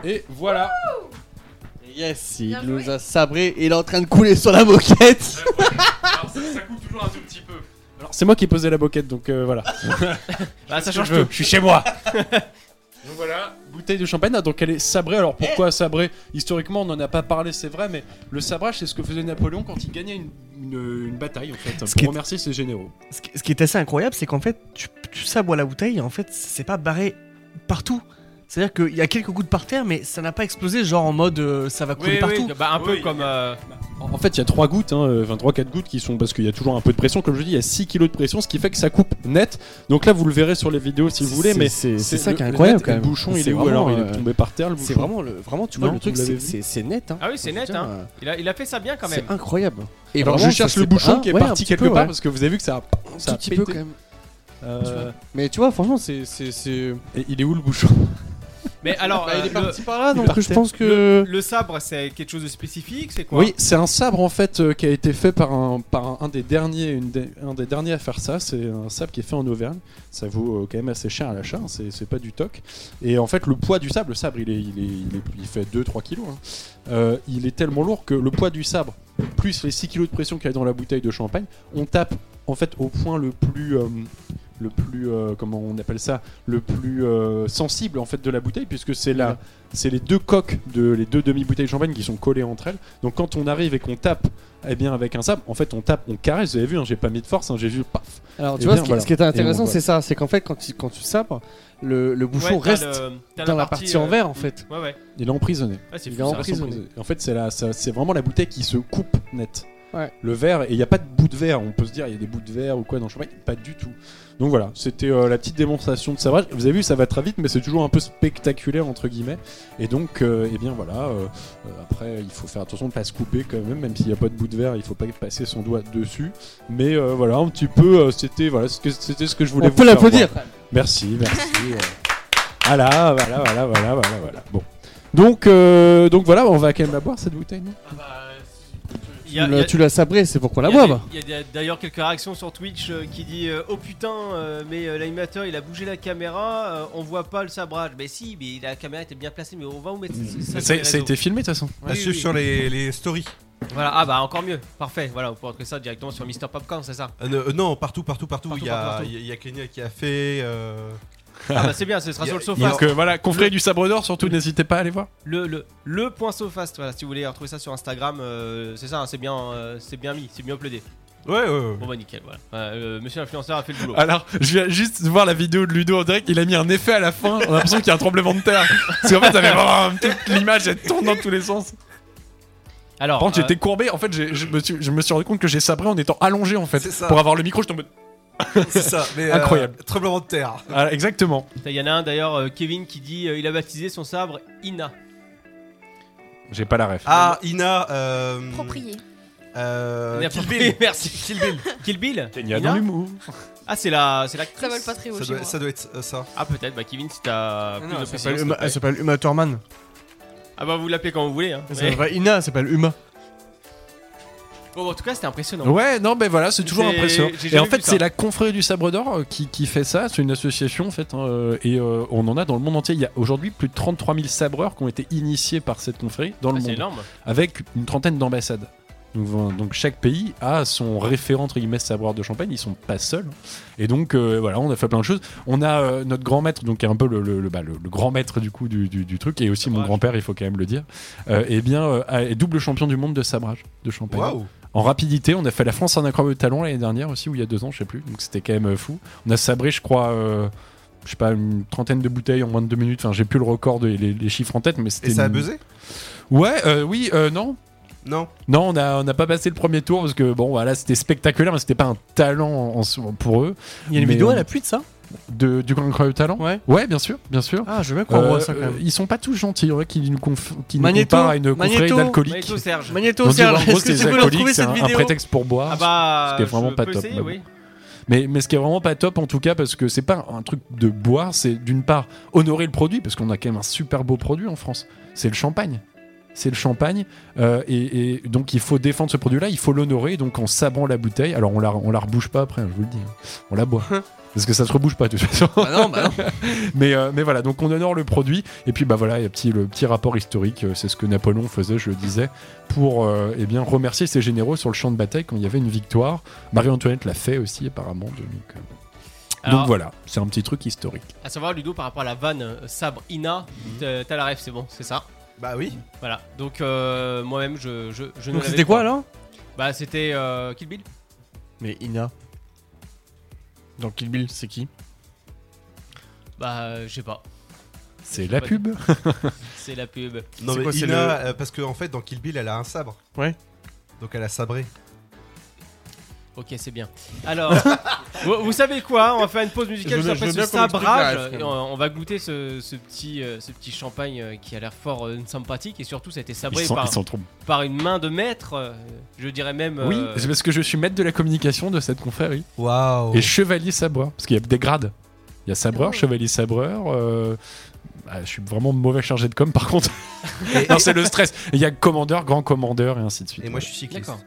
Speaker 3: Et voilà
Speaker 4: Yes, il nous a sabré et il est en train de couler sur la moquette.
Speaker 2: Alors, ça, ça coûte toujours un tout petit peu.
Speaker 3: Alors, c'est moi qui ai posé la boquette, donc euh, voilà.
Speaker 2: Bah, ça
Speaker 3: Je
Speaker 2: change
Speaker 3: veux,
Speaker 2: tout.
Speaker 3: Je suis chez moi
Speaker 2: Donc voilà.
Speaker 3: Bouteille de champagne, ah, donc elle est sabrée. Alors pourquoi sabrée Historiquement, on n'en a pas parlé, c'est vrai, mais le sabrage, c'est ce que faisait Napoléon quand il gagnait une, une- une bataille, en fait, pour
Speaker 4: qui est-
Speaker 3: remercier ses généraux.
Speaker 12: Ce qui- ce qui est assez incroyable, c'est qu'en fait, tu, tu sabres la bouteille et en fait, c'est pas barré partout. C'est-à-dire qu'il y a quelques gouttes par terre, mais ça n'a pas explosé, genre en mode euh, ça va couler
Speaker 2: Oui,
Speaker 12: partout.
Speaker 2: oui, bah, un peu comme. euh,
Speaker 3: En fait, il y a trois gouttes, hein, euh, enfin trois, quatre gouttes qui sont parce qu'il y a toujours un peu de pression. Comme je dis, il y a 6 kilos de pression, ce qui fait que ça coupe net. Donc là, vous le verrez sur les vidéos si vous voulez,
Speaker 4: C'est-
Speaker 3: mais
Speaker 4: c'est- c'est ça
Speaker 3: le-
Speaker 4: qui est
Speaker 3: le
Speaker 4: incroyable,
Speaker 3: net,
Speaker 4: quand même.
Speaker 3: Le bouchon, il
Speaker 4: C'est
Speaker 3: est où
Speaker 4: vraiment,
Speaker 3: alors Il est
Speaker 4: euh,
Speaker 3: tombé par terre. Le bouchon.
Speaker 4: C'est vraiment le, vraiment, tu vois
Speaker 3: Non,
Speaker 4: le truc,
Speaker 3: vous l'avez
Speaker 4: c'est- c'est
Speaker 3: vu
Speaker 4: c'est net. Hein.
Speaker 2: Ah oui, c'est net,
Speaker 4: Putain,
Speaker 2: hein. Il a, il a fait ça bien quand même.
Speaker 4: C'est incroyable. Et
Speaker 3: alors,
Speaker 4: vraiment,
Speaker 3: je cherche
Speaker 4: ça,
Speaker 3: le
Speaker 4: c'est-
Speaker 3: bouchon
Speaker 4: ah,
Speaker 3: qui est
Speaker 4: ouais, un
Speaker 3: parti
Speaker 4: petit
Speaker 3: quelque
Speaker 4: peu,
Speaker 3: part
Speaker 4: ouais.
Speaker 3: parce que vous avez vu que ça a, ça a
Speaker 4: Un petit peu
Speaker 3: pété.
Speaker 4: quand même.
Speaker 3: Euh,
Speaker 4: Tu vois. Mais tu vois, franchement, c'est. c'est- c'est-
Speaker 3: Et il est où le bouchon
Speaker 2: Mais alors.
Speaker 4: Bah, il est
Speaker 2: euh,
Speaker 4: parti
Speaker 2: le-
Speaker 4: par là,
Speaker 2: le-
Speaker 4: donc je pense que-
Speaker 2: Le, le sabre, c'est quelque chose de spécifique, c'est quoi
Speaker 3: Oui, c'est un sabre en fait euh, qui a été fait par un, par un, un des derniers, une des- un des derniers à faire ça. C'est un sabre qui est fait en Auvergne. Ça vaut euh, quand même assez cher à l'achat. hein, C'est c'est pas du toc. Et en fait, le poids du sabre, le sabre, il est, il est- il est- il fait 2-3 kilos. hein. Euh, il est tellement lourd que le poids du sabre plus les 6 kilos de pression qu'il y a dans la bouteille de champagne, on tape en fait au point le plus euh, le plus euh, comment on appelle ça le plus euh, sensible en fait de la bouteille puisque c'est la c'est les deux coques de les deux demi bouteilles de champagne qui sont collées entre elles donc quand on arrive et qu'on tape eh bien avec un sabre en fait on tape on caresse vous avez vu hein, j'ai pas mis de force hein, j'ai juste paf
Speaker 4: Alors, tu
Speaker 3: Eh
Speaker 4: vois,
Speaker 3: bien,
Speaker 4: ce, qui,
Speaker 3: voilà.
Speaker 4: ce qui est
Speaker 3: Et on
Speaker 4: intéressant,
Speaker 3: voit.
Speaker 4: c'est ça. C'est qu'en fait, quand tu, quand tu sabres, le, le bouchon
Speaker 2: Ouais, t'as
Speaker 4: reste
Speaker 2: le- t'as
Speaker 4: dans la partie en
Speaker 2: euh,
Speaker 4: verre, en fait.
Speaker 2: Ouais, ouais.
Speaker 3: il est emprisonné
Speaker 2: Ah, c'est
Speaker 4: Il
Speaker 2: fou,
Speaker 4: est
Speaker 2: ça.
Speaker 4: emprisonné.
Speaker 3: en fait c'est la ça- c'est vraiment la bouteille qui se coupe net
Speaker 4: Ouais.
Speaker 3: le verre et il n'y a pas de bout de verre on peut se dire il y a des bouts de verre ou quoi dans le champagne pas du tout donc voilà c'était euh, la petite démonstration de sabrage vous avez vu ça va très vite mais c'est toujours un peu spectaculaire entre guillemets et donc euh, eh bien voilà euh, euh, après il faut faire attention de pas se couper quand même même s'il n'y a pas de bout de verre il faut pas passer son doigt dessus mais euh, voilà un petit peu euh, c'était voilà ce que- c'était ce que je voulais
Speaker 4: On
Speaker 3: vous
Speaker 4: peut
Speaker 3: faire
Speaker 4: l'applaudir.
Speaker 3: voir. merci merci euh. voilà voilà voilà voilà voilà voilà bon donc, euh, donc voilà, on va quand même la boire cette bouteille, non
Speaker 2: Ah bah, Il y a- il
Speaker 4: Tu
Speaker 2: y a-
Speaker 4: l'as- Tu l'as sabré, c'est pourquoi la
Speaker 2: Il y a
Speaker 4: boive.
Speaker 2: des- Il y a des- d'ailleurs quelques réactions sur Twitch euh, qui dit euh, Oh putain, euh, mais euh, l'animateur il a bougé la caméra, euh, on voit pas le sabrage. Mais si, mais la caméra était bien placée, mais on va vous mettre ça. sur les
Speaker 3: Ça a
Speaker 2: réseaux.
Speaker 3: été filmé de toute façon.
Speaker 2: Oui, oui, oui.
Speaker 6: sur les, les stories.
Speaker 2: Voilà, ah bah encore mieux, parfait. Voilà, on peut entrer ça directement sur Mister Popcorn, c'est ça
Speaker 6: Euh, ne- euh, non, partout, partout, partout. Il y,
Speaker 2: partout,
Speaker 6: a-
Speaker 2: partout.
Speaker 6: il y a- il y a Kenya qui a fait. euh,
Speaker 2: Ah bah c'est bien, ce sera
Speaker 6: il y a-
Speaker 2: sur le
Speaker 6: il y a-
Speaker 2: sofa.
Speaker 3: Donc euh, voilà, confrérie du sabre d'or, surtout n'hésitez pas à aller voir.
Speaker 2: Le, le, le point Sofast, voilà, si vous voulez retrouver ça sur Instagram, euh, c'est ça, hein, c'est bien, euh, c'est bien mis, c'est bien uploadé.
Speaker 6: Ouais, ouais, ouais.
Speaker 2: Bon, bah nickel, voilà. Euh, monsieur l'influenceur a fait le boulot.
Speaker 3: Alors, je viens juste de voir la vidéo de Ludo en direct, il a mis un effet à la fin, on a l'impression qu'il y a un tremblement de terre. Parce qu'en fait, ça fait vraiment toute l'image, elle tourne dans tous les sens.
Speaker 2: Alors,
Speaker 3: Par contre,
Speaker 2: euh,
Speaker 3: j'étais courbé, en fait, j'ai- je me, suis, je me suis rendu compte que j'ai sabré en étant allongé, en fait.
Speaker 6: ça.
Speaker 3: Pour avoir le micro, je tombe.
Speaker 6: C'est ça, mais euh,
Speaker 3: Incroyable.
Speaker 6: tremblement de terre.
Speaker 3: Ah, exactement.
Speaker 2: Il y en a un d'ailleurs, euh, Kevin, qui dit euh, il a baptisé son sabre Ina.
Speaker 3: J'ai pas la ref.
Speaker 6: Ah, Ina. Euh,
Speaker 5: Approprié.
Speaker 6: euh,
Speaker 2: Ina
Speaker 6: Kill
Speaker 2: Approprié,
Speaker 6: Bill.
Speaker 2: Merci. Kill Bill. Kill Bill
Speaker 3: Kenya
Speaker 2: Ina
Speaker 3: dans l'humour.
Speaker 2: Ah, c'est la. C'est l'actrice.
Speaker 5: Ça vole pas très haut
Speaker 6: Ça
Speaker 5: chez
Speaker 6: doit,
Speaker 5: moi.
Speaker 6: ça doit être euh, ça.
Speaker 2: Ah, peut-être, bah Kevin, si t'as plus
Speaker 4: non,
Speaker 2: de
Speaker 4: elle s'appelle
Speaker 2: précision.
Speaker 4: Uma- elle s'appelle Uma Thurman.
Speaker 2: Ah, bah vous l'appelez quand vous voulez. Hein.
Speaker 4: Elle
Speaker 2: Mais-
Speaker 4: s'appelle pas Ina, elle s'appelle Uma.
Speaker 2: Bon, en tout cas, c'était impressionnant.
Speaker 3: Ouais, non, mais voilà, c'est toujours
Speaker 2: C'est-
Speaker 3: impressionnant.
Speaker 2: j'ai
Speaker 3: Et
Speaker 2: jamais
Speaker 3: en
Speaker 2: vu
Speaker 3: fait,
Speaker 2: ça.
Speaker 3: c'est la confrérie du Sabre d'Or euh, qui, qui fait ça. C'est une association, en fait. hein, euh, et euh, on en a dans le monde entier. Il y a aujourd'hui plus de 33 000 sabreurs qui ont été initiés par cette confrérie dans le
Speaker 2: Ah,
Speaker 3: monde.
Speaker 2: c'est énorme.
Speaker 3: Avec une trentaine d'ambassades. Donc, voilà, donc chaque pays a son référent entre guillemets sabreur de champagne, ils sont pas seuls. Et donc euh, voilà, on a fait plein de choses. On a euh, notre grand maître, donc qui est un peu le, le- le- bah, le- le grand maître du coup du, du- du truc, et aussi mon grand-père, il faut quand même le dire. Euh, et bien euh, est double champion du monde de sabrage de champagne.
Speaker 6: Waouh.
Speaker 3: En rapidité, on a fait la France en incroyable talent l'année dernière aussi, ou il y a deux ans, je sais plus. Donc c'était quand même euh, fou. On a sabré, je crois, euh, je sais pas, une trentaine de bouteilles en moins de deux minutes. Enfin, j'ai plus le record, de, les, les chiffres en tête, mais c'était.
Speaker 6: Et ça a
Speaker 3: une-
Speaker 6: buzzé
Speaker 3: Ouais, euh, oui, euh, non.
Speaker 6: Non.
Speaker 3: Non, on n'a on a pas passé le premier tour parce que bon, voilà, c'était spectaculaire, mais c'était pas un talent en soi pour eux.
Speaker 13: Il y a une
Speaker 3: Mais,
Speaker 13: vidéo à
Speaker 3: euh,
Speaker 13: l'appui de ça
Speaker 3: de, du Grand Incroyable Talent ouais. bien sûr, bien sûr. Euh,
Speaker 13: Ah, je veux bien qu'on revoie ça, quand
Speaker 2: euh,
Speaker 13: même.
Speaker 3: Ils sont pas tous gentils, il y en a qui nous, conf- qui nous
Speaker 13: Magnéto,
Speaker 3: comparent à une confrérie
Speaker 13: Magnéto,
Speaker 3: d'alcooliques.
Speaker 2: Magnéto Serge.
Speaker 13: Magnéto
Speaker 3: On dit,
Speaker 13: Serge,
Speaker 3: ouais, en gros,
Speaker 13: est-ce que
Speaker 3: c'est
Speaker 13: tu peux
Speaker 3: des
Speaker 13: le
Speaker 3: alcooliques,
Speaker 13: retrouver
Speaker 3: c'est
Speaker 13: cette
Speaker 3: un, un
Speaker 13: vidéo
Speaker 3: prétexte pour boire.
Speaker 2: Ah bah,
Speaker 3: ce qui est
Speaker 2: je
Speaker 3: vraiment pas
Speaker 2: peux
Speaker 3: top.
Speaker 2: essayer,
Speaker 3: mais bon.
Speaker 2: oui.
Speaker 3: Mais, mais ce qui est vraiment pas top en tout cas parce que c'est pas un truc de boire, c'est d'une part honorer le produit parce qu'on a quand même un super beau produit en France. C'est le champagne. C'est le champagne euh, et, et donc il faut défendre ce produit-là, il faut l'honorer donc en sabrant la bouteille. Alors on la on la rebouche pas après, hein, je vous le dis, hein. on la boit parce que ça se rebouche pas de toute façon.
Speaker 13: non, bah
Speaker 3: mais euh, mais voilà donc on honore le produit et puis bah voilà il y a petit le petit rapport historique, euh, c'est ce que Napoléon faisait, je le disais, pour euh, eh bien remercier ses généraux sur le champ de bataille quand il y avait une victoire. Marie-Antoinette l'a fait aussi apparemment donc. euh,
Speaker 2: Alors-
Speaker 3: donc voilà, c'est un petit truc historique.
Speaker 2: À savoir, Ludo, par rapport à la vanne euh, sabre Ina, t'as t'as la ref, c'est bon, c'est ça
Speaker 6: Bah oui.
Speaker 2: Voilà, donc euh, moi-même, je, je, je ne
Speaker 13: Donc
Speaker 2: l'avais
Speaker 13: c'était quoi,
Speaker 2: pas.
Speaker 13: alors
Speaker 2: Bah, c'était euh, Kill Bill.
Speaker 13: Mais Ina. Dans Kill Bill, c'est qui
Speaker 2: Bah, euh, je sais pas.
Speaker 3: C'est
Speaker 2: Je sais
Speaker 3: la
Speaker 2: pas.
Speaker 3: pub.
Speaker 2: C'est la pub.
Speaker 6: Non,
Speaker 13: C'est
Speaker 6: mais
Speaker 13: quoi, c'est
Speaker 6: Ina,
Speaker 13: le-
Speaker 6: euh, parce qu'en en fait, dans Kill Bill, elle a un sabre.
Speaker 13: Ouais.
Speaker 6: Donc elle a sabré.
Speaker 2: Ok, c'est bien. Alors, vous, vous savez quoi On va faire une pause musicale
Speaker 13: Je veux
Speaker 2: juste après
Speaker 13: bien- je
Speaker 2: ce
Speaker 13: veux bien qu'on m'explique la
Speaker 2: sabrage.
Speaker 13: ref,
Speaker 2: Et on, on va goûter ce, ce petit, euh, ce petit champagne euh, qui a l'air fort euh, sympathique et surtout, ça a été sabré
Speaker 3: Ils s'en-
Speaker 2: par,
Speaker 3: ils s'en trompent.
Speaker 2: par une main de maître. euh, je dirais même.
Speaker 3: Oui,
Speaker 2: euh,
Speaker 3: c'est parce que je suis maître de la communication de cette confrérie.
Speaker 6: Waouh.
Speaker 2: Oh.
Speaker 3: Et chevalier sabreur, parce qu'il y a des grades. Il y a sabreur, chevalier sabreur. euh, ah, je suis vraiment mauvais chargé de com par contre. non, c'est le stress. Il y a commandeur, grand commandeur et ainsi de suite.
Speaker 6: Et moi, je suis cycliste.
Speaker 2: D'accord.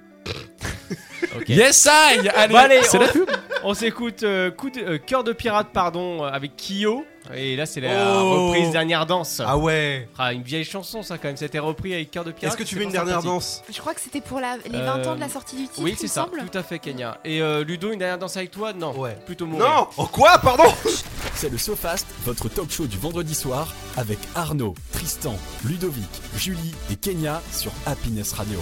Speaker 2: Ok.
Speaker 3: Yes, I Allez,
Speaker 2: Bon, allez,
Speaker 3: c'est
Speaker 2: on,
Speaker 3: la pub.
Speaker 2: on s'écoute euh, coup de, euh, Cœur de pirate, pardon, euh, avec Kyo. Et là, c'est la
Speaker 6: Oh.
Speaker 2: reprise dernière danse.
Speaker 6: Ah ouais.
Speaker 2: Ah, une vieille chanson, ça, quand même. C'était repris avec Cœur de pirate.
Speaker 6: Est-ce que
Speaker 2: c'est
Speaker 6: tu veux
Speaker 2: pas
Speaker 6: une dernière
Speaker 2: sympathique.
Speaker 6: danse
Speaker 5: Je crois que c'était pour la- les 20 ans de la
Speaker 2: Euh,
Speaker 5: sortie du titre.
Speaker 2: Oui,
Speaker 5: il
Speaker 2: c'est
Speaker 5: me
Speaker 2: ça,
Speaker 5: semble.
Speaker 2: tout à fait, Kenya. Et euh, Ludo, une dernière danse avec toi Non.
Speaker 6: Ouais.
Speaker 2: Plutôt mourir.
Speaker 6: Non En quoi, pardon
Speaker 1: C'est le SoFast, votre talk show du vendredi soir avec Arnaud, Tristan, Ludovic, Julie et Kenya sur Happiness Radio.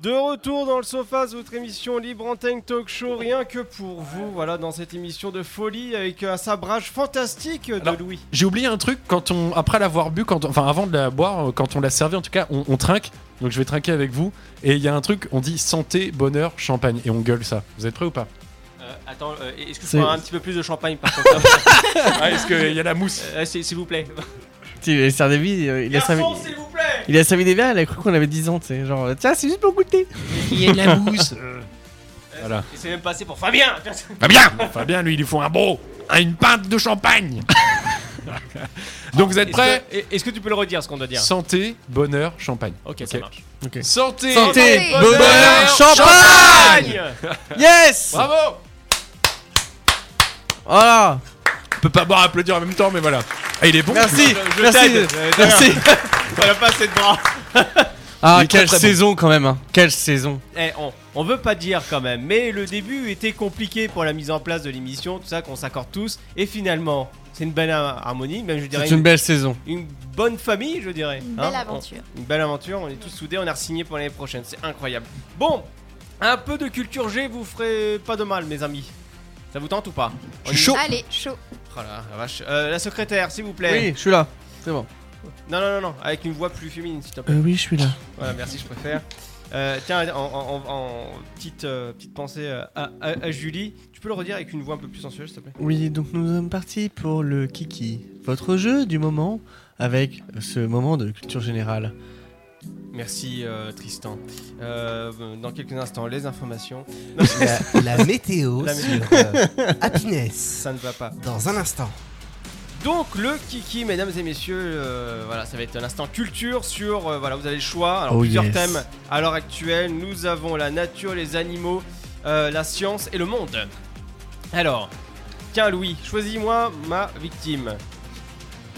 Speaker 2: De retour dans le sofa, votre émission Libre Antenne Talk Show, rien que pour vous. Voilà, dans cette émission de folie avec un sabrage fantastique de Louis.
Speaker 3: J'ai oublié un truc quand on après l'avoir bu, quand on- enfin avant de la boire, euh, quand on l'a servi en tout cas, on, on trinque. Donc je vais trinquer avec vous. Et il y a un truc, on dit santé, bonheur, champagne, et on gueule ça. Vous êtes prêts ou pas
Speaker 2: Euh, attends, euh, est-ce que je
Speaker 3: C'est-
Speaker 2: prends un petit peu plus de champagne par contre
Speaker 3: Ah, Est-ce qu'il y a la mousse
Speaker 2: Euh, s'il s'il vous plaît.
Speaker 13: Il a servi des vies, euh, il a servi.
Speaker 2: Garçon, s'il vous plaît
Speaker 13: Il a servi des verres, il a cru qu'on avait 10 ans, tu sais. Genre, tiens, c'est juste pour goûter.
Speaker 2: Il y a de la mousse.
Speaker 3: Voilà.
Speaker 2: Et c'est même passé pour Fabien
Speaker 3: Fabien Fabien, lui, il lui faut un bro à Une pinte de champagne Donc vous êtes
Speaker 2: Est-ce
Speaker 3: prêts
Speaker 2: que- Est-ce que tu peux le redire ce qu'on doit dire
Speaker 3: Santé, bonheur, champagne.
Speaker 2: Ok, ça marche.
Speaker 3: Oh. Santé,
Speaker 2: Santé, bonheur, Euh, champagne
Speaker 13: Yes
Speaker 3: Bravo
Speaker 13: Voilà
Speaker 3: On peut pas boire et applaudir en même temps, mais voilà. Ah, il est bon
Speaker 13: Merci,
Speaker 3: celui-là.
Speaker 2: Je
Speaker 13: merci,
Speaker 2: t'aide. Euh, de
Speaker 13: merci.
Speaker 2: rien. On a pas assez de bras
Speaker 13: Ah,
Speaker 3: Il est
Speaker 13: quelle
Speaker 3: très, très
Speaker 13: saison quand même, hein. Quelle saison.
Speaker 2: Eh, on, on veut pas dire quand même, mais le début était compliqué pour la mise en place de l'émission, tout ça qu'on s'accorde tous, et finalement, C'est une belle euh, harmonie, même je dirais.
Speaker 13: une belle saison.
Speaker 2: Une bonne famille, je dirais.
Speaker 5: Une
Speaker 2: hein.
Speaker 5: belle aventure.
Speaker 2: On- une belle aventure, on est tous soudés, on a signé pour l'année prochaine, c'est incroyable. Bon, un peu de culture G vous ferait pas de mal, mes amis. Ça vous tente ou pas On y-
Speaker 5: Allez, chaud.
Speaker 2: Oh là, la vache. Euh, la secrétaire, s'il vous plaît.
Speaker 13: Oui, je suis là. C'est bon.
Speaker 2: Non, non, non, non, avec une voix plus féminine, s'il te plaît.
Speaker 13: Euh, oui, je suis là.
Speaker 2: Voilà, merci, je préfère. Euh, tiens, en, en- en- en petite, euh, petite pensée euh, à, à- à Julie, tu peux le redire avec une voix un peu plus sensuelle, s'il te plaît
Speaker 13: Oui, donc nous sommes partis pour le Kiki, votre jeu du moment, avec ce moment de culture générale.
Speaker 2: Merci, euh, Tristan. Euh, dans quelques instants, les informations.
Speaker 6: La- la météo
Speaker 2: mé-
Speaker 6: sur, euh, Happiness.
Speaker 2: Ça ne va pas.
Speaker 6: Dans un instant.
Speaker 2: Donc le kiki, mesdames et messieurs, euh, voilà, ça va être un instant culture sur, euh, voilà, vous avez le choix, alors
Speaker 13: Oh
Speaker 2: plusieurs
Speaker 13: yes.
Speaker 2: thèmes à l'heure actuelle. Nous avons la nature, les animaux, euh, la science et le monde. Alors, tiens Louis, choisis-moi ma victime.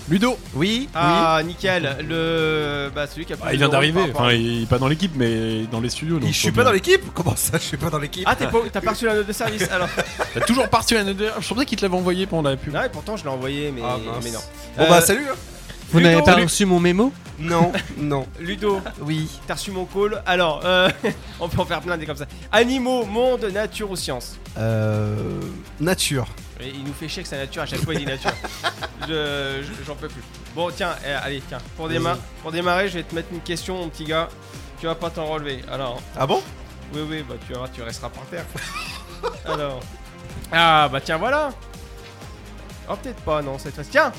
Speaker 3: Ludo
Speaker 2: Oui. Ah nickel, le, bah celui qui a. plus
Speaker 3: Ah,
Speaker 2: de
Speaker 3: il vient
Speaker 2: euros
Speaker 3: d'arriver.
Speaker 2: par rapport à-
Speaker 3: Enfin, il est pas dans l'équipe, mais dans les studios.
Speaker 6: Je suis pas dans l'équipe Comment ça, je suis pas dans l'équipe
Speaker 2: Ah t'es pas- t'as pas reçu la note de service alors.
Speaker 3: T'as toujours parti à Another. Je pensais qu'il te l'avait envoyé pendant la pub.
Speaker 2: Ah, et pourtant je l'ai envoyé, mais,
Speaker 6: Ah, mince.
Speaker 2: mais non. Euh,
Speaker 6: Bon, bah, salut, hein.
Speaker 13: Vous
Speaker 2: Ludo,
Speaker 13: n'avez pas
Speaker 2: salut.
Speaker 13: reçu mon mémo
Speaker 6: Non, non.
Speaker 2: Ludo, oui. T'as reçu mon call. Alors, euh, on peut en faire plein des comme ça. Animaux, monde, nature ou science
Speaker 6: Euh. Nature.
Speaker 2: Et Il nous fait chier que sa nature, à chaque fois il dit nature. Je- je- J'en peux plus. Bon, tiens, eh, allez, tiens. Pour, déma-
Speaker 6: Vas-y.
Speaker 2: pour démarrer, je vais te mettre une question, mon petit gars. Tu vas pas t'en relever. Alors.
Speaker 6: Ah bon
Speaker 2: Oui, oui, bah tu verras, tu resteras par terre. Alors. Ah, bah tiens, voilà. Oh, peut-être pas, non, cette fois-ci. Tiens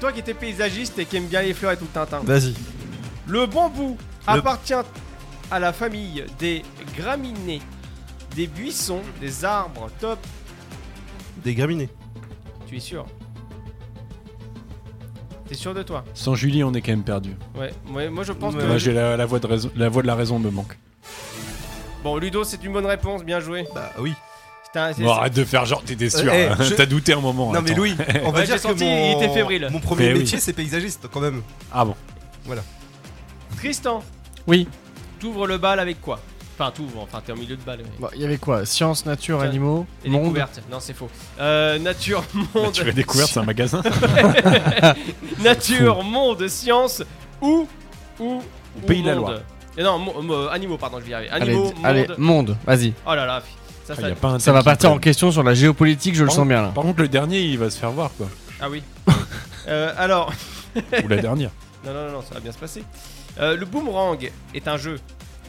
Speaker 2: Toi qui étais paysagiste et qui aime bien les fleurs et tout le tintin.
Speaker 6: Vas-y.
Speaker 2: Le bambou
Speaker 6: Le-
Speaker 2: appartient à la famille des graminées, des buissons, des arbres, top.
Speaker 6: Des graminées.
Speaker 2: Tu es sûr T'es sûr de toi
Speaker 3: Sans Julie, on est quand même perdu.
Speaker 2: Ouais, moi, moi, je pense
Speaker 3: Moi,
Speaker 2: que.
Speaker 3: j'ai la, la voix de raison- la voix de la raison me manque.
Speaker 2: Bon, Ludo, c'est une bonne réponse, bien joué.
Speaker 6: Bah oui.
Speaker 3: Bon, arrête de faire genre, t'étais sûr.
Speaker 6: Eh,
Speaker 3: hein.
Speaker 6: je-
Speaker 3: T'as douté un moment.
Speaker 6: Non, mais
Speaker 3: attends.
Speaker 6: Louis, on va
Speaker 2: Ouais,
Speaker 6: dire
Speaker 2: j'ai
Speaker 6: que
Speaker 2: senti,
Speaker 6: mon...
Speaker 2: il était fébrile.
Speaker 6: Mon premier
Speaker 3: Mais oui.
Speaker 6: métier, c'est paysagiste quand même.
Speaker 3: Ah bon
Speaker 6: Voilà.
Speaker 2: Tristan
Speaker 13: Oui.
Speaker 2: T'ouvres le bal avec quoi Enfin, t'ouvres, enfin, t'es en milieu de balle. mais-
Speaker 13: Bon, Il y avait quoi Science, nature,
Speaker 2: Tiens,
Speaker 13: animaux,
Speaker 2: Et
Speaker 13: monde.
Speaker 2: découverte. Non, c'est faux. Euh, nature, monde.
Speaker 3: Nature et découverte, c'est un magasin.
Speaker 2: nature, monde, science ou ou ou
Speaker 3: Pays de la
Speaker 2: monde.
Speaker 3: Loire.
Speaker 2: Et non, mo- mo- animaux, pardon, je vais y arriver. Animaux,
Speaker 13: allez,
Speaker 2: monde.
Speaker 13: monde, vas-y.
Speaker 2: Oh là là,
Speaker 3: Ah,
Speaker 2: ça, ça.
Speaker 13: Ça va partir en question sur la géopolitique, je le
Speaker 3: Par
Speaker 13: sens
Speaker 3: contre-
Speaker 13: bien là.
Speaker 3: Par contre, le dernier, il va se faire voir quoi.
Speaker 2: Ah oui. Euh, alors.
Speaker 3: Ou la dernière.
Speaker 2: Non, non, non, ça va bien se passer. Euh, le boomerang est un jeu.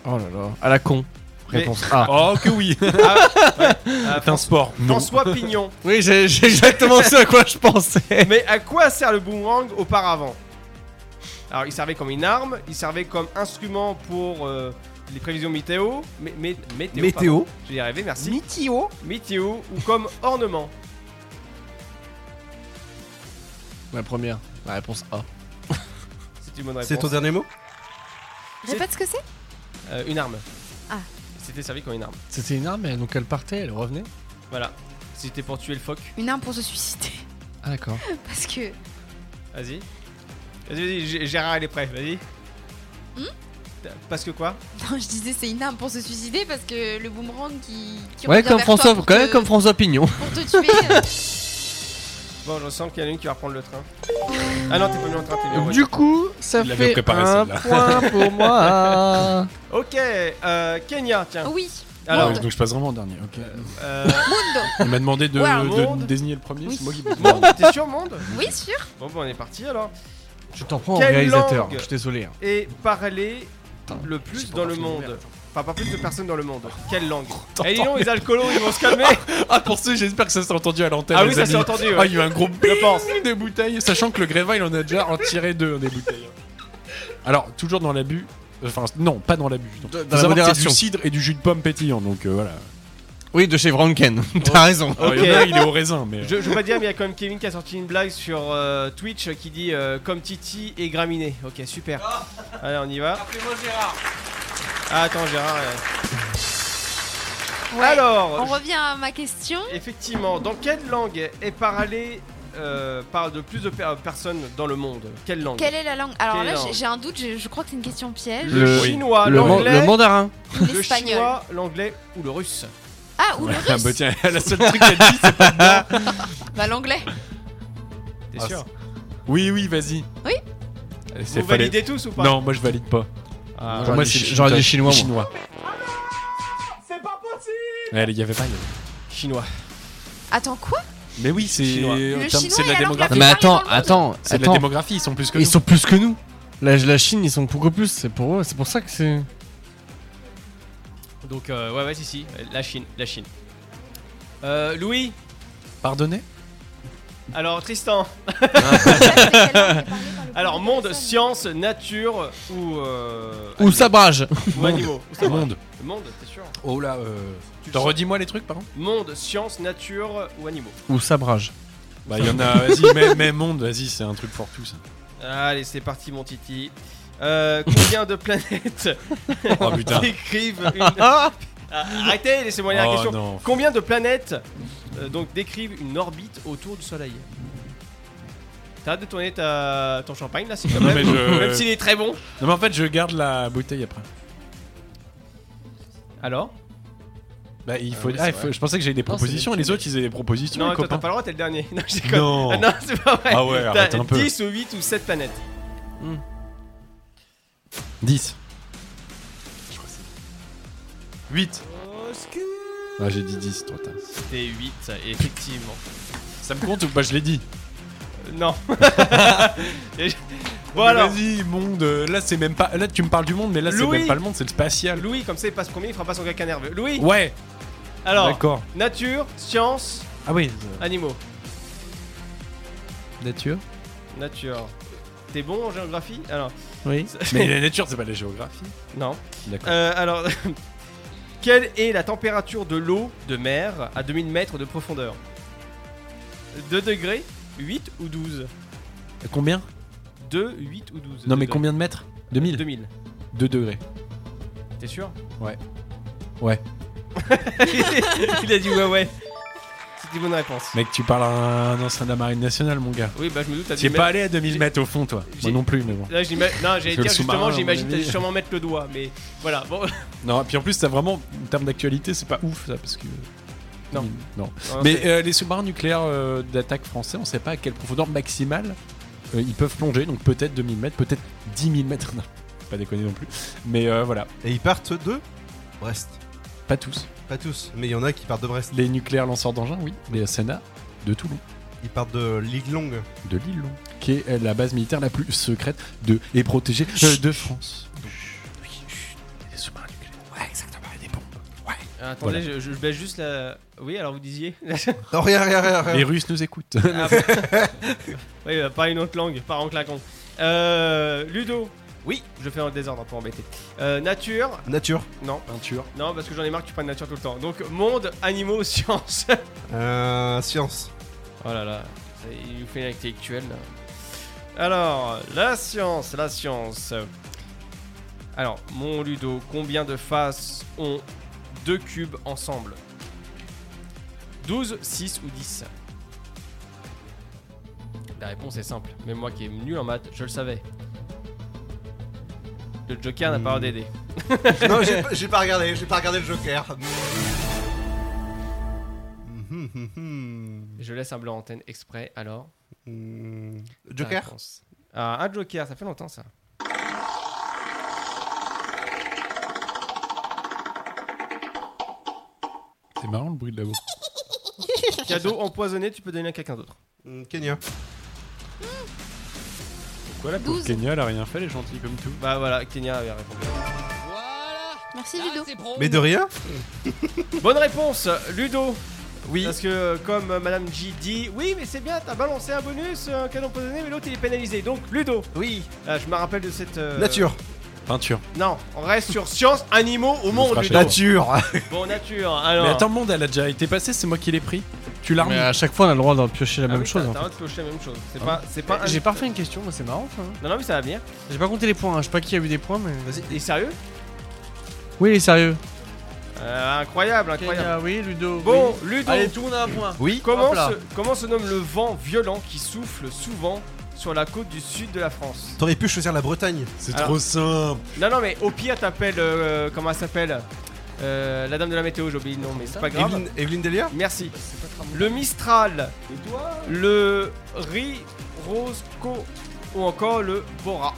Speaker 13: Oh là là, à la con.
Speaker 2: Mais-
Speaker 13: Réponse A.
Speaker 3: Oh que oui
Speaker 2: C'est un
Speaker 3: sport.
Speaker 2: euh, François Pignon.
Speaker 13: Oui, j'ai j'ai exactement ce à quoi je pensais.
Speaker 2: Mais à quoi sert le boomerang auparavant Alors, il servait comme une arme, il servait comme instrument pour euh, les prévisions météo. mé- mé- météo.
Speaker 6: Météo.
Speaker 2: pardon. Je vais y arriver, merci. Météo. Météo ou comme ornement.
Speaker 13: La première, la réponse A.
Speaker 2: C'est une bonne réponse.
Speaker 6: C'est ton dernier mot
Speaker 5: Répète ce que c'est
Speaker 2: Euh, Une arme.
Speaker 5: Ah.
Speaker 2: C'était servi comme une arme.
Speaker 13: C'était une arme, elle- donc elle partait, elle revenait.
Speaker 2: Voilà. C'était pour tuer le phoque.
Speaker 5: Une arme pour se suicider.
Speaker 13: Ah d'accord.
Speaker 5: Parce que.
Speaker 2: Vas-y. Vas-y, vas-y, G- Gérard, il est prêt. Vas-y.
Speaker 5: Hmm
Speaker 2: T'as- Parce que quoi
Speaker 5: Non, je disais c'est une arme pour se suicider parce que le boomerang qui. qui
Speaker 13: Ouais,
Speaker 5: revient
Speaker 13: comme
Speaker 5: vers toi
Speaker 13: François,
Speaker 5: pour
Speaker 13: quand
Speaker 5: te-
Speaker 13: même comme François Pignon.
Speaker 5: Pour te tuer. euh,
Speaker 2: Bon, je sens qu'il y en a une qui va reprendre le train. Ah non, t'es pas mis en train, t'es mis en
Speaker 13: Du
Speaker 2: voiture.
Speaker 13: coup, ça
Speaker 3: Il l'avait
Speaker 13: fait
Speaker 3: préparé,
Speaker 13: un
Speaker 3: celle-là.
Speaker 13: point pour moi.
Speaker 2: Ok, euh, Kenya, tiens.
Speaker 5: Oui.
Speaker 2: Alors,
Speaker 3: Ouais, Ah, donc je passe vraiment en dernier. ok.
Speaker 2: euh,
Speaker 3: Il m'a demandé de,
Speaker 2: Ouais, un
Speaker 3: de
Speaker 2: monde.
Speaker 3: désigner le premier. C'est moi qui.
Speaker 2: Monde, t'es sûr, Monde
Speaker 5: Oui, sûr.
Speaker 2: Bon, bon, on est parti alors.
Speaker 13: Je t'en prends en
Speaker 2: Quelle
Speaker 13: réalisateur,
Speaker 2: langue
Speaker 13: je suis désolé. hein.
Speaker 2: Et parler le
Speaker 13: j'ai
Speaker 2: plus
Speaker 13: pas
Speaker 2: dans
Speaker 13: encore
Speaker 2: le
Speaker 13: fini mon
Speaker 2: monde.
Speaker 13: verre,
Speaker 2: Enfin, pas plus de personnes dans le monde. Quelle langue Eh, dis donc, les alcoolos, ils vont se calmer.
Speaker 3: Ah, pour ceux, j'espère que ça s'est entendu à l'antenne.
Speaker 2: Ah oui,
Speaker 3: les
Speaker 2: ça s'est
Speaker 3: amis.
Speaker 2: entendu, ouais.
Speaker 3: Ah, il y a eu un gros
Speaker 2: Je pense.
Speaker 3: bing de bouteilles, sachant que le Grévin, il en a déjà en tiré deux des bouteilles. Alors, toujours dans l'abus. Enfin, non, pas dans l'abus. non. Faut
Speaker 13: la
Speaker 3: savoir que c'est
Speaker 13: modération.
Speaker 3: du cidre et du jus de pomme pétillant, donc euh, voilà.
Speaker 13: Oui, de chez Vranken, t'as raison.
Speaker 3: Alors, il y en a, il est au raisin, mais. euh,
Speaker 2: Je, je veux pas dire, mais il y a quand même Kevin qui a sorti une blague sur euh, Twitch qui dit euh, comme Titi et Graminé. Ok, super. Allez, on y va. Ah, attends, Gérard. euh.
Speaker 5: Ouais. On
Speaker 2: Alors,
Speaker 5: revient à ma question.
Speaker 2: effectivement, dans quelle langue est parlé euh, par de plus de per- personnes dans le monde Quelle langue
Speaker 5: Quelle est la langue Alors
Speaker 2: Quelle
Speaker 5: là,
Speaker 2: langue
Speaker 5: j'ai- j'ai un doute, je, je crois que c'est une question piège.
Speaker 2: Le,
Speaker 13: Le-
Speaker 2: chinois,
Speaker 13: Le, man-
Speaker 2: l'anglais,
Speaker 13: le mandarin.
Speaker 2: le
Speaker 5: l'espagnol.
Speaker 2: chinois, l'anglais ou le russe
Speaker 5: Ah, ou
Speaker 3: Ouais,
Speaker 5: le
Speaker 3: ah,
Speaker 5: russe
Speaker 3: bah tiens, la seule truc qu'elle dit, c'est pas dedans.
Speaker 5: Bah, l'anglais.
Speaker 2: T'es
Speaker 3: Ah,
Speaker 2: sûr
Speaker 3: c'est- Oui, oui, vas-y.
Speaker 5: Oui
Speaker 3: Allez,
Speaker 2: Vous validez tous ou pas
Speaker 3: Non, moi je valide pas.
Speaker 2: Ah.
Speaker 3: Pour
Speaker 2: J'aurais
Speaker 3: moi,
Speaker 2: dit
Speaker 3: c'est
Speaker 2: chi-
Speaker 3: le
Speaker 2: j'aurais dit
Speaker 3: Shintai-
Speaker 2: chinois, moi.
Speaker 3: Chinois. Ouais, il y avait pas. il y avait-
Speaker 2: Chinois.
Speaker 5: Attends, quoi
Speaker 3: Mais oui, c'est
Speaker 5: Le
Speaker 3: en termes-
Speaker 5: chinois
Speaker 3: c'est de
Speaker 5: est
Speaker 3: la
Speaker 5: la langue la
Speaker 3: démographie.
Speaker 5: plus Mais attends, parlée
Speaker 13: Attends,
Speaker 3: C'est de la
Speaker 13: attends.
Speaker 3: démographie, ils sont plus que
Speaker 13: Ils
Speaker 3: nous.
Speaker 13: sont plus que nous. La, la Chine, ils sont beaucoup plus. C'est pour eux, c'est pour ça que c'est.
Speaker 2: Donc, euh, ouais, ouais, si, si. La Chine, la Chine. Euh, Louis
Speaker 3: Pardonnez
Speaker 2: Alors, Tristan. Alors, monde, science, nature ou. euh,
Speaker 13: Ou sabrage.
Speaker 2: Ou animaux. ou sabrage.
Speaker 3: Monde.
Speaker 2: Monde, t'es sûr
Speaker 3: Oh là, euh... T'en redis-moi les trucs, pardon
Speaker 2: Monde, science, nature ou animaux.
Speaker 13: Ou sabrage.
Speaker 3: Bah, il y en a, vas-y, mais, mais monde, vas-y, c'est un truc fort tout ça.
Speaker 2: Allez, c'est parti, mon titi. Euh, combien de planètes
Speaker 3: Oh, putain.
Speaker 2: décrivent une... Ah, Arrêtez, laissez-moi lire
Speaker 3: Oh,
Speaker 2: la question.
Speaker 3: non.
Speaker 2: Combien de planètes euh, donc décrivent une orbite autour du Soleil T'as hâte de tourner ta... ton champagne là, c'est
Speaker 3: Ah
Speaker 2: quand même. Même s'il est très bon.
Speaker 3: Non, mais en fait, je garde la bouteille après.
Speaker 2: Alors
Speaker 3: Bah, il
Speaker 2: Ah
Speaker 3: faut.
Speaker 2: oui,
Speaker 3: ah,
Speaker 2: c'est
Speaker 3: il
Speaker 2: vrai.
Speaker 3: faut- Je pensais que j'avais des
Speaker 2: Non, c'est
Speaker 3: propositions et les
Speaker 2: Neptune.
Speaker 3: autres, ils avaient des propositions.
Speaker 2: Non,
Speaker 3: les
Speaker 2: toi, t'as
Speaker 3: copains.
Speaker 2: pas le droit, t'es le dernier. Non, je déconne.
Speaker 3: Non.
Speaker 2: Ah, non c'est pas vrai.
Speaker 3: Ah ouais,
Speaker 2: T'as
Speaker 3: arrête un peu.
Speaker 2: 10 ou 8 ou 7 planètes.
Speaker 3: 10. 8. Ah, j'ai dit 10, toi, t'as.
Speaker 2: C'était 8, effectivement.
Speaker 3: Ça me compte ou pas Je l'ai dit.
Speaker 2: Euh, Non. Et je- bon
Speaker 3: Mais
Speaker 2: alors.
Speaker 3: Vas-y, monde. euh, Là, c'est même pas. Là, tu me parles du monde, mais là, c'est
Speaker 2: Louis.
Speaker 3: même pas le monde, c'est le spatial.
Speaker 2: Louis, comme ça, il passe premier, il fera pas son caca nerveux. Louis
Speaker 3: Ouais.
Speaker 2: Alors,
Speaker 3: D'accord.
Speaker 2: nature, science,
Speaker 3: Ah oui.
Speaker 2: animaux.
Speaker 3: Nature.
Speaker 2: Nature. T'es bon en géographie Alors.
Speaker 3: Oui. Mais la nature, c'est pas la géographie.
Speaker 2: Non.
Speaker 3: D'accord.
Speaker 2: Euh, alors. Quelle est la température de l'eau de mer à 2000 mètres de profondeur 2 degrés, 8 ou 12
Speaker 3: Euh, Combien
Speaker 2: 2, 8 ou 12
Speaker 3: Non, mais
Speaker 2: degrés.
Speaker 3: combien de mètres 2000
Speaker 2: 2000.
Speaker 3: 2 degrés.
Speaker 2: T'es sûr
Speaker 3: Ouais. Ouais.
Speaker 2: Il a dit ouais, ouais. C'était une bonne réponse.
Speaker 3: Mec, tu parles à un ancien de la marine nationale, mon gars.
Speaker 2: Oui, bah je me doute. t'as
Speaker 3: Tu es
Speaker 2: dû
Speaker 3: pas
Speaker 2: mettre-
Speaker 3: allé à 2000
Speaker 2: j'ai-
Speaker 3: mètres au fond, toi.
Speaker 2: j'ai-
Speaker 3: Moi non plus, mais bon.
Speaker 2: Là, j'imagine. Non,
Speaker 3: Parce
Speaker 2: j'allais
Speaker 3: que le
Speaker 2: dire
Speaker 3: sous-marin,
Speaker 2: justement,
Speaker 3: à mon
Speaker 2: j'imagine t'as
Speaker 3: avis-
Speaker 2: dû sûrement mettre le doigt, mais voilà. Bon.
Speaker 3: Non, et puis en plus, t'as vraiment, en termes d'actualité, c'est pas ouf ça, parce que.
Speaker 2: Non.
Speaker 3: non.
Speaker 2: Non,
Speaker 3: Mais
Speaker 2: c'est-
Speaker 3: euh, les sous-marins nucléaires euh, d'attaque français, on sait pas à quelle profondeur maximale euh, ils peuvent plonger, donc peut-être 2000 mètres, peut-être 10 000 mètres, non, pas déconner non plus. Mais euh, voilà.
Speaker 6: Et ils partent de Brest.
Speaker 3: Pas tous.
Speaker 6: Pas tous, mais il y en a qui partent de Brest.
Speaker 3: Les nucléaires lanceurs d'engins, oui. Les SNA de Toulon,
Speaker 6: Ils partent de l'île longue.
Speaker 3: de l'île Longue, qui est euh, la base militaire la plus secrète de, et protégée euh, de France. Les sous-marins nucléaires. Ouais, exactement, des bombes.
Speaker 2: euh, Attendez,
Speaker 3: Voilà.
Speaker 2: je, je baisse juste la. Oui, alors vous disiez.
Speaker 6: Non, rien, rien, rien, rien.
Speaker 3: Les Russes nous écoutent.
Speaker 2: Ah, bon. oui, bah, pas une autre langue, pas en claquant. Euh, Ludo. Oui, je fais un désordre pour embêter. Euh, nature.
Speaker 6: Nature.
Speaker 2: Non.
Speaker 3: Peinture.
Speaker 2: Non, parce que j'en ai marre que tu prennes nature tout le temps. Donc monde, animaux, sciences.
Speaker 6: Euh, science.
Speaker 2: Oh là là, ça- il nous fait une intellectuelle là. Alors, la science, la science. Alors, mon Ludo, combien de faces ont deux cubes ensemble 12, 6 ou 10 La réponse est simple, mais moi qui est nul en maths, je le savais. Le Joker n'a pas l'air d'aider.
Speaker 6: non, j'ai pas- j'ai pas regardé, j'ai pas regardé le Joker. Mhm, mhm, mhm.
Speaker 2: Je laisse un blanc antenne exprès, alors. Ta
Speaker 6: Joker
Speaker 2: réponse. Ah, un Joker, ça fait longtemps ça.
Speaker 3: C'est marrant le bruit de la boue.
Speaker 2: Cadeau empoisonné, tu peux donner à quelqu'un d'autre.
Speaker 6: Mm, Kenya.
Speaker 3: Pourquoi la pauvre
Speaker 5: 12.
Speaker 3: Kenya, elle a rien fait, elle est gentille comme tout.
Speaker 2: Bah voilà, Kenya avait répondu.
Speaker 5: Merci Ludo.
Speaker 6: Mais de rien
Speaker 2: Bonne réponse, Ludo. Oui. Parce que euh, comme euh, Madame J dit, oui, mais c'est bien, t'as balancé un bonus, euh, un canon empoisonné, mais l'autre il est pénalisé. Donc Ludo. Ah,
Speaker 6: Oui.
Speaker 2: je me rappelle de cette. euh,
Speaker 6: Nature.
Speaker 3: Peinture.
Speaker 2: Non, on reste sur science, animaux au monde.
Speaker 3: fera
Speaker 2: Ludo.
Speaker 3: cher.
Speaker 6: Nature.
Speaker 2: Bon nature. Alors.
Speaker 3: Mais attends, monde, elle a déjà été passée, c'est moi qui l'ai pris. Tu l'as
Speaker 13: Mais
Speaker 3: remis.
Speaker 13: à chaque fois, on a le droit d'en piocher la
Speaker 2: Ah
Speaker 13: même
Speaker 2: oui,
Speaker 13: chose. en
Speaker 2: t'as- t'as
Speaker 13: fait.
Speaker 2: un autre clocher, la même chose. C'est
Speaker 13: Ah
Speaker 2: pas, c'est pas. un-
Speaker 13: J'ai pas refait une question, mais c'est marrant. ça, hein.
Speaker 2: Non non mais ça va venir.
Speaker 13: J'ai pas compté les points. hein. Je sais pas qui a eu des points, mais.
Speaker 2: Vas-y. Et sérieux
Speaker 13: Oui, sérieux.
Speaker 2: Euh, Incroyable, incroyable.
Speaker 13: Kenya, oui, Ludo.
Speaker 2: Bon,
Speaker 13: oui.
Speaker 2: Ludo.
Speaker 13: Allez, tourne à un point.
Speaker 6: Oui.
Speaker 2: Comment
Speaker 13: Hop là.
Speaker 2: se, comment se nomme le vent violent qui souffle souvent sur la côte du sud de la France
Speaker 6: T'aurais pu choisir la Bretagne.
Speaker 3: C'est
Speaker 2: Alors-
Speaker 3: trop simple.
Speaker 2: Non, non, mais au pire, t'appelles. euh, comment elle s'appelle Euh, La dame de la météo, j'ai oublié le nom, mais c'est pas grave.
Speaker 6: Evelyne, Evelyne Delia
Speaker 2: Merci. Le Mistral, le ri, Roscoe ou encore le Bora.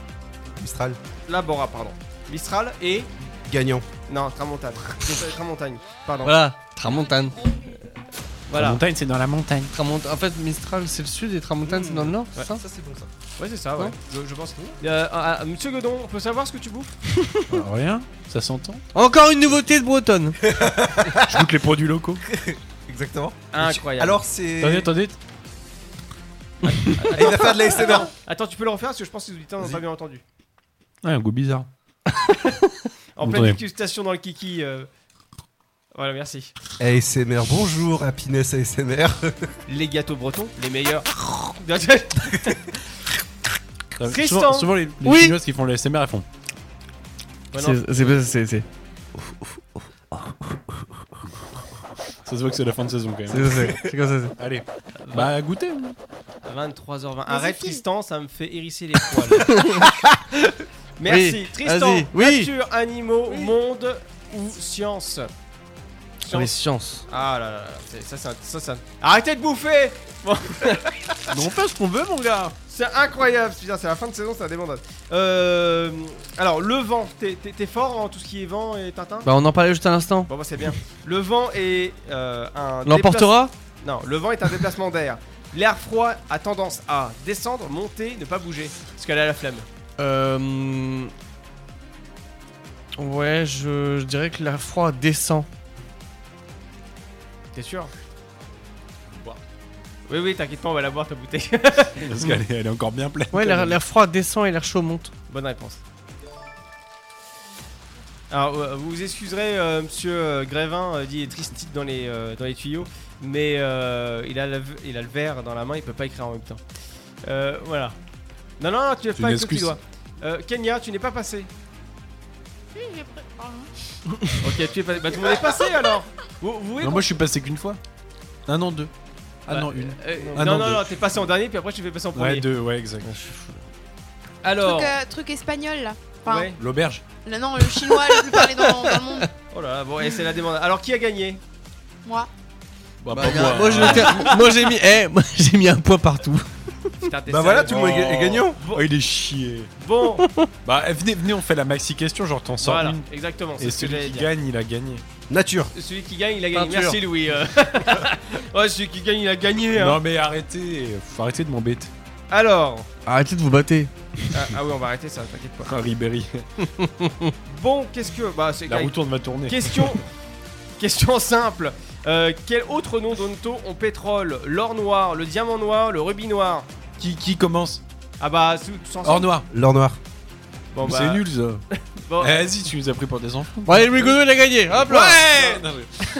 Speaker 6: Mistral.
Speaker 2: La Bora, pardon. Mistral et.
Speaker 6: Gagnant.
Speaker 2: Non, Tramontane. Euh, Tramontagne, pardon.
Speaker 13: Voilà, Tramontane.
Speaker 2: Voilà.
Speaker 13: Tramontane, c'est dans la montagne. en fait, Mistral, c'est le sud et Tramontane, c'est dans le nord,
Speaker 2: Ouais,
Speaker 13: c'est ça
Speaker 2: c'est bon ça. Ouais, c'est ça, ouais.
Speaker 13: Non
Speaker 2: Je, je pense que. Euh, ah, ah, Monsieur Godon, on peut savoir ce que tu bouffes
Speaker 3: Rien, ça s'entend.
Speaker 13: Encore une nouveauté de Bretonne.
Speaker 3: Je goûte les produits locaux.
Speaker 6: Exactement.
Speaker 2: Incroyable.
Speaker 6: Alors c'est.
Speaker 3: Attendez, attendez.
Speaker 6: Il va faire de la SMR.
Speaker 2: Attends, tu peux le refaire parce que je pense que les auditeurs n'ont pas bien entendu.
Speaker 3: Ah, un goût bizarre.
Speaker 2: En
Speaker 3: Vous
Speaker 2: pleine
Speaker 3: entendez.
Speaker 2: dégustation dans le kiki. euh, Voilà, merci.
Speaker 6: ASMR, bonjour, happiness ASMR.
Speaker 2: Les gâteaux bretons, les meilleurs.
Speaker 3: Euh,
Speaker 2: Tristan.
Speaker 3: Souvent, souvent les, les
Speaker 2: Oui.
Speaker 3: chinoises qui font le SMR, elles font.
Speaker 2: Ouais, non.
Speaker 13: C'est- C'est c'est- c'est-
Speaker 3: Ça se voit que c'est la fin de saison quand même.
Speaker 13: C'est- c'est- c'est comme ça, c'est-
Speaker 3: Allez. Bah, goûtez.
Speaker 2: 23h20.
Speaker 13: Mais
Speaker 2: Arrête
Speaker 13: c'est qui
Speaker 2: Tristan, ça me fait hérisser les poils. Merci.
Speaker 13: Oui,
Speaker 2: Tristan,
Speaker 13: vas-y, oui.
Speaker 2: nature, animaux, monde ou science
Speaker 13: Ah oui, science.
Speaker 2: Ah là là, là, c'est- ça c'est un- ça, c'est un- Arrêtez de bouffer Bon.
Speaker 13: Mais on fait ce qu'on veut, mon gars
Speaker 2: C'est incroyable, putain, c'est la fin de saison, c'est la débandade. Euh, alors, le vent, t'es- t'es t'es fort en tout ce qui est vent et tintin
Speaker 13: Bah, on en parlait juste à l'instant.
Speaker 2: Bon bah c'est bien. Le vent est euh, un.
Speaker 13: L'emportera
Speaker 2: déplace- Non, le vent est un déplacement d'air. L'air froid a tendance à descendre, monter, ne pas bouger. Parce qu'elle a la flamme.
Speaker 13: Euh... Ouais, je, je dirais que l'air froid descend.
Speaker 2: T'es sûr Bois. Oui, oui, t'inquiète pas, on va la boire ta bouteille.
Speaker 3: Parce qu'elle est, elle est encore bien pleine.
Speaker 13: Ouais,
Speaker 3: quand
Speaker 13: l'air
Speaker 3: même.
Speaker 13: l'air froid descend et l'air chaud monte.
Speaker 2: Bonne réponse. Alors, euh, vous vous excuserez, euh, monsieur euh, Grévin, euh, dit Tristite dans les, euh, dans les tuyaux, mais euh, il, a la- il a le verre dans la main, il peut pas écrire en même temps. Euh, voilà. Non, non, non, tu lèves
Speaker 3: C'est
Speaker 2: pas
Speaker 3: une
Speaker 2: le petit
Speaker 3: excuse.
Speaker 2: doigt. Euh, Kenya, tu n'es pas passé. ok, tu es passé. Bah, tout le monde est passé alors Vous, vous voyez
Speaker 3: Non, moi je suis passé qu'une fois. Un an, deux. Ah
Speaker 2: Bah,
Speaker 3: non, une.
Speaker 2: euh,
Speaker 3: Ah
Speaker 2: non, non,
Speaker 3: deux.
Speaker 2: non, t'es passé en dernier, puis après tu fais passer en premier.
Speaker 3: Ouais, deux, ouais, exact.
Speaker 2: Alors.
Speaker 5: Truc, euh, truc espagnol là. Enfin,
Speaker 2: Ouais.
Speaker 3: L'auberge.
Speaker 5: le- non, le chinois le plus parlé dans, dans le monde.
Speaker 2: Oh là là, bon, et c'est la demande. Alors, qui a gagné
Speaker 5: Moi.
Speaker 3: Bah,
Speaker 2: pas moi.
Speaker 13: moi, je l'ai- moi, j'ai mis, eh, moi, j'ai mis un point partout.
Speaker 2: Putain, t'es
Speaker 6: Bah voilà,
Speaker 2: sérieux
Speaker 6: tout le monde est
Speaker 3: Oh.
Speaker 6: est gagnant.
Speaker 3: Oh, il est chié.
Speaker 2: Bon,
Speaker 3: Bah, eh, venez, venez, on fait la maxi question, genre t'en sors
Speaker 2: voilà,
Speaker 3: une.
Speaker 2: exactement. c'est
Speaker 3: Et
Speaker 2: ce que
Speaker 3: celui
Speaker 2: j'allais
Speaker 3: qui
Speaker 2: dire.
Speaker 3: gagne, il a gagné.
Speaker 6: Nature.
Speaker 2: Celui qui gagne, il a gagné.
Speaker 13: Peinture.
Speaker 2: Merci Louis. euh. ouais, celui qui gagne, il a gagné. hein.
Speaker 3: Non, mais arrêtez. Faut arrêter de m'embêter.
Speaker 2: Alors,
Speaker 13: Arrêtez de vous battre.
Speaker 2: ah, ah oui, on va arrêter ça, t'inquiète pas.
Speaker 3: Ah, Ribéry.
Speaker 2: Bon, qu'est-ce que. Bah, c'est
Speaker 3: La roue tourne, va tourner.
Speaker 2: Question, question simple. Euh, quel autre nom donne-t-on au pétrole L'or noir, le diamant noir, le rubis noir
Speaker 3: Qui, qui commence
Speaker 2: Ah bah, sous- sans-
Speaker 3: Or noir.
Speaker 6: L'or noir.
Speaker 2: Bon,
Speaker 3: C'est
Speaker 2: bah,
Speaker 3: nul ça.
Speaker 2: bon.
Speaker 3: Eh, Vas-y, tu nous as pris pour des enfants.
Speaker 13: Bon, allez, Louis Godot, il a gagné. Hop là
Speaker 2: Ouais
Speaker 3: Non,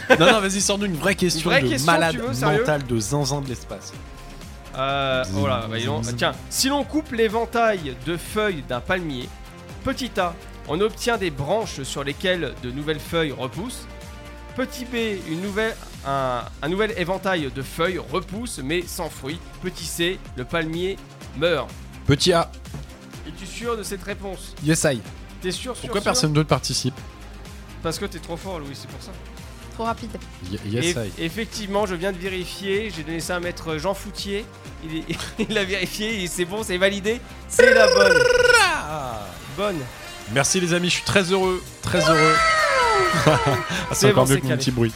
Speaker 3: mais- non, non, vas-y, sors-nous une vraie question
Speaker 2: vraie
Speaker 3: de
Speaker 2: question,
Speaker 3: malade
Speaker 2: tu veux, sérieux
Speaker 3: mental de zinzin de l'espace.
Speaker 2: Euh, oh là, bah, dis donc. Tiens, si l'on coupe l'éventail de feuilles d'un palmier, petit A, on obtient des branches sur lesquelles de nouvelles feuilles repoussent. Petit B, une nouvelle, un, un nouvel éventail de feuilles repousse mais sans fruit. Petit C, le palmier meurt.
Speaker 3: Petit A,
Speaker 2: Es-tu sûr de cette réponse
Speaker 3: yes I.
Speaker 2: T'es sûr, sûr
Speaker 3: Pourquoi
Speaker 2: sûr
Speaker 3: personne d'autre participe
Speaker 2: Parce que t'es trop fort, Louis, c'est pour ça.
Speaker 5: Trop rapide.
Speaker 3: Y- Yes
Speaker 2: Eff-
Speaker 3: I.
Speaker 2: Effectivement, je viens de vérifier. J'ai donné ça à maître Jean Foutier. Il, est- il l'a vérifié. il- C'est bon, c'est validé. C'est la bonne. Bonne.
Speaker 3: Merci les amis, je suis très heureux, très heureux. Ah,
Speaker 2: C'est
Speaker 3: c'est encore
Speaker 2: bon,
Speaker 3: mieux
Speaker 2: c'est
Speaker 3: que mon
Speaker 2: calé.
Speaker 3: petit bruit.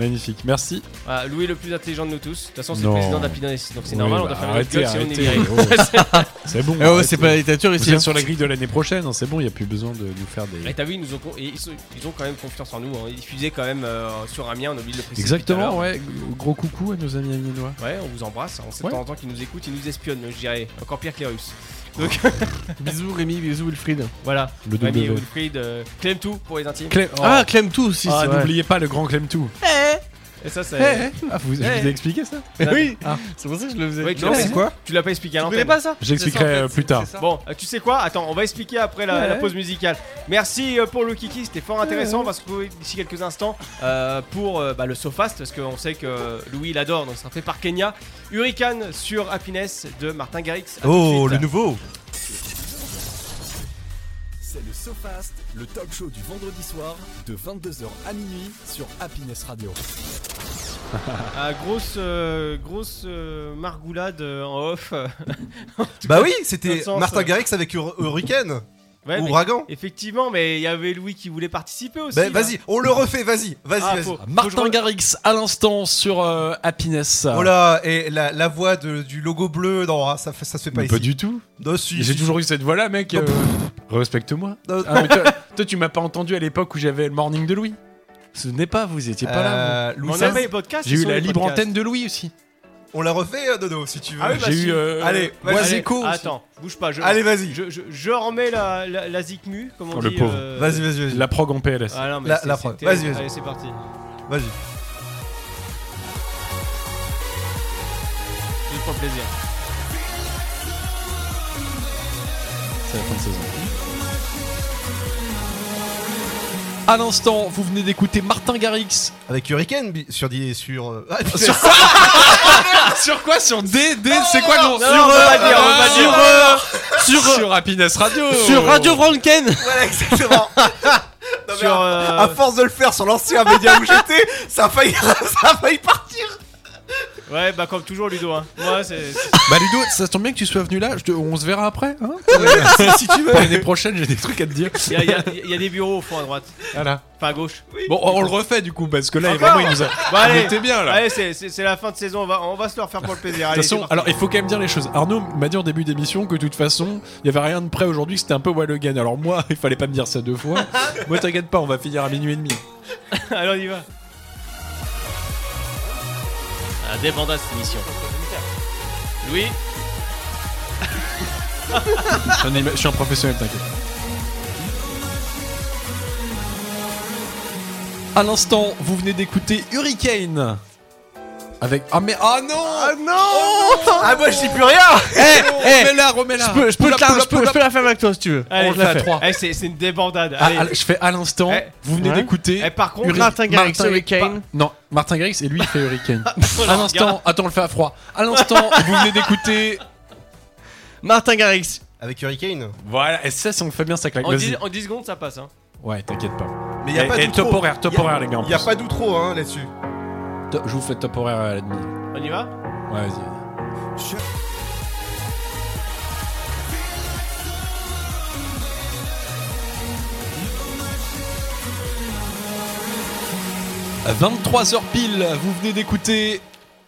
Speaker 3: Magnifique, merci.
Speaker 2: Voilà, Ah, Louis le plus intelligent de nous tous. De toute façon, c'est le
Speaker 3: Non.
Speaker 2: président d'Apiness, donc c'est
Speaker 3: Oui,
Speaker 2: normal. on
Speaker 3: bah,
Speaker 2: doit faire une
Speaker 3: arrêtez,
Speaker 2: gueule si on est
Speaker 3: arrêtez,
Speaker 2: viré.
Speaker 3: oh. C'est bon.
Speaker 13: Eh ouais,
Speaker 3: arrêtez.
Speaker 13: c'est pas la littérature
Speaker 3: Vous
Speaker 13: ici.
Speaker 3: êtes
Speaker 13: hein.
Speaker 3: sur la grille de l'année prochaine, hein, c'est bon, il n'y a plus besoin de nous faire des.
Speaker 2: Et t'as vu, ils nous ont con- et ils, sont- ils ont quand même confiance en nous. hein. Ils diffusaient quand même euh, sur Amiens. On oublie de le préciser.
Speaker 3: Exactement,
Speaker 2: tout à l'heure.
Speaker 3: ouais. Gros coucou à nos amis amiénois.
Speaker 2: Ouais, on vous embrasse. hein. On sait
Speaker 3: Ouais.
Speaker 2: de temps en temps qu'ils nous écoutent, ils nous espionnent. Je dirais encore pire que les Russes.
Speaker 3: Oh.
Speaker 2: Donc
Speaker 13: Bisous Rémi, bisous Wilfried.
Speaker 2: voilà.
Speaker 3: Le
Speaker 2: Rémi,
Speaker 3: W.
Speaker 2: Wilfried, euh, Clem tout pour les intimes.
Speaker 3: Clem- oh.
Speaker 13: Ah, Clem tout aussi,
Speaker 3: Ah,
Speaker 13: c'est vrai.
Speaker 3: n'oubliez pas le grand Clem tout.
Speaker 2: Et ça, c'est.
Speaker 3: Eh, eh. Ah, vous, je vous
Speaker 2: Eh.
Speaker 3: ai expliqué ça
Speaker 2: Ah.
Speaker 13: Oui,
Speaker 3: Ah.
Speaker 13: c'est pour ça que je le faisais.
Speaker 2: Ouais, tu
Speaker 13: Non,
Speaker 2: l'as
Speaker 13: c'est-
Speaker 2: pas-
Speaker 6: quoi
Speaker 2: Tu l'as pas expliqué à
Speaker 13: Vous
Speaker 2: l'antenne.
Speaker 13: voulez pas ça
Speaker 3: J'expliquerai
Speaker 13: C'est ça, en
Speaker 3: euh,
Speaker 13: fait,
Speaker 3: plus tard.
Speaker 13: c'est ça.
Speaker 2: Bon, euh, tu sais quoi Attends, on va expliquer après la, la
Speaker 13: Ouais.
Speaker 2: pause musicale. Merci euh, pour le kiki, c'était fort intéressant. On va se retrouver d'ici quelques instants euh, pour euh, bah, le SoFast, parce qu'on sait que Louis l'adore, donc ça fait par Kenya. Hurricane sur Happiness de Martin Garrix. À tout de
Speaker 6: Oh,
Speaker 2: suite.
Speaker 6: le nouveau.
Speaker 1: C'est le SoFast, le talk show du vendredi soir de 22h à minuit sur Happiness Radio.
Speaker 2: Ah, grosse euh, grosse euh, margoulade euh, en off.
Speaker 6: Bah oui, c'était Martin Garrix avec Hur- Hurricane.
Speaker 2: Ouais, mais-
Speaker 6: Ouragan.
Speaker 2: Effectivement, mais il y avait Louis qui voulait participer aussi.
Speaker 6: Bah,
Speaker 2: là.
Speaker 6: vas-y, on le refait, vas-y, vas-y,
Speaker 2: Ah,
Speaker 6: vas-y.
Speaker 2: faut- faut que je
Speaker 3: Martin
Speaker 2: re-
Speaker 3: Garrix à l'instant sur euh, Happiness.
Speaker 6: Oh là, et la, la voix de- du logo bleu, non, ah, ça, fait- ça se fait pas
Speaker 3: Mais
Speaker 6: ici.
Speaker 3: pas du tout.
Speaker 6: Non, si,
Speaker 3: J'ai
Speaker 6: si.
Speaker 3: toujours eu cette voix-là, mec.
Speaker 6: Non,
Speaker 3: euh,
Speaker 6: pff.
Speaker 3: Respecte-moi.
Speaker 6: Non.
Speaker 3: Ah, mais toi, toi, tu m'as pas entendu à l'époque où j'avais le morning de Louis. Ce n'est pas, vous étiez pas là.
Speaker 6: Euh,
Speaker 3: vous.
Speaker 6: Louis On a XVI. pas les podcasts,
Speaker 3: J'ai
Speaker 6: ils
Speaker 3: eu
Speaker 6: sont
Speaker 3: la
Speaker 6: les
Speaker 3: libre
Speaker 6: podcasts.
Speaker 3: antenne de Louis aussi.
Speaker 6: On la refait, euh, Dodo, si tu veux.
Speaker 2: Ah oui, bah,
Speaker 3: J'ai
Speaker 2: si.
Speaker 3: eu. euh,
Speaker 6: Allez, vas-y.
Speaker 3: Oiseco aussi.
Speaker 2: Attends, bouge pas. Je,
Speaker 6: Allez, vas-y.
Speaker 2: Je, je- je remets la, la, la zikmu, comme on
Speaker 3: Oh, le
Speaker 2: dit.
Speaker 3: pauvre.
Speaker 2: euh,
Speaker 6: Vas-y, vas-y, vas-y.
Speaker 3: La prog en PLS.
Speaker 2: Ah non, mais
Speaker 6: La-
Speaker 2: c'est-
Speaker 6: la
Speaker 2: c'est
Speaker 6: prog.
Speaker 2: terrible.
Speaker 6: Vas-y, vas-y.
Speaker 2: Allez, c'est parti.
Speaker 6: Vas-y.
Speaker 2: Juste pour le plaisir.
Speaker 3: C'est la fin de saison.
Speaker 6: Ah.
Speaker 3: À l'instant, vous venez d'écouter Martin Garrix.
Speaker 6: Avec Hurricane, bi- sur. des- sur euh, ah, putain.
Speaker 3: Sur quoi Ah, Sur quoi Sur D, D, c'est quoi non,
Speaker 6: non,
Speaker 3: Sur
Speaker 6: non, on
Speaker 3: euh,
Speaker 6: va pas dire, E. on va pas dire.
Speaker 3: euh, sur sur Happiness Radio.
Speaker 14: Sur Radio Franken
Speaker 6: Voilà, exactement. Non, mais
Speaker 2: Sur,
Speaker 6: à,
Speaker 2: euh,
Speaker 6: à force de le faire sur l'ancien média où j'étais, ça a failli, ça a failli partir.
Speaker 2: Ouais, bah comme toujours, Ludo. Hein. Moi, c'est. c'est-
Speaker 3: Bah Ludo, ça se tombe bien que tu sois venu là. je te- On se verra après. Hein
Speaker 6: si tu veux.
Speaker 3: Pour L'année prochaine, j'ai des trucs à te dire.
Speaker 2: Il y, a- il y a- il y a des bureaux au fond à droite.
Speaker 3: Voilà.
Speaker 2: Enfin, à gauche.
Speaker 3: Bon, on le refait du coup parce que là,
Speaker 2: Encore
Speaker 3: vraiment, il nous a.
Speaker 2: Bah,
Speaker 3: il
Speaker 2: allez,
Speaker 3: était bien là.
Speaker 2: Allez, c'est- c'est c'est la fin de saison. On va, on va se le refaire pour le plaisir.
Speaker 3: De
Speaker 2: Allez,
Speaker 3: toute
Speaker 2: c'est
Speaker 3: façon,
Speaker 2: parti.
Speaker 3: alors il faut quand même dire les choses. Arnaud m'a dit en début d'émission que de toute façon, il n'y avait rien de prêt aujourd'hui, que c'était un peu Wall again. Alors moi, il fallait pas me dire ça deux fois. moi, t'inquiète pas, on va finir à minuit et demi.
Speaker 2: Alors on y va. À la débandade cette émission. Louis
Speaker 3: J'en ai- Je suis un professionnel, t'inquiète. À l'instant, vous venez d'écouter Hurricane avec ah mais ah non ah non
Speaker 6: Ah, moi, je dis plus rien.
Speaker 3: Eh, eh, remets-la, remets-la.
Speaker 13: Je peux, je peux
Speaker 3: Poula,
Speaker 13: te la-
Speaker 3: poula,
Speaker 13: je peux- je peux la faire avec toi si tu veux.
Speaker 2: Allez,
Speaker 3: On le fait à
Speaker 2: fait.
Speaker 3: trois.
Speaker 2: Eh, c'est c'est une débandade.
Speaker 3: Ah,
Speaker 2: Allez.
Speaker 3: ah, je fais à l'instant,
Speaker 2: Eh,
Speaker 3: vous venez
Speaker 2: ouais.
Speaker 3: d'écouter.
Speaker 2: Eh, par contre,
Speaker 3: Hurri-
Speaker 2: Martin Garrix, Hurricane.
Speaker 3: pa- non, Martin Garrix et lui il fait Hurricane. à
Speaker 2: regarde.
Speaker 3: l'instant, attends, on le fait à froid. À l'instant, vous venez d'écouter.
Speaker 13: Martin Garrix.
Speaker 6: Avec Hurricane.
Speaker 3: Voilà, et ça, si on le fait bien, ça claque.
Speaker 2: En
Speaker 3: Vas-y.
Speaker 2: 10, en 10 secondes, ça passe. Hein.
Speaker 3: Ouais, t'inquiète pas. Eh,
Speaker 6: Mais y a
Speaker 3: et,
Speaker 6: pas
Speaker 3: et
Speaker 6: d'outro.
Speaker 3: top horaire, top
Speaker 6: Y a-
Speaker 3: horaire, les gars. en
Speaker 6: Y a
Speaker 3: plus.
Speaker 6: pas d'outro, hein, là-dessus.
Speaker 3: To- Je vous fais top horaire à la demi. Ouais,
Speaker 2: On y va
Speaker 3: vas-y, vas-y. À 23h pile, vous venez d'écouter.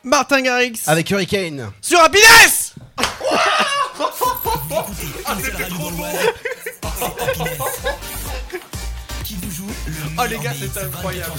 Speaker 13: Martin Garrix.
Speaker 3: Ah.
Speaker 6: Avec Hurricane.
Speaker 13: Sur Happiness
Speaker 3: Oh les gars, c'est incroyable.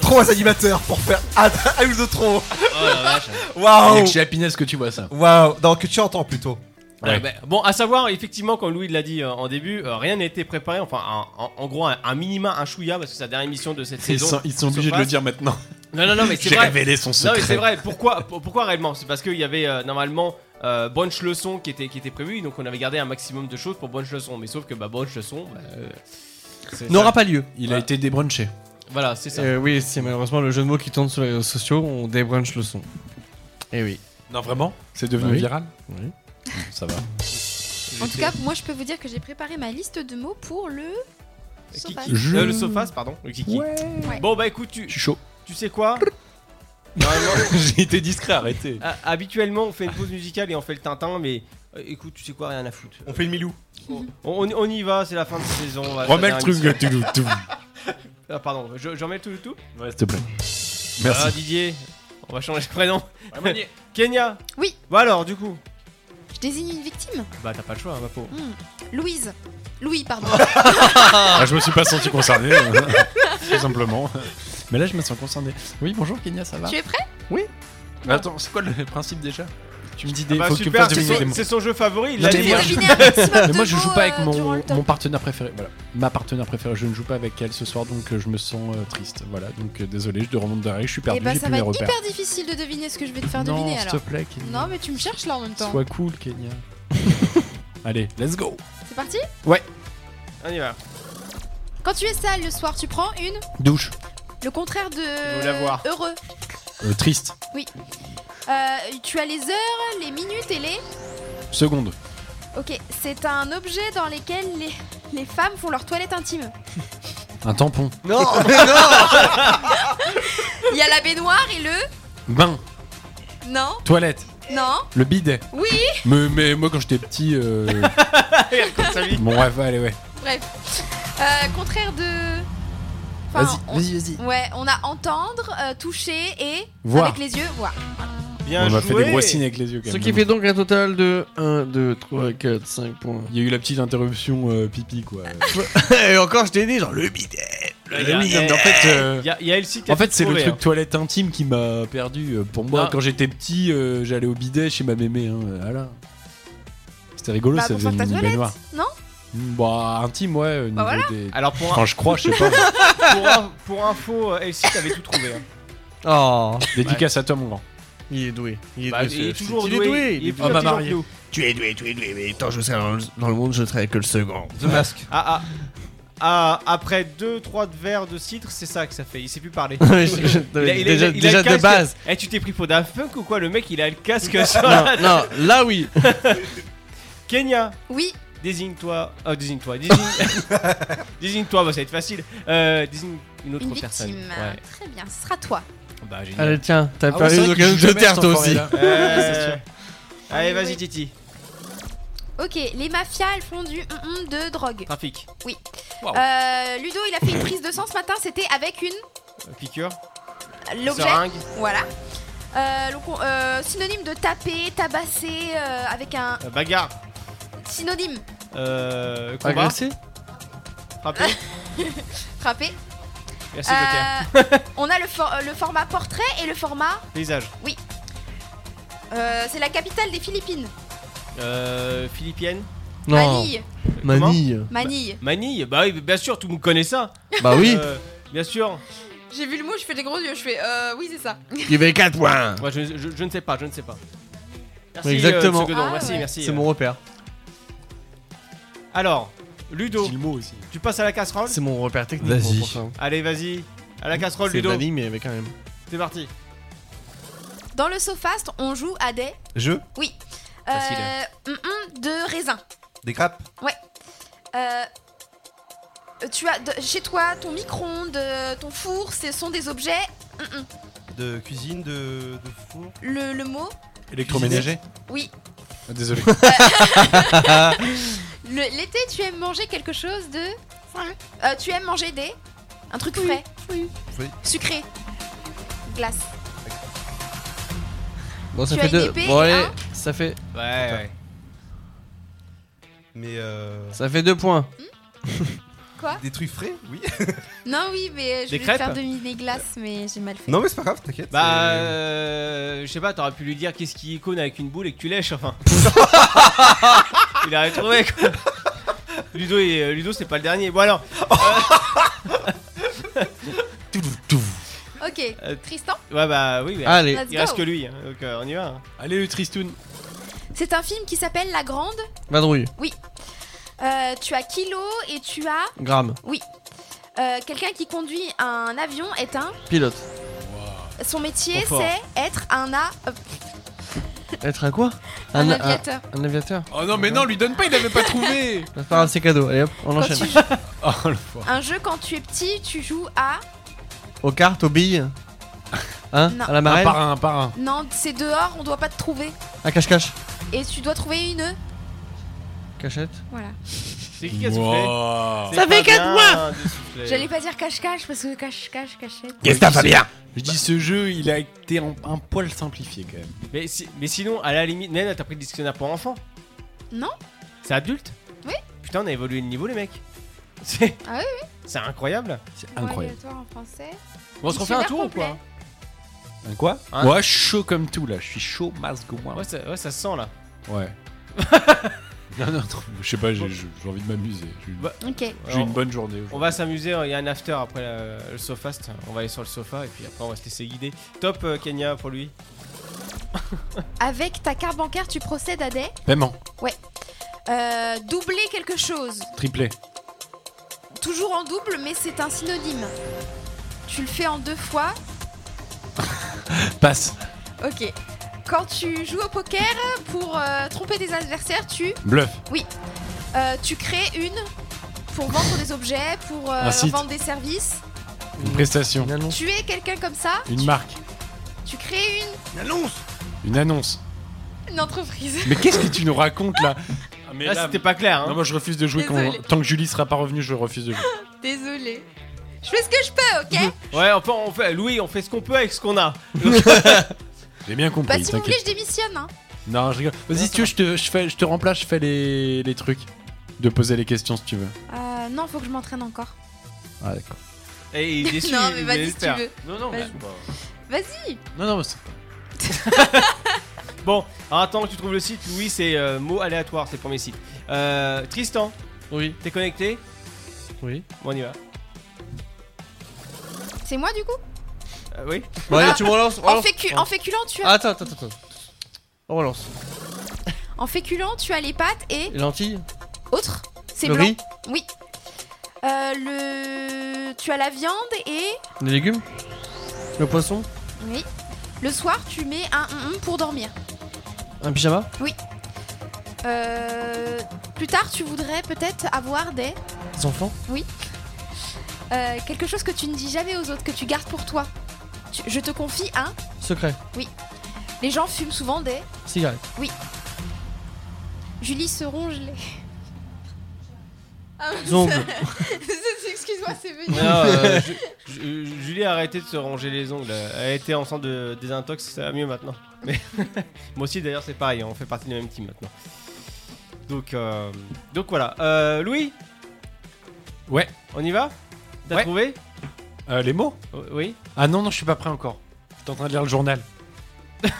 Speaker 6: Trois animateurs pour faire un un ou deux trop.
Speaker 2: Oh la vache.
Speaker 3: Et
Speaker 6: Waouh.
Speaker 3: que chez Happiness que tu vois ça.
Speaker 6: Waouh. Non, que tu entends plutôt.
Speaker 3: Ouais.
Speaker 2: Ouais, bah, bon, à savoir, effectivement, comme Louis l'a dit euh, en début, euh, rien n'a été préparé. Enfin, un- en, en gros, un, un minima, un chouïa, parce que c'est la dernière émission de cette
Speaker 3: Ils
Speaker 2: saison.
Speaker 3: sont, ils sont
Speaker 2: se
Speaker 3: obligés de le
Speaker 2: passe.
Speaker 3: dire maintenant.
Speaker 2: Non, non, non, mais c'est
Speaker 3: J'ai
Speaker 2: vrai.
Speaker 3: révélé son
Speaker 2: Non, mais
Speaker 3: secret.
Speaker 2: c'est vrai. Pourquoi, pour- pourquoi réellement C'est parce qu'il y avait euh, normalement euh, Bunch Leçon qui était, qui était prévu, donc on avait gardé un maximum de choses pour Bunch Leçon. Mais sauf que bah, Bunch Leçon. bah, euh, c'est-
Speaker 13: N'aura pas lieu.
Speaker 3: Il a été débrunché.
Speaker 2: Voilà, c'est ça.
Speaker 13: Euh, oui, c'est malheureusement le jeu de mots qui tourne sur les réseaux sociaux. On débrunch le son. Eh oui.
Speaker 3: Non, vraiment C'est devenu
Speaker 13: Bah oui.
Speaker 3: viral
Speaker 13: Oui.
Speaker 3: Ça va.
Speaker 5: En tout cas, moi je peux vous dire que j'ai préparé ma liste de mots pour le. Sofa.
Speaker 2: Kiki. Euh, le Sofas, pardon. Le Kiki.
Speaker 5: Ouais.
Speaker 2: Bon, bah écoute, tu,
Speaker 3: Je suis chaud.
Speaker 2: tu sais quoi Normalement,
Speaker 3: J'ai été discret, arrêtez.
Speaker 2: Ah, Habituellement, on fait une pause musicale et on fait le Tintin, mais euh, écoute, tu sais quoi, rien à foutre.
Speaker 6: On fait le Milou.
Speaker 2: On, on- on y va, c'est la fin de saison. on va faire
Speaker 3: Remets le
Speaker 2: un
Speaker 3: truc,
Speaker 2: petit-
Speaker 3: tout, tout.
Speaker 2: Ah, pardon, je- j'en mets tout le tout.
Speaker 3: Ouais, s'il te plaît.
Speaker 2: Ah,
Speaker 3: Merci.
Speaker 2: Didier, on va changer de prénom.
Speaker 13: Bah,
Speaker 2: Kenya
Speaker 5: Oui.
Speaker 2: Bah alors, du coup
Speaker 5: Je désigne une victime.
Speaker 2: Bah, t'as pas le choix, hein, ma pauvre.
Speaker 5: Hmm. Louise. Louis, pardon.
Speaker 3: Ah, je me suis pas senti concerné, euh, tout simplement. Mais là, je me sens concerné. Oui, bonjour Kenya, ça va
Speaker 5: tu es prêt
Speaker 3: Mais Attends, c'est quoi le principe déjà Tu me dis des.
Speaker 2: Ah bah,
Speaker 3: faut que tu me
Speaker 2: super,
Speaker 3: fasses
Speaker 2: c'est
Speaker 3: deviner des
Speaker 2: son,
Speaker 3: mots.
Speaker 2: c'est son jeu favori. Il
Speaker 3: Non,
Speaker 2: l'a
Speaker 3: mais
Speaker 2: dit.
Speaker 3: moi,
Speaker 2: hein.
Speaker 3: je-
Speaker 5: Imaginez un maximum
Speaker 3: Mais moi
Speaker 5: de
Speaker 3: je
Speaker 5: mots,
Speaker 3: joue pas avec
Speaker 5: euh, durant
Speaker 3: mon,
Speaker 5: le temps.
Speaker 3: mon partenaire préféré. Voilà. Ma partenaire préférée, je ne joue pas avec elle ce soir donc euh, je me sens euh, triste. Voilà, donc euh, désolé, je te remonte derrière, je suis perdu,
Speaker 5: Et bah
Speaker 3: j'ai
Speaker 5: ça
Speaker 3: plus
Speaker 5: va
Speaker 3: mes
Speaker 5: être
Speaker 3: repères.
Speaker 5: hyper difficile de deviner ce que je vais te faire
Speaker 3: non,
Speaker 5: deviner
Speaker 3: s'il te
Speaker 5: alors.
Speaker 3: plaît, Kenya.
Speaker 5: Non, mais tu me cherches là en même temps.
Speaker 3: Sois cool, Kenya. Allez, let's go.
Speaker 5: C'est parti
Speaker 2: On y va.
Speaker 5: Quand tu es sale le soir, tu prends une.
Speaker 3: Douche.
Speaker 5: Le contraire de.
Speaker 2: Vous la voir.
Speaker 5: Heureux.
Speaker 3: Euh, triste.
Speaker 5: Oui. Euh, tu as les heures, les minutes et les.
Speaker 3: Seconde.
Speaker 5: Ok, c'est un objet dans lequel les, les femmes font leur toilette intime.
Speaker 3: Un tampon.
Speaker 13: Non,
Speaker 5: Il y a la baignoire et le.
Speaker 3: Bain,
Speaker 5: Non
Speaker 3: toilette,
Speaker 5: Non
Speaker 3: le bidet.
Speaker 5: Oui
Speaker 3: Mais, mais moi quand j'étais petit. euh, bon, bref, allez, ouais.
Speaker 5: Bref. Euh, contraire de.
Speaker 3: Vas-y,
Speaker 5: on-
Speaker 3: vas-y, vas-y.
Speaker 5: Ouais, on a entendre, euh, toucher et.
Speaker 3: Voir.
Speaker 5: Avec les yeux, voir.
Speaker 2: Bien
Speaker 3: On m'a fait
Speaker 2: joué.
Speaker 3: des voicines avec les yeux quand
Speaker 13: Ce
Speaker 3: même.
Speaker 13: qui fait donc un total de 1, 2, 3, 4, 5 points.
Speaker 3: Il y a eu la petite interruption euh, pipi quoi.
Speaker 5: Ah,
Speaker 13: Et encore, je t'ai dit, genre le bidet.
Speaker 2: Il
Speaker 3: Le bidet, mais en fait, euh,
Speaker 2: y a- il y a Elsie qui a
Speaker 3: en fait,
Speaker 2: tout
Speaker 3: c'est le
Speaker 2: trouvé,
Speaker 3: truc
Speaker 2: hein.
Speaker 3: toilette intime qui m'a perdu. euh, Pour moi,
Speaker 2: Ah.
Speaker 3: quand j'étais petit, euh, j'allais au bidet chez ma mémé. Hein, euh, voilà. C'était rigolo,
Speaker 5: Bah,
Speaker 3: ça
Speaker 5: pour
Speaker 3: faisait
Speaker 5: faire
Speaker 3: une
Speaker 5: ta
Speaker 3: mini
Speaker 5: toilette,
Speaker 3: baignoire.
Speaker 5: non
Speaker 3: Mm, Bah, intime, ouais. au niveau
Speaker 5: voilà.
Speaker 3: des-
Speaker 2: Alors pour un-
Speaker 3: Enfin, je crois, je sais pas.
Speaker 2: pour, un- pour info, euh, Elsie, t'avais tout trouvé. hein.
Speaker 13: Oh.
Speaker 3: Dédicace à toi, mon grand.
Speaker 13: Il est doué. Il est
Speaker 2: Bah,
Speaker 13: doué.
Speaker 2: il est
Speaker 13: ce-
Speaker 2: toujours
Speaker 13: il
Speaker 2: doué.
Speaker 13: doué.
Speaker 2: Il est plus
Speaker 13: doué.
Speaker 2: intelligent que nous.
Speaker 13: Tu es doué, tu es doué. Mais attends, je serai dans le, dans le monde, je serai que le second.
Speaker 6: The Mask.
Speaker 2: Ah, ah. Ah, après 2-3 verres de citre, c'est ça que ça fait. Il sait plus parler.
Speaker 13: Ouais, je- je- déjà-
Speaker 2: le
Speaker 13: déjà de
Speaker 2: casque-
Speaker 13: base.
Speaker 2: Eh, tu t'es pris pour Daft Punk ou quoi Le mec, il a le casque sur
Speaker 13: non,
Speaker 2: la-
Speaker 13: non, là oui.
Speaker 2: Kenya
Speaker 5: Oui.
Speaker 2: Désigne-toi. Oh, désigne-toi. Désigne... désigne-toi, bah, ça va être facile. Euh, désigne une autre
Speaker 5: Une victime.
Speaker 2: personne. Ouais.
Speaker 5: Très bien, ce sera toi.
Speaker 2: Bah, génial.
Speaker 13: Allez, tiens, t'as
Speaker 2: Ah
Speaker 13: pas
Speaker 2: ouais, c'est
Speaker 13: eu
Speaker 2: vrai qu'il
Speaker 13: l'occasion
Speaker 2: joue
Speaker 13: de
Speaker 2: jamais,
Speaker 13: taire
Speaker 2: cet
Speaker 13: toi
Speaker 2: enfoiré,
Speaker 13: aussi.
Speaker 2: là. Euh,
Speaker 13: C'est sûr.
Speaker 2: Allez,
Speaker 5: Oui,
Speaker 2: vas-y,
Speaker 5: oui.
Speaker 2: Titi.
Speaker 5: Ok, les mafias, elles font du hum hum de drogue.
Speaker 2: Trafic.
Speaker 5: Oui.
Speaker 2: Wow.
Speaker 5: Euh, Ludo, il a fait une prise de sang ce matin, c'était avec une.
Speaker 2: Euh, Piqûre.
Speaker 5: L'objet.
Speaker 2: Seringue.
Speaker 5: Voilà. Euh, donc on- euh, synonyme de taper, tabasser, euh, avec un
Speaker 2: Euh, bagarre.
Speaker 5: synonyme.
Speaker 2: Euh, combat.
Speaker 13: Agressé
Speaker 2: Frappé.
Speaker 5: Frapper.
Speaker 2: Merci,
Speaker 5: Euh,
Speaker 2: Joker.
Speaker 5: on a le, for- euh, le format portrait et le format.
Speaker 2: Paysage.
Speaker 5: Oui. Euh, c'est la capitale des Philippines.
Speaker 2: Euh, philippienne.
Speaker 13: Non.
Speaker 5: Manille.
Speaker 2: Comment
Speaker 13: Manille.
Speaker 5: Manille.
Speaker 2: Bah, Manille. Bah oui, bien sûr, tout le monde connaît ça.
Speaker 13: Bah oui.
Speaker 2: Euh, bien sûr.
Speaker 5: Bah, J'ai vu le mot, je fais des gros yeux, je fais euh, oui, c'est ça.
Speaker 13: Il fait 4 points.
Speaker 2: Moi, je, je- je ne sais pas, je ne sais pas. Merci,
Speaker 13: Exactement.
Speaker 2: euh, Tsugodon,
Speaker 5: Ah,
Speaker 2: merci,
Speaker 5: ouais.
Speaker 2: merci.
Speaker 13: C'est
Speaker 2: euh.
Speaker 13: mon repère.
Speaker 2: Alors, Ludo. Tu passes à la casserole
Speaker 13: C'est mon repère technique.
Speaker 2: Vas-y.
Speaker 13: mon prochain.
Speaker 2: Allez, vas-y. À la casserole,
Speaker 13: C'est
Speaker 2: Ludo.
Speaker 13: vanille, mais avec un M.
Speaker 2: C'est parti.
Speaker 5: Dans le Sofast, on joue à des.
Speaker 6: Jeu
Speaker 5: Oui.
Speaker 6: Facile.
Speaker 5: Euh, hum, hum de raisin.
Speaker 6: Des grappes
Speaker 5: Ouais. Euh, tu as de- chez toi ton micro-ondes, euh, ton four, ce sont des objets. Hum, hum.
Speaker 6: De cuisine, de, de four
Speaker 5: Le, le mot
Speaker 3: Électroménager
Speaker 5: Oui.
Speaker 3: Ah, Désolé.
Speaker 5: Le- L'été, tu aimes manger quelque chose de. Euh, tu aimes manger des. Un truc frais.
Speaker 6: Fruits.
Speaker 5: Sucré. Glace.
Speaker 13: Bon, ça
Speaker 5: Tu as
Speaker 13: fait
Speaker 5: une
Speaker 13: deux.
Speaker 5: épée hein
Speaker 13: Bon,
Speaker 5: et
Speaker 13: allez,
Speaker 5: un
Speaker 13: ça fait,
Speaker 2: Ouais, ouais.
Speaker 6: Mais euh...
Speaker 13: ça fait deux points.
Speaker 5: Quoi
Speaker 6: Des trucs frais Oui.
Speaker 5: Non, oui, mais euh, je
Speaker 2: Des
Speaker 5: voulais te faire
Speaker 2: crêpes Euh.
Speaker 5: deviner glace, mais j'ai mal fait.
Speaker 6: non mais c'est pas grave, t'inquiète.
Speaker 2: Bah,
Speaker 6: c'est-
Speaker 2: euh, je sais pas, t'aurais pu lui dire qu'est-ce qui icône avec une boule et que tu lèches, enfin. il aurait trouvé quoi. Ludo, et, euh, Ludo c'est pas le dernier. Bon alors.
Speaker 5: Ok,
Speaker 2: Euh,
Speaker 5: Tristan,
Speaker 2: Ouais, bah oui. ouais.
Speaker 13: Allez.
Speaker 5: Let's
Speaker 2: Il
Speaker 5: go.
Speaker 2: reste que lui, hein, donc euh, on y va.
Speaker 3: Allez, le Tristoun.
Speaker 5: c'est un film qui s'appelle La Grande.
Speaker 13: Vadrouille.
Speaker 5: Oui. Euh, tu as kilo et tu as.
Speaker 13: Gramme.
Speaker 5: Oui. Euh, Quelqu'un qui conduit un avion est un.
Speaker 13: Pilote.
Speaker 5: Son métier,
Speaker 13: Trop fort.
Speaker 5: c'est être un a. euh,
Speaker 13: Être un quoi
Speaker 5: Un aviateur.
Speaker 13: Un, un aviateur.
Speaker 3: Oh non, mais non, lui donne pas, il avait pas trouvé.
Speaker 13: C'est pas grave, c'est cadeau. Allez hop, on
Speaker 5: Quand
Speaker 13: enchaîne.
Speaker 5: tu joues-
Speaker 3: oh le
Speaker 5: un jeu quand tu es petit, tu joues à.
Speaker 13: Aux cartes, aux billes. Hein
Speaker 5: Non.
Speaker 13: À la marelle.
Speaker 3: Un par un, un par un.
Speaker 5: Non, c'est dehors, on doit pas te trouver.
Speaker 13: À cache-cache.
Speaker 5: Et tu dois trouver une.
Speaker 2: Euh.
Speaker 13: Cachette.
Speaker 5: Voilà.
Speaker 2: C'est qui qui a soufflé
Speaker 3: Wow.
Speaker 2: C'est
Speaker 5: Ça
Speaker 2: pas
Speaker 5: fait quatre
Speaker 2: bien
Speaker 5: mois
Speaker 2: de souffler.
Speaker 5: J'allais pas dire cache-cache parce que cache-cache, cachette.
Speaker 3: Qu'est-ce Fabien Je dis ce jeu, il a été un, un poil simplifié quand même.
Speaker 2: Mais, si- mais sinon, à la limite, Nena, t'as pris le dictionnaire pour enfants
Speaker 5: Non
Speaker 2: C'est adulte
Speaker 5: Oui.
Speaker 2: Putain, on a évolué de niveau, les mecs. C'est
Speaker 5: Ah oui, oui.
Speaker 2: c'est incroyable.
Speaker 3: C'est
Speaker 5: Mot
Speaker 3: incroyable.
Speaker 5: aléatoire en français.
Speaker 2: Bon, on se refait un
Speaker 5: Dictionnaire
Speaker 2: tour ou
Speaker 5: complet.
Speaker 2: quoi
Speaker 3: Un quoi
Speaker 2: Hein
Speaker 3: Ouais, chaud comme tout là, je suis chaud masque moi.
Speaker 2: Ah ouais ça, ouais, ça se sent là.
Speaker 3: Ouais. non, non, non, je sais pas, j'ai j'ai- j'ai envie de m'amuser. J'ai une-
Speaker 2: Bah,
Speaker 5: Ok.
Speaker 3: J'ai une
Speaker 2: Alors,
Speaker 3: bonne journée.
Speaker 2: On va s'amuser, il y a un after après euh, le sofast. On va aller sur le sofa et puis après on va se laisser guider. Top euh, Kenya pour lui.
Speaker 5: Avec ta carte bancaire, tu procèdes à des.
Speaker 3: Paiement,
Speaker 5: Ouais. Euh, doubler quelque chose.
Speaker 3: triplé,
Speaker 5: Toujours en double, mais c'est un synonyme. Tu le fais en deux fois.
Speaker 3: passe,
Speaker 5: Ok. Quand tu joues au poker, pour euh, tromper des adversaires, tu.
Speaker 3: Bluff.
Speaker 5: Oui. Euh, tu crées une pour vendre des objets, pour euh,
Speaker 3: Un site.
Speaker 5: vendre des services.
Speaker 3: Une prestation. Une annonce.
Speaker 5: Tu es quelqu'un comme ça,
Speaker 3: Une marque.
Speaker 5: tu crées une.
Speaker 6: Une annonce
Speaker 3: Une annonce.
Speaker 5: Une entreprise.
Speaker 3: Mais qu'est-ce que tu nous racontes là Ah, mais
Speaker 2: Là, c'était pas clair. hein.
Speaker 3: Non, moi je refuse de jouer quand-
Speaker 5: Désolée.
Speaker 3: tant que Julie sera pas revenue, je refuse de jouer.
Speaker 5: Désolée. Je fais ce que je peux, ok
Speaker 2: Ouais, enfin, on fait, Louis, on fait ce qu'on peut avec ce qu'on a.
Speaker 3: J'ai bien compris.
Speaker 5: Bah, si vous
Speaker 3: t'inquiète.
Speaker 5: voulez, je démissionne. Hein.
Speaker 3: Non, je rigole. Vas-y, si tu veux, je te, je fais- je te remplace, je fais les, les trucs. De poser les questions si tu veux.
Speaker 5: Euh, non, faut que je m'entraîne encore.
Speaker 3: Ah, d'accord.
Speaker 2: Et il est déçu,
Speaker 5: non,
Speaker 2: il
Speaker 5: mais vas-y si tu
Speaker 2: désespère.
Speaker 5: veux.
Speaker 2: Non, non, mais-
Speaker 5: Vas-y. Vas-y.
Speaker 3: Non, non, mais c'est-
Speaker 2: Bon, alors Ah, attends que tu trouves le site. Louis, c'est euh, mots aléatoires, c'est le premier site. Euh, Tristan,
Speaker 13: oui.
Speaker 2: t'es connecté
Speaker 13: Oui.
Speaker 2: Bon, on y va.
Speaker 5: C'est moi du coup
Speaker 2: Euh, oui
Speaker 13: Bon, allez, tu me relances,
Speaker 5: en,
Speaker 13: relance.
Speaker 5: fécu- en féculent, tu as...
Speaker 13: Attends, attends, attends. attends. On relance. Ah.
Speaker 5: en féculent, tu as les pâtes et.
Speaker 13: Les lentilles
Speaker 5: Autre C'est
Speaker 13: Le
Speaker 5: blanc
Speaker 13: riz
Speaker 5: Oui. Euh, le. Tu as la viande et.
Speaker 13: Les légumes Le poisson
Speaker 5: Oui. Le soir, tu mets un hum, hum pour dormir.
Speaker 13: Un pyjama
Speaker 5: Oui. Euh, plus tard, tu voudrais peut-être avoir des.
Speaker 13: Des enfants
Speaker 5: Oui. Euh, quelque chose que tu ne dis jamais aux autres, que tu gardes pour toi. Tu- Je te confie un.
Speaker 13: Secret
Speaker 5: Oui. Les gens fument souvent des.
Speaker 13: Cigarette
Speaker 5: Oui. Julie se ronge les. Ah,
Speaker 13: Les ongles.
Speaker 5: ça- Excuse-moi, c'est venu.
Speaker 2: Non, euh, Ju- Ju- Julie a arrêté de se ranger les ongles. Elle était en centre de désintox, ça va mieux maintenant. Mais moi aussi, d'ailleurs, c'est pareil. On fait partie du même team maintenant. Donc, euh, donc voilà. Euh, Louis
Speaker 3: Ouais.
Speaker 2: On y va T'as
Speaker 3: Ouais.
Speaker 2: trouvé
Speaker 3: Euh, les mots
Speaker 2: Oui.
Speaker 3: Ah non, non, je suis pas prêt encore. Je suis en train de lire le journal. non,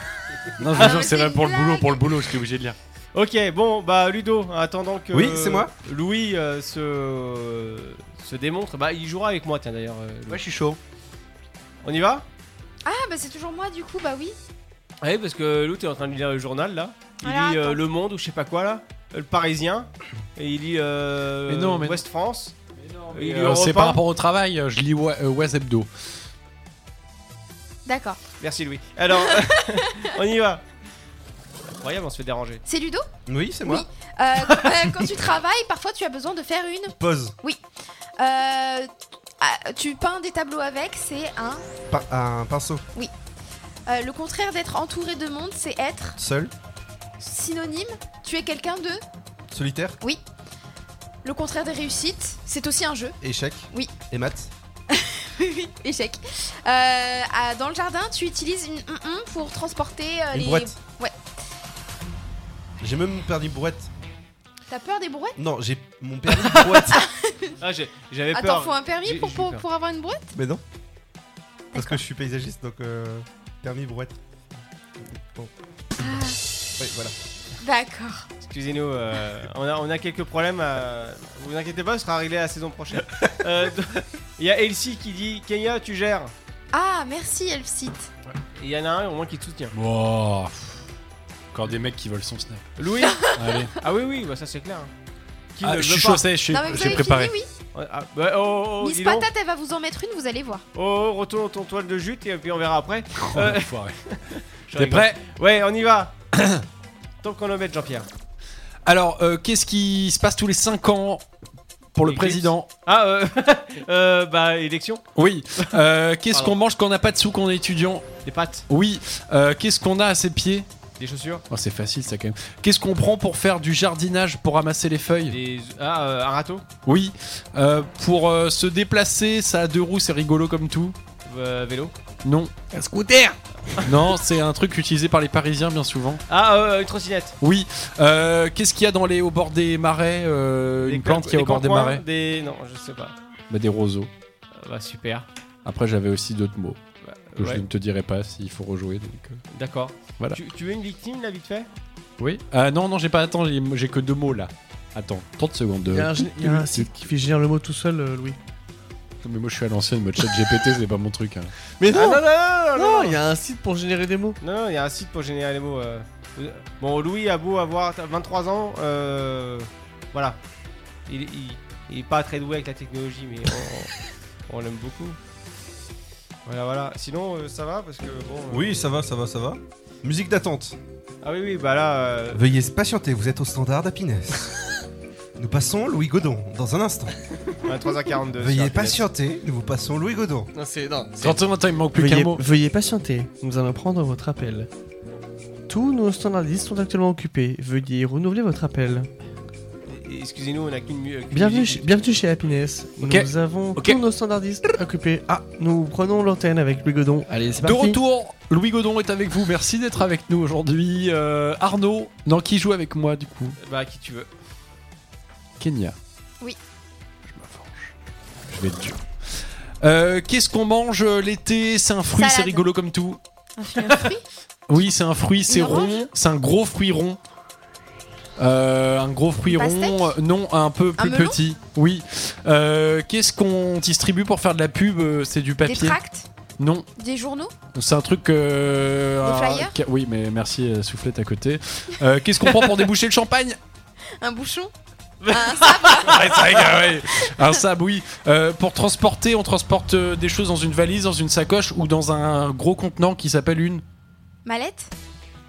Speaker 3: je
Speaker 2: Ah,
Speaker 3: vous jure,
Speaker 2: mais
Speaker 3: c'est
Speaker 2: c'est
Speaker 3: là
Speaker 2: une
Speaker 3: pour le boulot, pour le boulot, je suis obligé de lire.
Speaker 2: Ok, bon, bah Ludo, en attendant que.
Speaker 6: Oui, c'est moi.
Speaker 2: Louis euh, se. se démontre. Bah, il jouera avec moi, tiens d'ailleurs. Moi,
Speaker 6: je suis chaud.
Speaker 2: On y va
Speaker 5: Ah, bah c'est toujours moi du coup, bah oui.
Speaker 2: Oui, parce que Lou, t'es en train de lire le journal là. Il
Speaker 5: Alors,
Speaker 2: lit euh,
Speaker 5: attends.
Speaker 2: Le Monde ou je sais pas quoi là. Euh, Le Parisien. Et il lit euh,
Speaker 3: Mais non, mais-
Speaker 2: West France. Et il lit
Speaker 3: Euh, c'est
Speaker 2: Europe
Speaker 3: par
Speaker 2: 1.
Speaker 3: rapport au travail, euh, je lis Wa- euh, Oise Hebdo.
Speaker 5: D'accord.
Speaker 2: Merci Louis. Alors, on y va. Incroyable, on se fait déranger.
Speaker 5: C'est Ludo
Speaker 6: Oui, c'est moi.
Speaker 5: Euh, quand, euh, quand tu travailles, parfois tu as besoin de faire une.
Speaker 6: Pause.
Speaker 5: Oui. Euh, ah, tu peins des tableaux avec, c'est un.
Speaker 6: Par- un pinceau.
Speaker 5: Oui. Euh, le contraire d'être entouré de monde, c'est être
Speaker 6: Seul.
Speaker 5: synonyme. Tu es quelqu'un de.
Speaker 6: Solitaire.
Speaker 5: Oui. Le contraire des réussites, c'est aussi un jeu.
Speaker 6: Échec.
Speaker 5: Oui.
Speaker 6: Et maths.
Speaker 5: Oui, Échec. Euh, ah, dans le jardin, tu utilises une hum hum pour transporter euh,
Speaker 6: Une
Speaker 5: les.
Speaker 6: brouette.
Speaker 5: Ouais.
Speaker 6: J'ai même perdu brouette.
Speaker 5: T'as peur des brouettes
Speaker 6: Non, j'ai mon permis de brouette.
Speaker 2: Ah, j'ai- j'avais peur.
Speaker 5: Attends, faut un permis
Speaker 2: J'ai-
Speaker 5: pour,
Speaker 2: j'ai
Speaker 5: pour,
Speaker 2: peur.
Speaker 5: pour avoir une brouette
Speaker 6: Mais non. Parce que je suis paysagiste, donc euh, permis brouette. Bon.
Speaker 5: Ah.
Speaker 6: Oui, voilà.
Speaker 5: D'accord.
Speaker 2: Excusez-nous, euh, on, a, on a quelques problèmes. à- Vous inquiétez pas, ce sera réglé la saison prochaine. Euh, donc, Il y a Elsie qui dit Kenya, tu gères.
Speaker 5: Ah, merci Elfsite.
Speaker 2: Et il y en a un au moins qui te soutient.
Speaker 3: Wow. Encore des mecs qui veulent son snap.
Speaker 2: Louis
Speaker 3: Allez.
Speaker 2: Ah oui, oui, bah ça c'est clair. Qui
Speaker 3: Ah,
Speaker 2: ne le
Speaker 3: je suis
Speaker 2: veut
Speaker 3: chaud,
Speaker 2: pas
Speaker 3: ça y est, je suis-
Speaker 5: Non, mais vous
Speaker 3: j'ai
Speaker 5: avez
Speaker 3: préparé.
Speaker 5: fini, oui.
Speaker 2: Ah, bah, oh, oh, oh,
Speaker 5: Miss
Speaker 2: dis donc.
Speaker 5: Patate, elle va vous en mettre une, vous allez voir.
Speaker 2: Oh, retourne dans ton toile de jute et puis on verra après.
Speaker 3: Oh, l'enfoiré.
Speaker 2: je
Speaker 3: T'es
Speaker 2: rigole.
Speaker 3: prêt
Speaker 2: Ouais, on y va. Tant qu'on le met, Jean-Pierre.
Speaker 3: Alors, euh, qu'est-ce qui se passe tous les 5 ans pour le
Speaker 2: Éclipse.
Speaker 3: président
Speaker 2: Ah, euh, euh, bah, élection.
Speaker 3: Oui. Euh, qu'est-ce
Speaker 2: Pardon.
Speaker 3: qu'on mange quand on n'a pas de sous, quand on est étudiant
Speaker 2: Des pâtes,
Speaker 3: Oui. Euh, qu'est-ce qu'on a à ses pieds
Speaker 2: des chaussures,
Speaker 3: Oh, C'est facile ça quand même. Qu'est-ce qu'on prend pour faire du jardinage, pour ramasser les feuilles
Speaker 2: des. Ah, euh, un râteau,
Speaker 3: Oui. Euh, pour euh, se déplacer, ça a deux roues, c'est rigolo comme tout.
Speaker 2: euh, vélo.
Speaker 3: Non.
Speaker 13: Un scooter
Speaker 3: Non, c'est un truc utilisé par les Parisiens bien souvent.
Speaker 2: Ah, euh, une trottinette.
Speaker 3: Oui. Euh, Qu'est-ce qu'il y a dans les, au bord des marais euh,
Speaker 2: Des
Speaker 3: Une plante
Speaker 2: cor-
Speaker 3: qui est au bord des
Speaker 2: corcoins,
Speaker 3: marais
Speaker 2: Des. Non, je sais pas.
Speaker 3: bah, Des roseaux.
Speaker 2: Euh, bah, super.
Speaker 3: Après, j'avais aussi d'autres mots que
Speaker 2: ouais.
Speaker 3: je ne te dirai pas s'il faut rejouer. Donc, euh,
Speaker 2: D'accord.
Speaker 3: voilà.
Speaker 2: Tu, tu veux une victime, là, vite fait
Speaker 3: Oui. Ah non, non, j'ai pas. Attends, j'ai j'ai que deux mots là. Attends, 30 secondes. euh.
Speaker 13: Il y a un, gé- il y a un
Speaker 3: Non,
Speaker 13: site qui fait générer le mot tout seul, euh, Louis.
Speaker 3: Mais moi, je suis à l'ancienne, mode chat GPT, c'est pas mon truc. hein.
Speaker 13: Mais non
Speaker 2: Ah, non, non, non, non,
Speaker 13: Non,
Speaker 2: non.
Speaker 13: il y a un site pour générer des mots.
Speaker 2: Non, non, il y a un site pour générer les mots. euh. Bon, Louis a beau avoir t- 23 ans, euh, voilà. Il, il, il est pas très doué avec la technologie, mais on, on l'aime beaucoup. Voilà, voilà. Sinon, euh, ça va parce que bon. euh,
Speaker 6: Oui, ça va, ça va, ça va. Musique d'attente.
Speaker 2: Ah oui, oui, bah là. euh,
Speaker 6: Veuillez patienter, vous êtes au standard d'Happiness. nous passons Louis Godon dans un instant.
Speaker 3: Euh,
Speaker 2: 23h42.
Speaker 6: Veuillez
Speaker 2: sur Happiness.
Speaker 6: patienter, nous vous passons Louis Godon.
Speaker 2: Non, c'est- non, c'est-
Speaker 3: il manque
Speaker 13: veuillez,
Speaker 3: qu'un mot.
Speaker 13: Veuillez patienter, nous allons prendre votre appel. Tous nos standardistes sont actuellement occupés. Veuillez renouveler votre appel.
Speaker 2: Excusez-nous, on a qu'une. mu- euh, qu'une
Speaker 13: Bienvenue,
Speaker 2: musique.
Speaker 13: chez- bienvenue chez Happiness.
Speaker 2: Ok.
Speaker 13: Nous avons
Speaker 2: Ok.
Speaker 13: tous nos standardistes occupés. Ah, nous prenons l'antenne avec Louis Godon. Allez, c'est
Speaker 3: De
Speaker 13: parti.
Speaker 3: retour, Louis Godon est avec vous. Merci d'être avec nous aujourd'hui. Euh, Arnaud, non, qui joue avec moi du coup
Speaker 2: Bah, qui tu veux.
Speaker 3: Kenya.
Speaker 5: Oui.
Speaker 3: Je vais être dur. Euh, Qu'est-ce qu'on mange euh, l'été C'est un fruit, c'est
Speaker 5: Salade. Ah,
Speaker 3: rigolo comme tout.
Speaker 5: Un film à fruits
Speaker 3: Oui, c'est un fruit, c'est
Speaker 5: Une orange
Speaker 3: rond, c'est un gros fruit rond. Euh, un gros fruit
Speaker 5: Une
Speaker 3: rond, euh, non, un peu plus
Speaker 5: melon
Speaker 3: petit. Oui. Euh, Qu'est-ce qu'on distribue pour faire de la pub Euh, C'est du
Speaker 5: Des
Speaker 3: papier.
Speaker 5: tracts
Speaker 3: non,
Speaker 5: Des journaux
Speaker 3: c'est un truc. euh,
Speaker 5: Des
Speaker 3: un-
Speaker 5: flyers
Speaker 3: ca- oui, mais merci, euh, soufflette à côté. Euh, Qu'est-ce qu'on prend pour déboucher le champagne
Speaker 5: Un bouchon
Speaker 3: Ouais, c'est vrai que, ouais. Un sable, oui. Euh, pour transporter, on transporte euh, des choses dans une valise, dans une sacoche ou dans un gros contenant qui s'appelle une.
Speaker 5: Mallette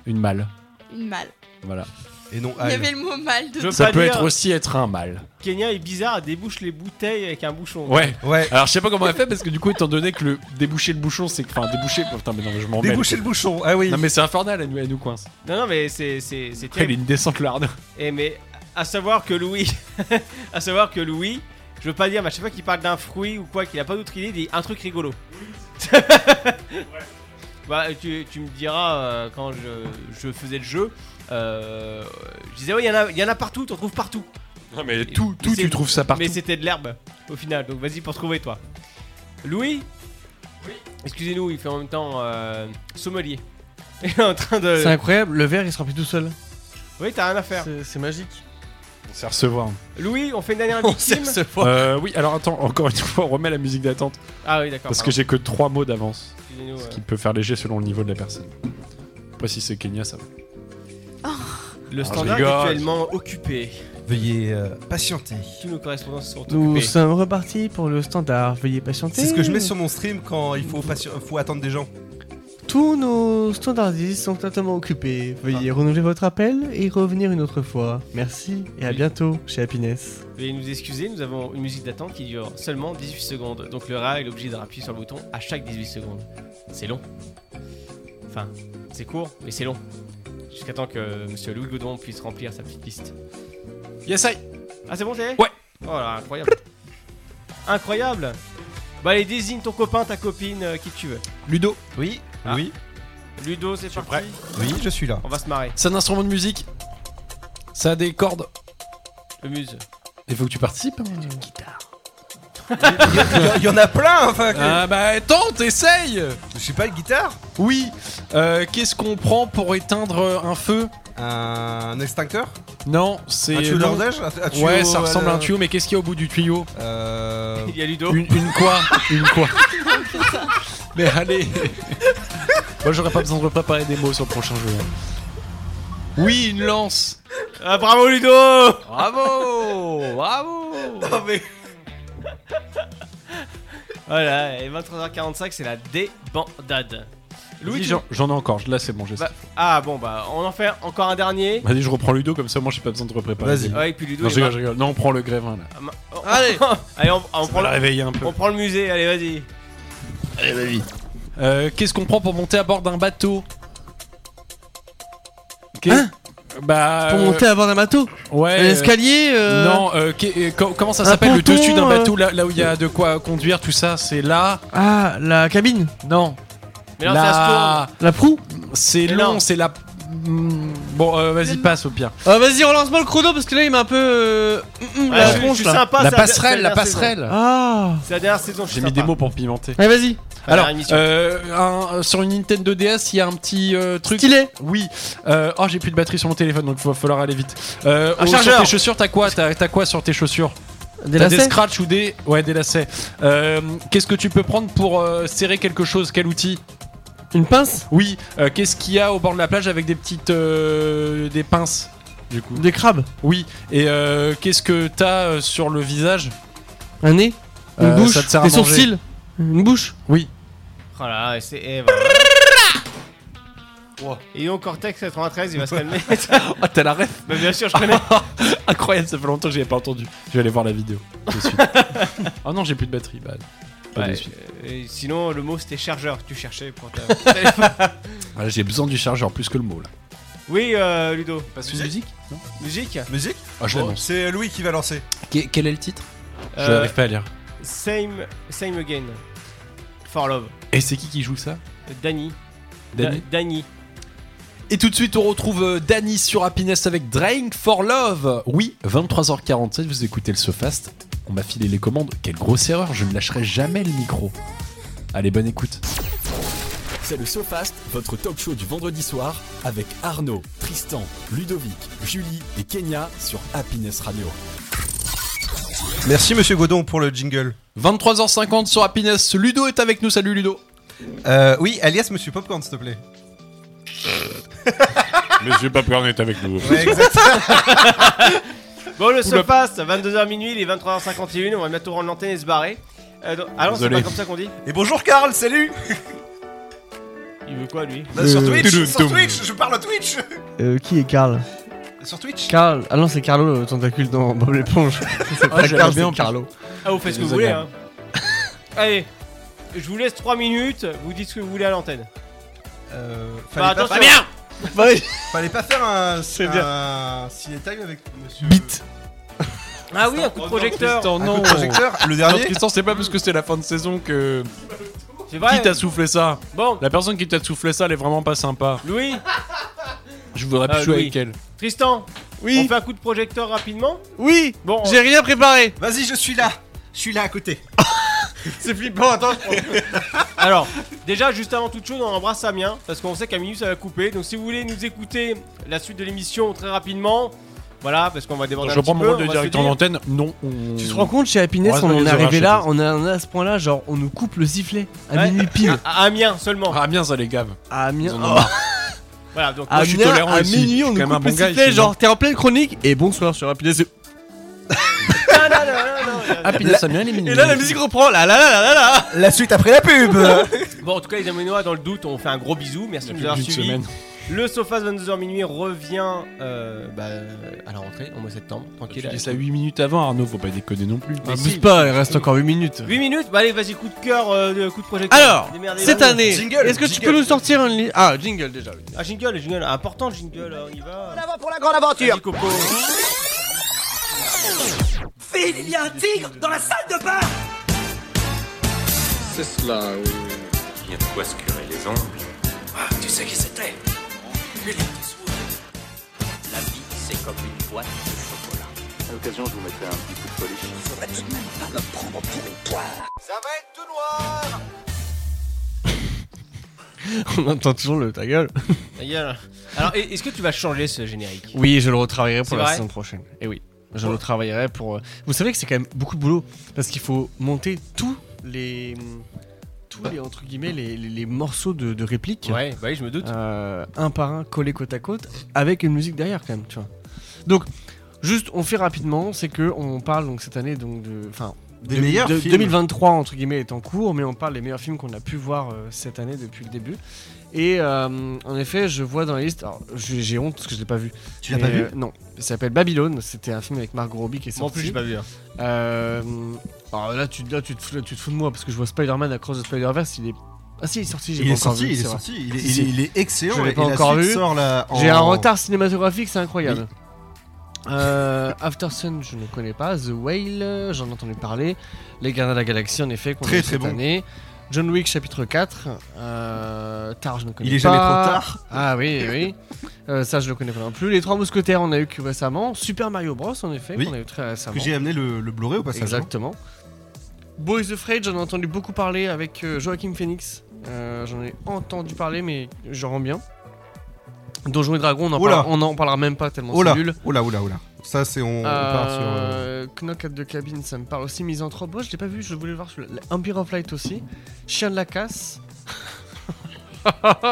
Speaker 3: Une malle.
Speaker 5: Une malle.
Speaker 3: Voilà.
Speaker 6: Et non,
Speaker 5: Il y avait le mot malle de
Speaker 2: Je-
Speaker 3: Ça
Speaker 2: pas
Speaker 3: peut
Speaker 2: dire-
Speaker 3: être aussi être un mal.
Speaker 2: Kenya est bizarre, elle débouche les bouteilles avec un bouchon.
Speaker 3: Ouais.
Speaker 6: ouais.
Speaker 3: Alors je sais pas comment elle fait parce que du coup étant donné que le déboucher le bouchon c'est que enfin déboucher putain mais non mais je m'en mêle.
Speaker 6: Débouchez le bouchon, ah oui.
Speaker 3: Non mais c'est infernal elle nous, elle nous coince.
Speaker 2: Non, non, mais c'est. C'est c'est
Speaker 3: Après, il est
Speaker 2: terrible.
Speaker 3: une descente le Arnaud.
Speaker 2: Et mais. À savoir que Louis. à savoir que Louis. Je veux pas dire, mais à chaque fois qu'il parle d'un fruit ou quoi, qu'il a pas d'autre idée, il dit un truc rigolo. Bah, tu, tu me diras euh, quand je, je faisais le jeu. euh, je disais, ouais, il y, en a- il y en a partout, t'en trouves partout.
Speaker 3: Non mais
Speaker 2: Et-
Speaker 3: tout tout
Speaker 2: c'est-
Speaker 3: tu trouves ça partout.
Speaker 2: Mais c'était de l'herbe au final, donc vas-y pour trouver toi. Louis Oui. Excusez-nous, il fait en même temps euh, sommelier. Il est en train de.
Speaker 13: C'est incroyable, le verre il se remplit tout seul.
Speaker 2: Oui, t'as rien à faire.
Speaker 13: C'est- C'est magique.
Speaker 3: On sait recevoir.
Speaker 2: Louis, on fait une dernière victime.
Speaker 3: Euh, oui alors attends encore une fois on remet la musique d'attente
Speaker 2: Ah oui, d'accord.
Speaker 3: parce que j'ai que trois mots d'avance
Speaker 2: Excusez-nous,
Speaker 3: ce
Speaker 2: euh.
Speaker 3: qui peut faire léger selon le niveau de la personne. Après si c'est Kenya ça va.
Speaker 2: Le
Speaker 3: Ah, je
Speaker 2: standard est
Speaker 3: rigole.
Speaker 2: actuellement occupé.
Speaker 6: Veuillez euh, patienter.
Speaker 2: Tous nos correspondances sont
Speaker 13: Nous
Speaker 2: occupées.
Speaker 13: sommes repartis pour le standard. Veuillez patienter.
Speaker 6: C'est ce que je mets sur mon stream quand il faut, patien- faut attendre des gens.
Speaker 13: Tous nos standardistes sont totalement occupés. Veuillez renouveler votre appel et revenir une autre fois. Merci et à bientôt chez Happiness.
Speaker 2: Veuillez nous excuser, nous avons une musique d'attente qui dure seulement 18 secondes. Donc le rat est obligé de rappuyer sur le bouton à chaque 18 secondes. C'est long. Enfin, c'est court, mais c'est long. Jusqu'à temps que monsieur Louis Goudon puisse remplir sa petite liste.
Speaker 3: Yes I.
Speaker 2: Ah, c'est bon, c'est
Speaker 3: Ouais.
Speaker 2: Oh là, incroyable. incroyable Bah, allez, désigne ton copain, ta copine, euh, qui tu veux.
Speaker 3: Ludo.
Speaker 6: Oui.
Speaker 2: Ah.
Speaker 6: Oui.
Speaker 2: Ludo, c'est parti.
Speaker 6: Oui, je suis là.
Speaker 2: On va se marrer.
Speaker 3: C'est un instrument de musique. Ça a des cordes.
Speaker 2: Le muse.
Speaker 3: Il faut que tu participes. hein.
Speaker 6: Il y a- il y, en a plein, enfin. que-
Speaker 3: Ah bah attends, t'essayes
Speaker 6: Je sais pas, le guitare
Speaker 3: Oui euh, Qu'est-ce qu'on prend pour éteindre euh, un feu
Speaker 6: Un extincteur
Speaker 3: Non, c'est...
Speaker 6: Un tuyau
Speaker 3: non.
Speaker 6: d'ordage Un- un tuyau
Speaker 3: Ouais, ça
Speaker 6: à
Speaker 3: ressemble à
Speaker 6: la-
Speaker 3: un tuyau, mais qu'est-ce qu'il y a au bout du tuyau
Speaker 6: Euh.
Speaker 2: Il y a Ludo.
Speaker 3: une, une quoi Une quoi Mais allez Moi j'aurais pas besoin de préparer des mots sur le prochain jeu. hein. Oui, une lance
Speaker 2: Ah, bravo, Ludo
Speaker 3: Bravo Bravo
Speaker 2: Oh, mais- Voilà, et 23h45, c'est la débandade. Louis,
Speaker 3: Vas-y,
Speaker 2: tu-
Speaker 3: J'en j'en ai encore, là c'est bon, j'ai
Speaker 2: Bah, ah bon, bah, on en fait encore un dernier.
Speaker 3: Vas-y, je reprends Ludo, comme ça moi j'ai pas besoin de repréparer.
Speaker 6: Vas-y.
Speaker 2: Ouais, et puis Ludo.
Speaker 3: Non,
Speaker 2: il
Speaker 3: je rigole,
Speaker 2: va-
Speaker 3: je rigole. Non, on prend le grévin là.
Speaker 2: Ah, ma- oh,
Speaker 13: Allez.
Speaker 2: Allez, on, on
Speaker 3: On
Speaker 2: prend
Speaker 3: prend le
Speaker 2: le...
Speaker 3: réveiller un peu.
Speaker 2: on prend le musée, allez, vas-y.
Speaker 3: Allez, vas-y. Euh, Qu'est-ce qu'on prend pour monter à bord d'un bateau Qu'est- Bah.
Speaker 13: Hein Pour
Speaker 3: euh,
Speaker 13: monter à bord d'un bateau
Speaker 3: Ouais.
Speaker 13: Un escalier euh,
Speaker 3: Non, euh, qu'est- euh, co- comment ça
Speaker 13: un
Speaker 3: s'appelle le
Speaker 13: ponton,
Speaker 3: dessus d'un
Speaker 13: euh,
Speaker 3: bateau là, là où il y a de quoi conduire tout ça C'est là
Speaker 13: Ah, la cabine
Speaker 3: Non.
Speaker 2: Mais là, ça se
Speaker 3: là,
Speaker 13: La proue
Speaker 3: c'est
Speaker 2: Mais
Speaker 3: long,
Speaker 2: non.
Speaker 3: c'est la. Mm, Bon, euh, vas-y, passe au pire.
Speaker 13: Ah, Vas-y, relance-moi le chrono parce que là il m'a un peu. euh, hum, hum,
Speaker 2: tourne.
Speaker 13: la
Speaker 2: Ouais, Ah, je- je
Speaker 13: tronche,
Speaker 2: suis
Speaker 13: là.
Speaker 2: sympa,
Speaker 3: la
Speaker 2: c'est
Speaker 3: passerelle,
Speaker 2: c'est
Speaker 3: la
Speaker 2: dernière saison.
Speaker 3: passerelle.
Speaker 13: Ah
Speaker 2: C'est la dernière saison, je suis
Speaker 3: J'ai mis des
Speaker 2: sympa.
Speaker 3: mots pour pimenter.
Speaker 13: Allez, vas-y
Speaker 2: Pas
Speaker 3: Alors,
Speaker 2: dernière émission.
Speaker 3: euh, un- sur une Nintendo DS, il y a un petit euh, truc.
Speaker 13: Stylet
Speaker 3: Oui. Euh, oh, j'ai plus de batterie sur mon téléphone, donc il va falloir aller vite. Euh,
Speaker 2: Un
Speaker 3: oh, sur
Speaker 2: chargeur.
Speaker 3: tes chaussures, t'as quoi T'as t'as quoi sur tes chaussures
Speaker 13: Des
Speaker 3: T'as des
Speaker 13: lacets
Speaker 3: scratchs ou des. Ouais, des lacets. Euh, Qu'est-ce que tu peux prendre pour euh, serrer quelque chose Quel outil
Speaker 13: Une pince
Speaker 3: Oui. euh, Qu'est-ce qu'il y a au bord de la plage avec des petites. euh, des pinces Du coup.
Speaker 13: Des crabes
Speaker 3: Oui. Et euh, qu'est-ce que t'as euh, sur le visage
Speaker 13: Un nez Une
Speaker 3: Euh,
Speaker 13: bouche
Speaker 3: ça te sert à
Speaker 13: Des
Speaker 3: manger.
Speaker 13: sourcils Une bouche
Speaker 3: Oui.
Speaker 2: Oh là là, et c'est. et voilà. Et donc Cortex 93, il va se calmer.
Speaker 3: Ah, t'as la ref
Speaker 2: Bah, bien sûr, je connais.
Speaker 3: Incroyable, ça fait longtemps que j'avais pas entendu. Je vais aller voir la vidéo. tout de suite. oh non, j'ai plus de batterie. Bah, pas
Speaker 2: Ouais,
Speaker 3: de suite.
Speaker 2: euh, sinon, le mot c'était chargeur. Tu cherchais pour ta- téléphone.
Speaker 3: Ah, j'ai besoin du chargeur plus que le mot là.
Speaker 2: Oui, euh, Ludo.
Speaker 3: Passe une musique non
Speaker 2: Musique
Speaker 6: Musique
Speaker 3: Ah, je
Speaker 6: Bon,
Speaker 3: l'annonce.
Speaker 6: C'est Louis qui va lancer.
Speaker 3: quel est le titre Je
Speaker 2: Euh,
Speaker 3: n'arrive pas à lire.
Speaker 2: Same, same again. For love.
Speaker 3: Et c'est qui qui joue ça
Speaker 2: Danny.
Speaker 3: Danny
Speaker 2: Da- Danny.
Speaker 3: Et tout de suite, on retrouve euh, Danny sur Happiness avec Drink for Love. Oui, 23h47, vous écoutez le SoFast. On m'a filé les commandes. Quelle grosse erreur, je ne lâcherai jamais le micro. Allez, bonne écoute.
Speaker 1: C'est le SoFast, votre talk show du vendredi soir avec Arnaud, Tristan, Ludovic, Julie et Kenya sur Happiness Radio.
Speaker 6: Merci Monsieur Godon pour le jingle.
Speaker 3: 23h50 sur Happiness. Ludo est avec nous. Salut Ludo.
Speaker 6: Euh, oui, alias Monsieur Popcorn, s'il te plaît.
Speaker 15: Monsieur Popcorn est avec nous.
Speaker 6: Ouais, exact.
Speaker 2: Bon, le se
Speaker 15: Oula.
Speaker 2: passe, 22h minuit, il est 23h51, on va bientôt rendre l'antenne et se barrer. Euh, non, ah non, c'est
Speaker 15: Désolé.
Speaker 2: pas comme ça qu'on dit
Speaker 6: Et bonjour Karl, salut
Speaker 2: Il veut quoi lui
Speaker 3: Euh,
Speaker 6: Bah, sur Twitch, sur Twitch, je parle à Twitch
Speaker 4: Euh, qui est Carl
Speaker 6: Sur Twitch
Speaker 4: Carl. Ah non, c'est Carlo, le tentacule dans Bob l'éponge. c'est
Speaker 2: Ah,
Speaker 4: pas
Speaker 2: j'aime
Speaker 4: Carl,
Speaker 2: bien,
Speaker 4: c'est Carlo.
Speaker 2: Ah, vous faites ce que vous voulez, hein. Allez, je vous laisse 3 minutes, vous dites ce que vous voulez à l'antenne.
Speaker 6: Euh,
Speaker 2: Bah,
Speaker 6: pas-
Speaker 2: attention.
Speaker 3: Ah,
Speaker 6: Fallait- Fallait pas faire un.
Speaker 2: C'est
Speaker 6: un-
Speaker 2: bien.
Speaker 6: s'il est tag avec Monsieur. Bit
Speaker 2: Ah oui, un coup de projecteur
Speaker 3: Tristan, non.
Speaker 6: Un coup de projecteur, le dernier
Speaker 3: Non, Tristan, c'est pas parce que c'était la fin de saison que.
Speaker 2: C'est vrai.
Speaker 3: Qui t'a soufflé ça
Speaker 2: Bon.
Speaker 3: La personne qui t'a soufflé ça, elle est vraiment pas sympa.
Speaker 2: Louis
Speaker 3: Je voudrais plus
Speaker 2: Euh,
Speaker 3: jouer
Speaker 2: Louis.
Speaker 3: avec elle.
Speaker 2: Tristan
Speaker 4: Oui
Speaker 2: On fait un coup de projecteur rapidement
Speaker 4: Oui
Speaker 2: Bon,
Speaker 4: J'ai rien préparé
Speaker 6: Vas-y, je suis là Je suis là à côté
Speaker 2: C'est flippant, attends, Alors, déjà, juste avant toute chose, on embrasse Samien, parce qu'on sait qu'à minuit, ça va couper. Donc, si vous voulez nous écouter la suite de l'émission très rapidement, voilà, parce qu'on va déborder
Speaker 3: Je
Speaker 2: un petit
Speaker 3: reprends mon
Speaker 2: peu,
Speaker 3: rôle de
Speaker 2: on va se
Speaker 3: directeur
Speaker 2: dire-
Speaker 3: d'antenne. Non, on.
Speaker 4: Tu te rends compte, chez Happiness,
Speaker 3: reste
Speaker 4: on en
Speaker 3: dans les
Speaker 4: est
Speaker 3: horaires,
Speaker 4: arrivé
Speaker 3: chez
Speaker 4: là,
Speaker 3: Happiness.
Speaker 4: on en est à ce point-là, genre, on nous coupe le sifflet à
Speaker 2: Ouais.
Speaker 4: minuit pile.
Speaker 2: À, à Amiens seulement.
Speaker 3: Ah, bien, ça les gave.
Speaker 4: À Amiens.
Speaker 3: en ont marre.
Speaker 2: Voilà, donc.
Speaker 4: à
Speaker 3: Moi, je suis
Speaker 4: Amiens,
Speaker 3: tolérant
Speaker 4: Ah, à
Speaker 3: ici. Je
Speaker 4: minuit,
Speaker 3: suis
Speaker 4: on
Speaker 3: quand
Speaker 4: nous
Speaker 3: même un
Speaker 4: coupe le
Speaker 3: bon gars
Speaker 4: sifflet,
Speaker 3: ici,
Speaker 4: genre,
Speaker 3: moi.
Speaker 4: t'es en pleine chronique, et bonsoir sur Happiness.
Speaker 3: Happiness, Amiens, les
Speaker 4: Et Ah, là, la musique reprend, là, là, là, là, là
Speaker 6: La suite après la pub
Speaker 2: Bon, en tout cas, les Aminois, dans le doute, on fait un gros bisou. Merci de nous
Speaker 3: Ah. plus
Speaker 2: avoir
Speaker 3: d'une
Speaker 2: suivis.
Speaker 3: semaine.
Speaker 2: Le Sofas 22h minuit revient euh, bah, à la rentrée, au mois de septembre. Tranquille.
Speaker 3: Tu dis ça 8 minutes avant, Arnaud, faut pas déconner non plus.
Speaker 2: Mais si.
Speaker 4: pas, il reste encore 8 minutes.
Speaker 2: 8 minutes Bah, allez, vas-y, coup de cœur, euh, de- coup de projecteur. Ah,
Speaker 4: Alors,
Speaker 2: Démerdez-vous.
Speaker 4: cette année,
Speaker 2: Jingle,
Speaker 4: est-ce que tu
Speaker 2: jingle.
Speaker 4: peux nous sortir un li- Ah, jingle déjà. oui.
Speaker 2: Ah, jingle, jingle, important jingle, on y va.
Speaker 16: Là-bas pour la grande aventure
Speaker 2: Vas-y, Coco.
Speaker 16: Phil, il y a un tigre dans la salle de bain
Speaker 10: C'est cela, oui. Il y a de quoi se curer les ongles. Ah, tu sais qui c'était Billy Eastwood. La vie, c'est comme une boîte de chocolat. À l'occasion, je vous mettrai un petit coup de polish. Il faudrait tout de même pas me prendre pour une poire. Ça va être tout noir
Speaker 4: On entend toujours le ta gueule.
Speaker 2: Ta gueule. Alors, e- est-ce que tu vas changer ce générique
Speaker 4: Oui, je le retravaillerai
Speaker 2: C'est
Speaker 4: pour la
Speaker 2: vrai
Speaker 4: saison prochaine. Et oui, je le retravaillerai pour. euh, Vous savez que c'est quand même beaucoup de boulot parce qu'il faut monter tous les tous les entre guillemets les, les- les morceaux de, de répliques.
Speaker 2: Ouais, bah oui, je me doute.
Speaker 4: euh, un par un, collés côte à côte, avec une musique derrière quand même, tu vois. Donc, juste, on fait rapidement, c'est que on parle donc cette année donc de, enfin.
Speaker 6: Des
Speaker 4: de-
Speaker 6: meilleurs
Speaker 4: de-
Speaker 6: films.
Speaker 4: 2023 entre guillemets est en cours, mais on parle des meilleurs films qu'on a pu voir euh, cette année depuis le début. Et euh, en effet, je vois dans la liste, alors j'ai j'ai honte parce que je l'ai pas vu.
Speaker 6: Tu l'as
Speaker 4: Mais,
Speaker 6: pas vu
Speaker 4: euh, Non, ça s'appelle Babylone. C'était un film avec Margot Robbie qui est
Speaker 2: Moi, en
Speaker 4: sorti.
Speaker 2: plus, j'ai pas vu, hein.
Speaker 4: Euh, alors là, tu, là, tu te, fous- là, tu te fous de moi parce que je vois Spider-Man Across the Spider-Verse. Il est. Ah si, il est sorti. j'ai
Speaker 6: Il
Speaker 4: pas
Speaker 6: est
Speaker 4: encore
Speaker 6: sorti,
Speaker 4: vu,
Speaker 6: il
Speaker 4: c'est
Speaker 6: est
Speaker 4: vrai.
Speaker 6: sorti, il est-
Speaker 4: Si,
Speaker 6: il
Speaker 4: si.
Speaker 6: est- il est excellent
Speaker 4: Je l'ai
Speaker 6: et-
Speaker 4: pas
Speaker 6: et la
Speaker 4: encore
Speaker 6: suite
Speaker 4: vu.
Speaker 6: sort, là, en-
Speaker 4: J'ai un retard cinématographique, c'est incroyable. Euh, After Sun, je ne connais pas. The Whale, euh, j'en ai entendu parler. Les Gardiens de la Galaxie, en effet, qu'on a
Speaker 6: Très,
Speaker 4: eu
Speaker 6: très
Speaker 4: cette
Speaker 6: bon.
Speaker 4: année. John Wick, chapitre 4. Euh, Tar, je ne connais pas.
Speaker 6: Il est jamais trop tard.
Speaker 4: Ah oui, oui. Euh, ça, je le connais pas non plus. Les Trois Mousquetaires, on a eu que récemment. Super Mario Bros, en effet,
Speaker 6: Oui.
Speaker 4: qu'on a eu très récemment.
Speaker 6: Que j'ai amené le, le Blu-ray au passage. hein.
Speaker 4: Exactement. Boys Afraid, j'en ai entendu beaucoup parler avec euh, Joachim Phoenix. Euh, j'en ai entendu parler, mais j'en rends bien. Donjons et Dragons, on en,
Speaker 6: Oula.
Speaker 4: parlera, on en parlera même pas tellement
Speaker 6: Oh là,
Speaker 4: c'est nul.
Speaker 6: oh là, oh là, oh là. Ça, c'est on, on part sur.
Speaker 4: Euh,
Speaker 6: euh,
Speaker 4: Knock at the Cabin, ça me parle aussi. Misanthrope, oh, je l'ai pas vu, je voulais le voir. Sur Empire of Light aussi. Chien de la casse.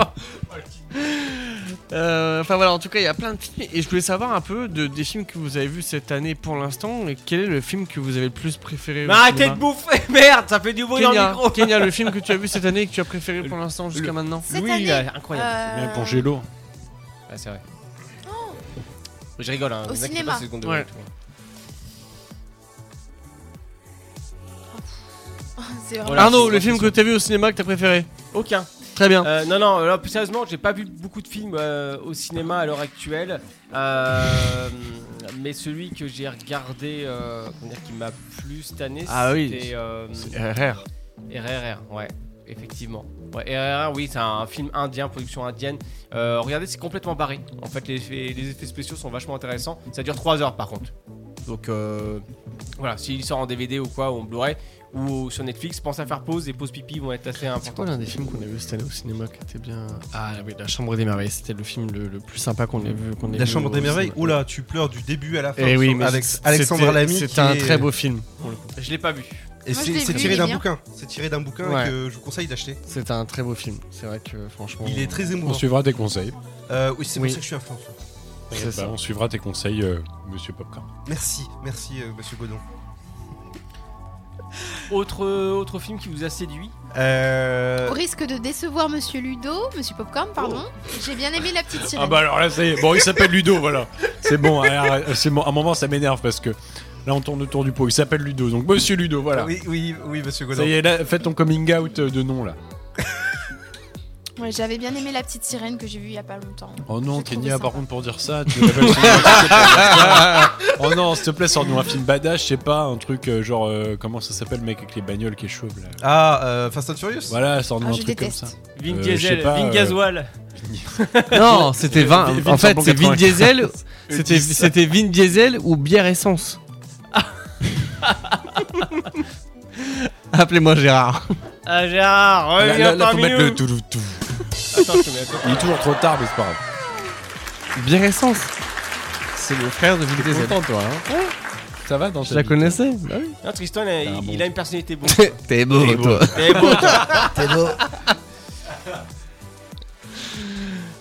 Speaker 4: Euh, Enfin voilà, en tout cas, il y a plein de films. Et je voulais savoir un peu de, des films que vous avez vus cette année pour l'instant. Et quel est le film que vous avez le plus préféré Ah, au
Speaker 2: Mais arrêtez Bah,
Speaker 4: cinéma
Speaker 2: de bouffer, merde, ça fait du bruit dans
Speaker 4: Kenya,
Speaker 2: le micro.
Speaker 4: Kenya, le film que tu as vu cette année et que tu as préféré pour l'instant jusqu'à maintenant
Speaker 2: Cette Oui, année, euh, incroyable. euh, Mais
Speaker 3: Angelo.
Speaker 2: Ah, c'est vrai. Je rigole, hein.
Speaker 5: Au
Speaker 2: vous inquiétez
Speaker 5: cinéma.
Speaker 2: pas, c'est le second degré,
Speaker 4: Ouais.
Speaker 2: tout.
Speaker 5: C'est
Speaker 2: Voilà,
Speaker 4: Arnaud,
Speaker 2: c'est
Speaker 4: le
Speaker 2: une
Speaker 4: film que tu as vu au cinéma que tu as préféré
Speaker 2: Aucun.
Speaker 4: Très bien.
Speaker 2: Euh, non, non, là, plus sérieusement, j'ai pas vu beaucoup de films euh, au cinéma à l'heure actuelle. Euh, mais celui que j'ai regardé, euh, comment dire, qui m'a plu cette année,
Speaker 4: Ah oui,
Speaker 2: c'était. euh,
Speaker 4: c'est
Speaker 6: Euh,
Speaker 4: RRR.
Speaker 2: RRR, ouais, effectivement. Ouais, RRR, oui, c'est un film indien, production indienne. Euh, regardez, c'est complètement barré. En fait, les effets, les effets spéciaux sont vachement intéressants. Ça dure 3 heures par contre. Donc, euh, voilà, s'il sort en DVD ou quoi, ou en Blu-ray, ou sur Netflix, pense à faire pause. Les pauses pipi vont être assez
Speaker 4: C'est
Speaker 2: importantes.
Speaker 4: quoi l'un des films qu'on a vu cette année au cinéma qui était bien Ah oui, La Chambre des Merveilles, c'était le film le, le plus sympa qu'on ait vu. qu'on ait
Speaker 6: La
Speaker 4: vu
Speaker 6: Chambre
Speaker 4: au
Speaker 6: des Merveilles,
Speaker 4: cinéma.
Speaker 6: oula, tu pleures du début à la fin.
Speaker 4: Eh oui, mais
Speaker 6: avec
Speaker 4: c'est-
Speaker 6: Alexandre
Speaker 4: c'était-
Speaker 6: Lamy.
Speaker 4: c'était
Speaker 6: qui
Speaker 4: un
Speaker 6: est-
Speaker 4: très beau film, pour le coup.
Speaker 2: Je l'ai pas vu.
Speaker 6: Et
Speaker 4: Moi,
Speaker 6: c'est
Speaker 4: je l'ai
Speaker 6: c'est
Speaker 4: vu,
Speaker 6: tiré
Speaker 4: il est
Speaker 6: d'un
Speaker 4: bien.
Speaker 6: bouquin. C'est tiré d'un bouquin
Speaker 4: Ouais.
Speaker 6: que je vous conseille d'acheter.
Speaker 4: C'était un très beau film. C'est vrai que franchement.
Speaker 6: Il est très émouvant.
Speaker 3: On suivra tes conseils.
Speaker 6: Euh, oui, c'est
Speaker 4: Oui.
Speaker 6: pour ça que je suis un fan.
Speaker 4: C'est
Speaker 3: Eh ben,
Speaker 4: ça.
Speaker 3: on suivra tes conseils, euh, monsieur Popcorn.
Speaker 6: Merci, merci, euh, monsieur Godon.
Speaker 2: Autre, autre film qui vous a séduit
Speaker 6: Euh...
Speaker 5: Au risque de décevoir Monsieur Ludo, Monsieur Popcorn, pardon, j'ai bien aimé la petite sirène.
Speaker 3: Ah bah alors là, ça y est. Bon, il s'appelle Ludo, voilà. C'est bon, hein, arrête. c'est bon. À un moment, ça m'énerve parce que là, on tourne autour du pot. Il s'appelle Ludo, donc monsieur Ludo, voilà.
Speaker 6: Ah Oui, oui, oui, monsieur Godin.
Speaker 3: Ça y est, là, faites ton coming out euh, de nom, là.
Speaker 5: Ouais, J'avais bien aimé la petite sirène que j'ai vue il y a pas longtemps.
Speaker 3: Oh non, Kenya,
Speaker 5: sympa.
Speaker 3: par contre, pour dire ça, tu l'appelles son nom, tu sais pas pourquoi. Oh non, s'il te plaît, sors-nous un film badass, je sais pas, un truc euh, genre, euh, comment ça s'appelle, le mec avec les bagnoles qui est chauve, là.
Speaker 6: Ah, euh, Fast and Furious
Speaker 3: Voilà, sors-nous
Speaker 6: Ah,
Speaker 3: un
Speaker 6: je
Speaker 3: truc
Speaker 6: déteste.
Speaker 3: comme ça.
Speaker 2: Vin
Speaker 3: Euh, je sais
Speaker 2: Diesel,
Speaker 3: pas,
Speaker 2: Vin
Speaker 3: euh,
Speaker 2: Gasoil.
Speaker 4: Non, c'était Vin.
Speaker 2: Vin- Vin
Speaker 4: En fait, c'est
Speaker 2: 195.
Speaker 4: Vin Diesel.
Speaker 2: Le
Speaker 4: C'était
Speaker 2: 10.
Speaker 4: c'était Vin Diesel ou bière essence. Appelez-moi Gérard.
Speaker 2: Ah Gérard,
Speaker 3: Là,
Speaker 2: reviens
Speaker 3: là, là, faut
Speaker 2: parmi
Speaker 3: mettre
Speaker 2: nous.
Speaker 3: le tout, tout, tout.
Speaker 2: Attends, je te mets- attends.
Speaker 3: Il est toujours trop tard, mais c'est pas grave.
Speaker 4: Bière essence. C'est le frère de Vin
Speaker 3: T'es
Speaker 4: Diesel.
Speaker 3: content, toi, hein
Speaker 2: Ouais.
Speaker 3: Ça va dans
Speaker 4: Je la connaissais. Bah oui.
Speaker 2: Non, Tristan, il, a- il- il a une personnalité Eh, beau.
Speaker 4: T'es beau,
Speaker 2: T'es
Speaker 4: toi.
Speaker 2: T'es beau, toi.
Speaker 4: T'es beau.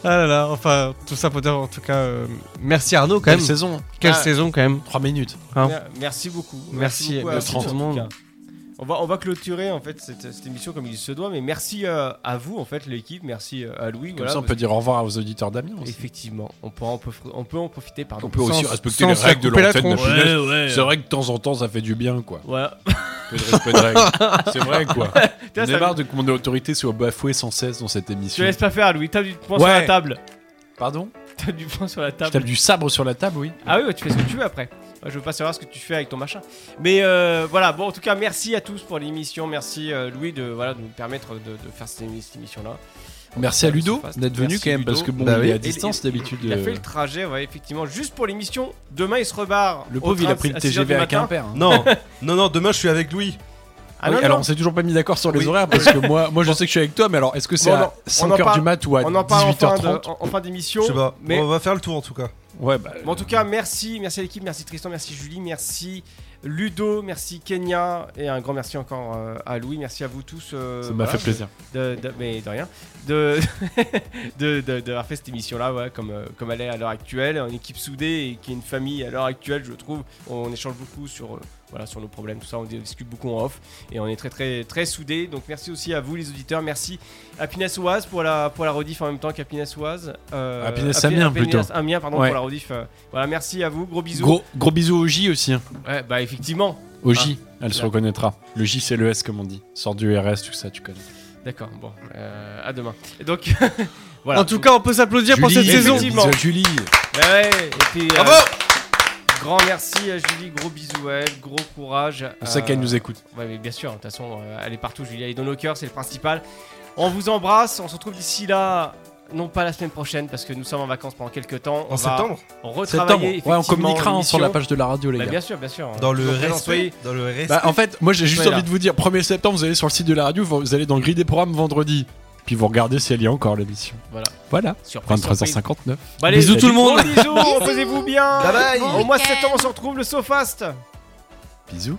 Speaker 4: Ah là là, enfin, tout ça pour dire en tout cas, euh, merci Arnaud quand
Speaker 3: Quelle
Speaker 4: même.
Speaker 3: saison.
Speaker 4: Quelle
Speaker 2: Ah.
Speaker 4: saison quand même.
Speaker 3: 3 minutes.
Speaker 4: Hein
Speaker 2: Mer- Merci beaucoup.
Speaker 4: Merci,
Speaker 2: beaucoup à
Speaker 4: merci
Speaker 2: vous,
Speaker 4: tout le
Speaker 2: en
Speaker 4: monde.
Speaker 2: cas. On va, on va clôturer en fait cette, cette émission comme il se doit, mais merci euh, à vous en fait l'équipe, merci euh, à Louis.
Speaker 3: Comme
Speaker 2: voilà,
Speaker 3: ça, on
Speaker 2: parce
Speaker 3: peut dire au revoir aux auditeurs d'Amiens.
Speaker 2: que- effectivement, on peut, en- on peut, on peut en profiter pardon.
Speaker 3: On peut aussi respecter
Speaker 4: sans
Speaker 3: les
Speaker 4: se
Speaker 3: règles de
Speaker 4: couper la
Speaker 3: l'antenne
Speaker 4: tronche.
Speaker 3: nationale.
Speaker 2: Ouais, ouais.
Speaker 3: C'est vrai que de temps en temps, ça fait du bien, quoi.
Speaker 2: Voilà.
Speaker 3: Un peu de respect de règles. C'est vrai, quoi.
Speaker 2: Tiens,
Speaker 3: J'en
Speaker 2: ça-
Speaker 3: ai marre de que mon autorité soit bafouée sans cesse dans cette
Speaker 2: Je te
Speaker 3: émission.
Speaker 2: laisse pas faire Louis, tape du poing sur
Speaker 3: Ouais.
Speaker 2: la table.
Speaker 3: Pardon
Speaker 2: Tape du poing sur la
Speaker 3: Je
Speaker 2: table.
Speaker 3: tape du sabre sur la table, oui.
Speaker 2: Ah oui, ouais, tu fais ce que tu veux après. Moi, Je veux pas savoir ce que tu fais avec ton machin. Mais euh, voilà, bon, en tout cas, merci à tous pour l'émission. Merci euh, Louis de, voilà, de nous permettre de, de faire cette, émi- cette émission-là.
Speaker 3: Merci à
Speaker 2: Voilà,
Speaker 3: Ludo
Speaker 2: ça passe.
Speaker 3: d'être venu
Speaker 2: Merci
Speaker 3: quand même,
Speaker 2: Ludo.
Speaker 3: parce que bon,
Speaker 2: Bah
Speaker 3: il
Speaker 2: oui.
Speaker 3: est à
Speaker 2: Et-
Speaker 3: distance euh,
Speaker 2: et-
Speaker 3: d'habitut.
Speaker 2: Il a
Speaker 3: de-
Speaker 2: fait le trajet, ouais, effectivement, juste pour l'émission. Demain, il se rebarre.
Speaker 3: Le
Speaker 2: au
Speaker 3: pauvre, il a
Speaker 2: train
Speaker 3: pris le
Speaker 2: à six heures
Speaker 3: TGV
Speaker 2: du
Speaker 3: à
Speaker 2: matin.
Speaker 3: Quimper, hein.
Speaker 6: Non, non, non, demain je suis avec Louis.
Speaker 2: Ah
Speaker 3: Oui,
Speaker 2: non,
Speaker 3: alors
Speaker 2: non.
Speaker 3: on s'est toujours pas mis d'accord sur les horaires parce que moi, moi je sais que je suis avec toi, mais alors est-ce que c'est
Speaker 2: Bon,
Speaker 3: à
Speaker 2: on en
Speaker 3: 5h du
Speaker 2: parle-
Speaker 3: mat ou à
Speaker 2: On en parle en fin de-
Speaker 3: 18h30
Speaker 2: en- en fin d'émission.
Speaker 6: Je sais pas,
Speaker 2: mais-
Speaker 6: on va faire le tour en tout cas.
Speaker 3: Ouais, bah.
Speaker 2: Bon, en tout cas, merci, merci à l'équipe, merci Tristan, merci Julie, merci Ludo, merci Kenya et un grand merci encore euh, à Louis, merci à vous tous. euh,
Speaker 3: Ça m'a fait plaisir.
Speaker 2: de- de- mais de rien, de de- de- d'avoir fait cette émission là, comme euh, comme elle est à l'heure actuelle, en équipe soudée et qui est une famille à l'heure actuelle, je trouve. On échange beaucoup sur euh, voilà sur nos problèmes, tout ça, on discute beaucoup en off et on est très très très soudés. Donc merci aussi à vous les auditeurs, merci Happiness Oise pour la pour la rediff en même temps qu'Happiness Oise. Euh,
Speaker 3: Happiness
Speaker 2: Happy-
Speaker 3: Amiens,
Speaker 2: Happiness
Speaker 3: plutôt.
Speaker 2: Amiens, pardon
Speaker 3: Ouais.
Speaker 2: pour la rediff. euh, voilà, merci à vous, gros bisous.
Speaker 3: Gros, gros bisous au J aussi. hein.
Speaker 2: Ouais, bah effectivement.
Speaker 3: Au J,
Speaker 2: Ah,
Speaker 3: elle se
Speaker 2: là.
Speaker 3: reconnaîtra. Le J, c'est le S, comme on dit. Sort du RS, tout ça, tu connais.
Speaker 2: D'accord, bon, euh, à demain. Et donc, voilà.
Speaker 4: En tout cas, on peut s'applaudir pour cette saison.
Speaker 2: Effectivement.
Speaker 3: bisous à Julie.
Speaker 2: Bah ouais, et puis, euh,
Speaker 4: Bravo
Speaker 2: Grand merci à Julie, gros bisous à elle, gros courage. Euh,
Speaker 3: pour ça qu'elle nous écoute.
Speaker 2: Ouais, mais bien sûr, de toute façon, euh, elle est partout, Julie, elle est dans nos cœurs, c'est le principal. On vous embrasse, on se retrouve d'ici là, non pas la semaine prochaine, parce que nous sommes en vacances pendant quelques temps.
Speaker 6: En septembre
Speaker 2: On
Speaker 3: Septembre.
Speaker 2: retravailler
Speaker 3: Ouais, on communiquera hein, sur la
Speaker 2: l'émission.
Speaker 3: page de la radio, les
Speaker 2: Bah,
Speaker 3: gars.
Speaker 2: Bien sûr, bien sûr.
Speaker 6: Dans le
Speaker 2: Toujours présent,
Speaker 6: respect,
Speaker 2: soyez-
Speaker 6: dans le respect.
Speaker 3: Bah, en fait, moi, j'ai juste
Speaker 2: Soyez
Speaker 3: envie
Speaker 2: là.
Speaker 3: de vous dire 1er septembre, vous allez sur le site de la radio, vous vous allez dans le grid des programmes vendredi. Puis vous regardez si elle y a encore l'émission.
Speaker 2: Voilà.
Speaker 3: Voilà.
Speaker 2: Surprise,
Speaker 3: 23h59.
Speaker 2: Bah, allez,
Speaker 3: Bisous
Speaker 2: salut.
Speaker 3: tout le monde.
Speaker 2: Gros Bisous, posez-vous bien.
Speaker 6: Bye bye.
Speaker 2: Au mois de septembre, on se retrouve le SoFast.
Speaker 3: Bisous.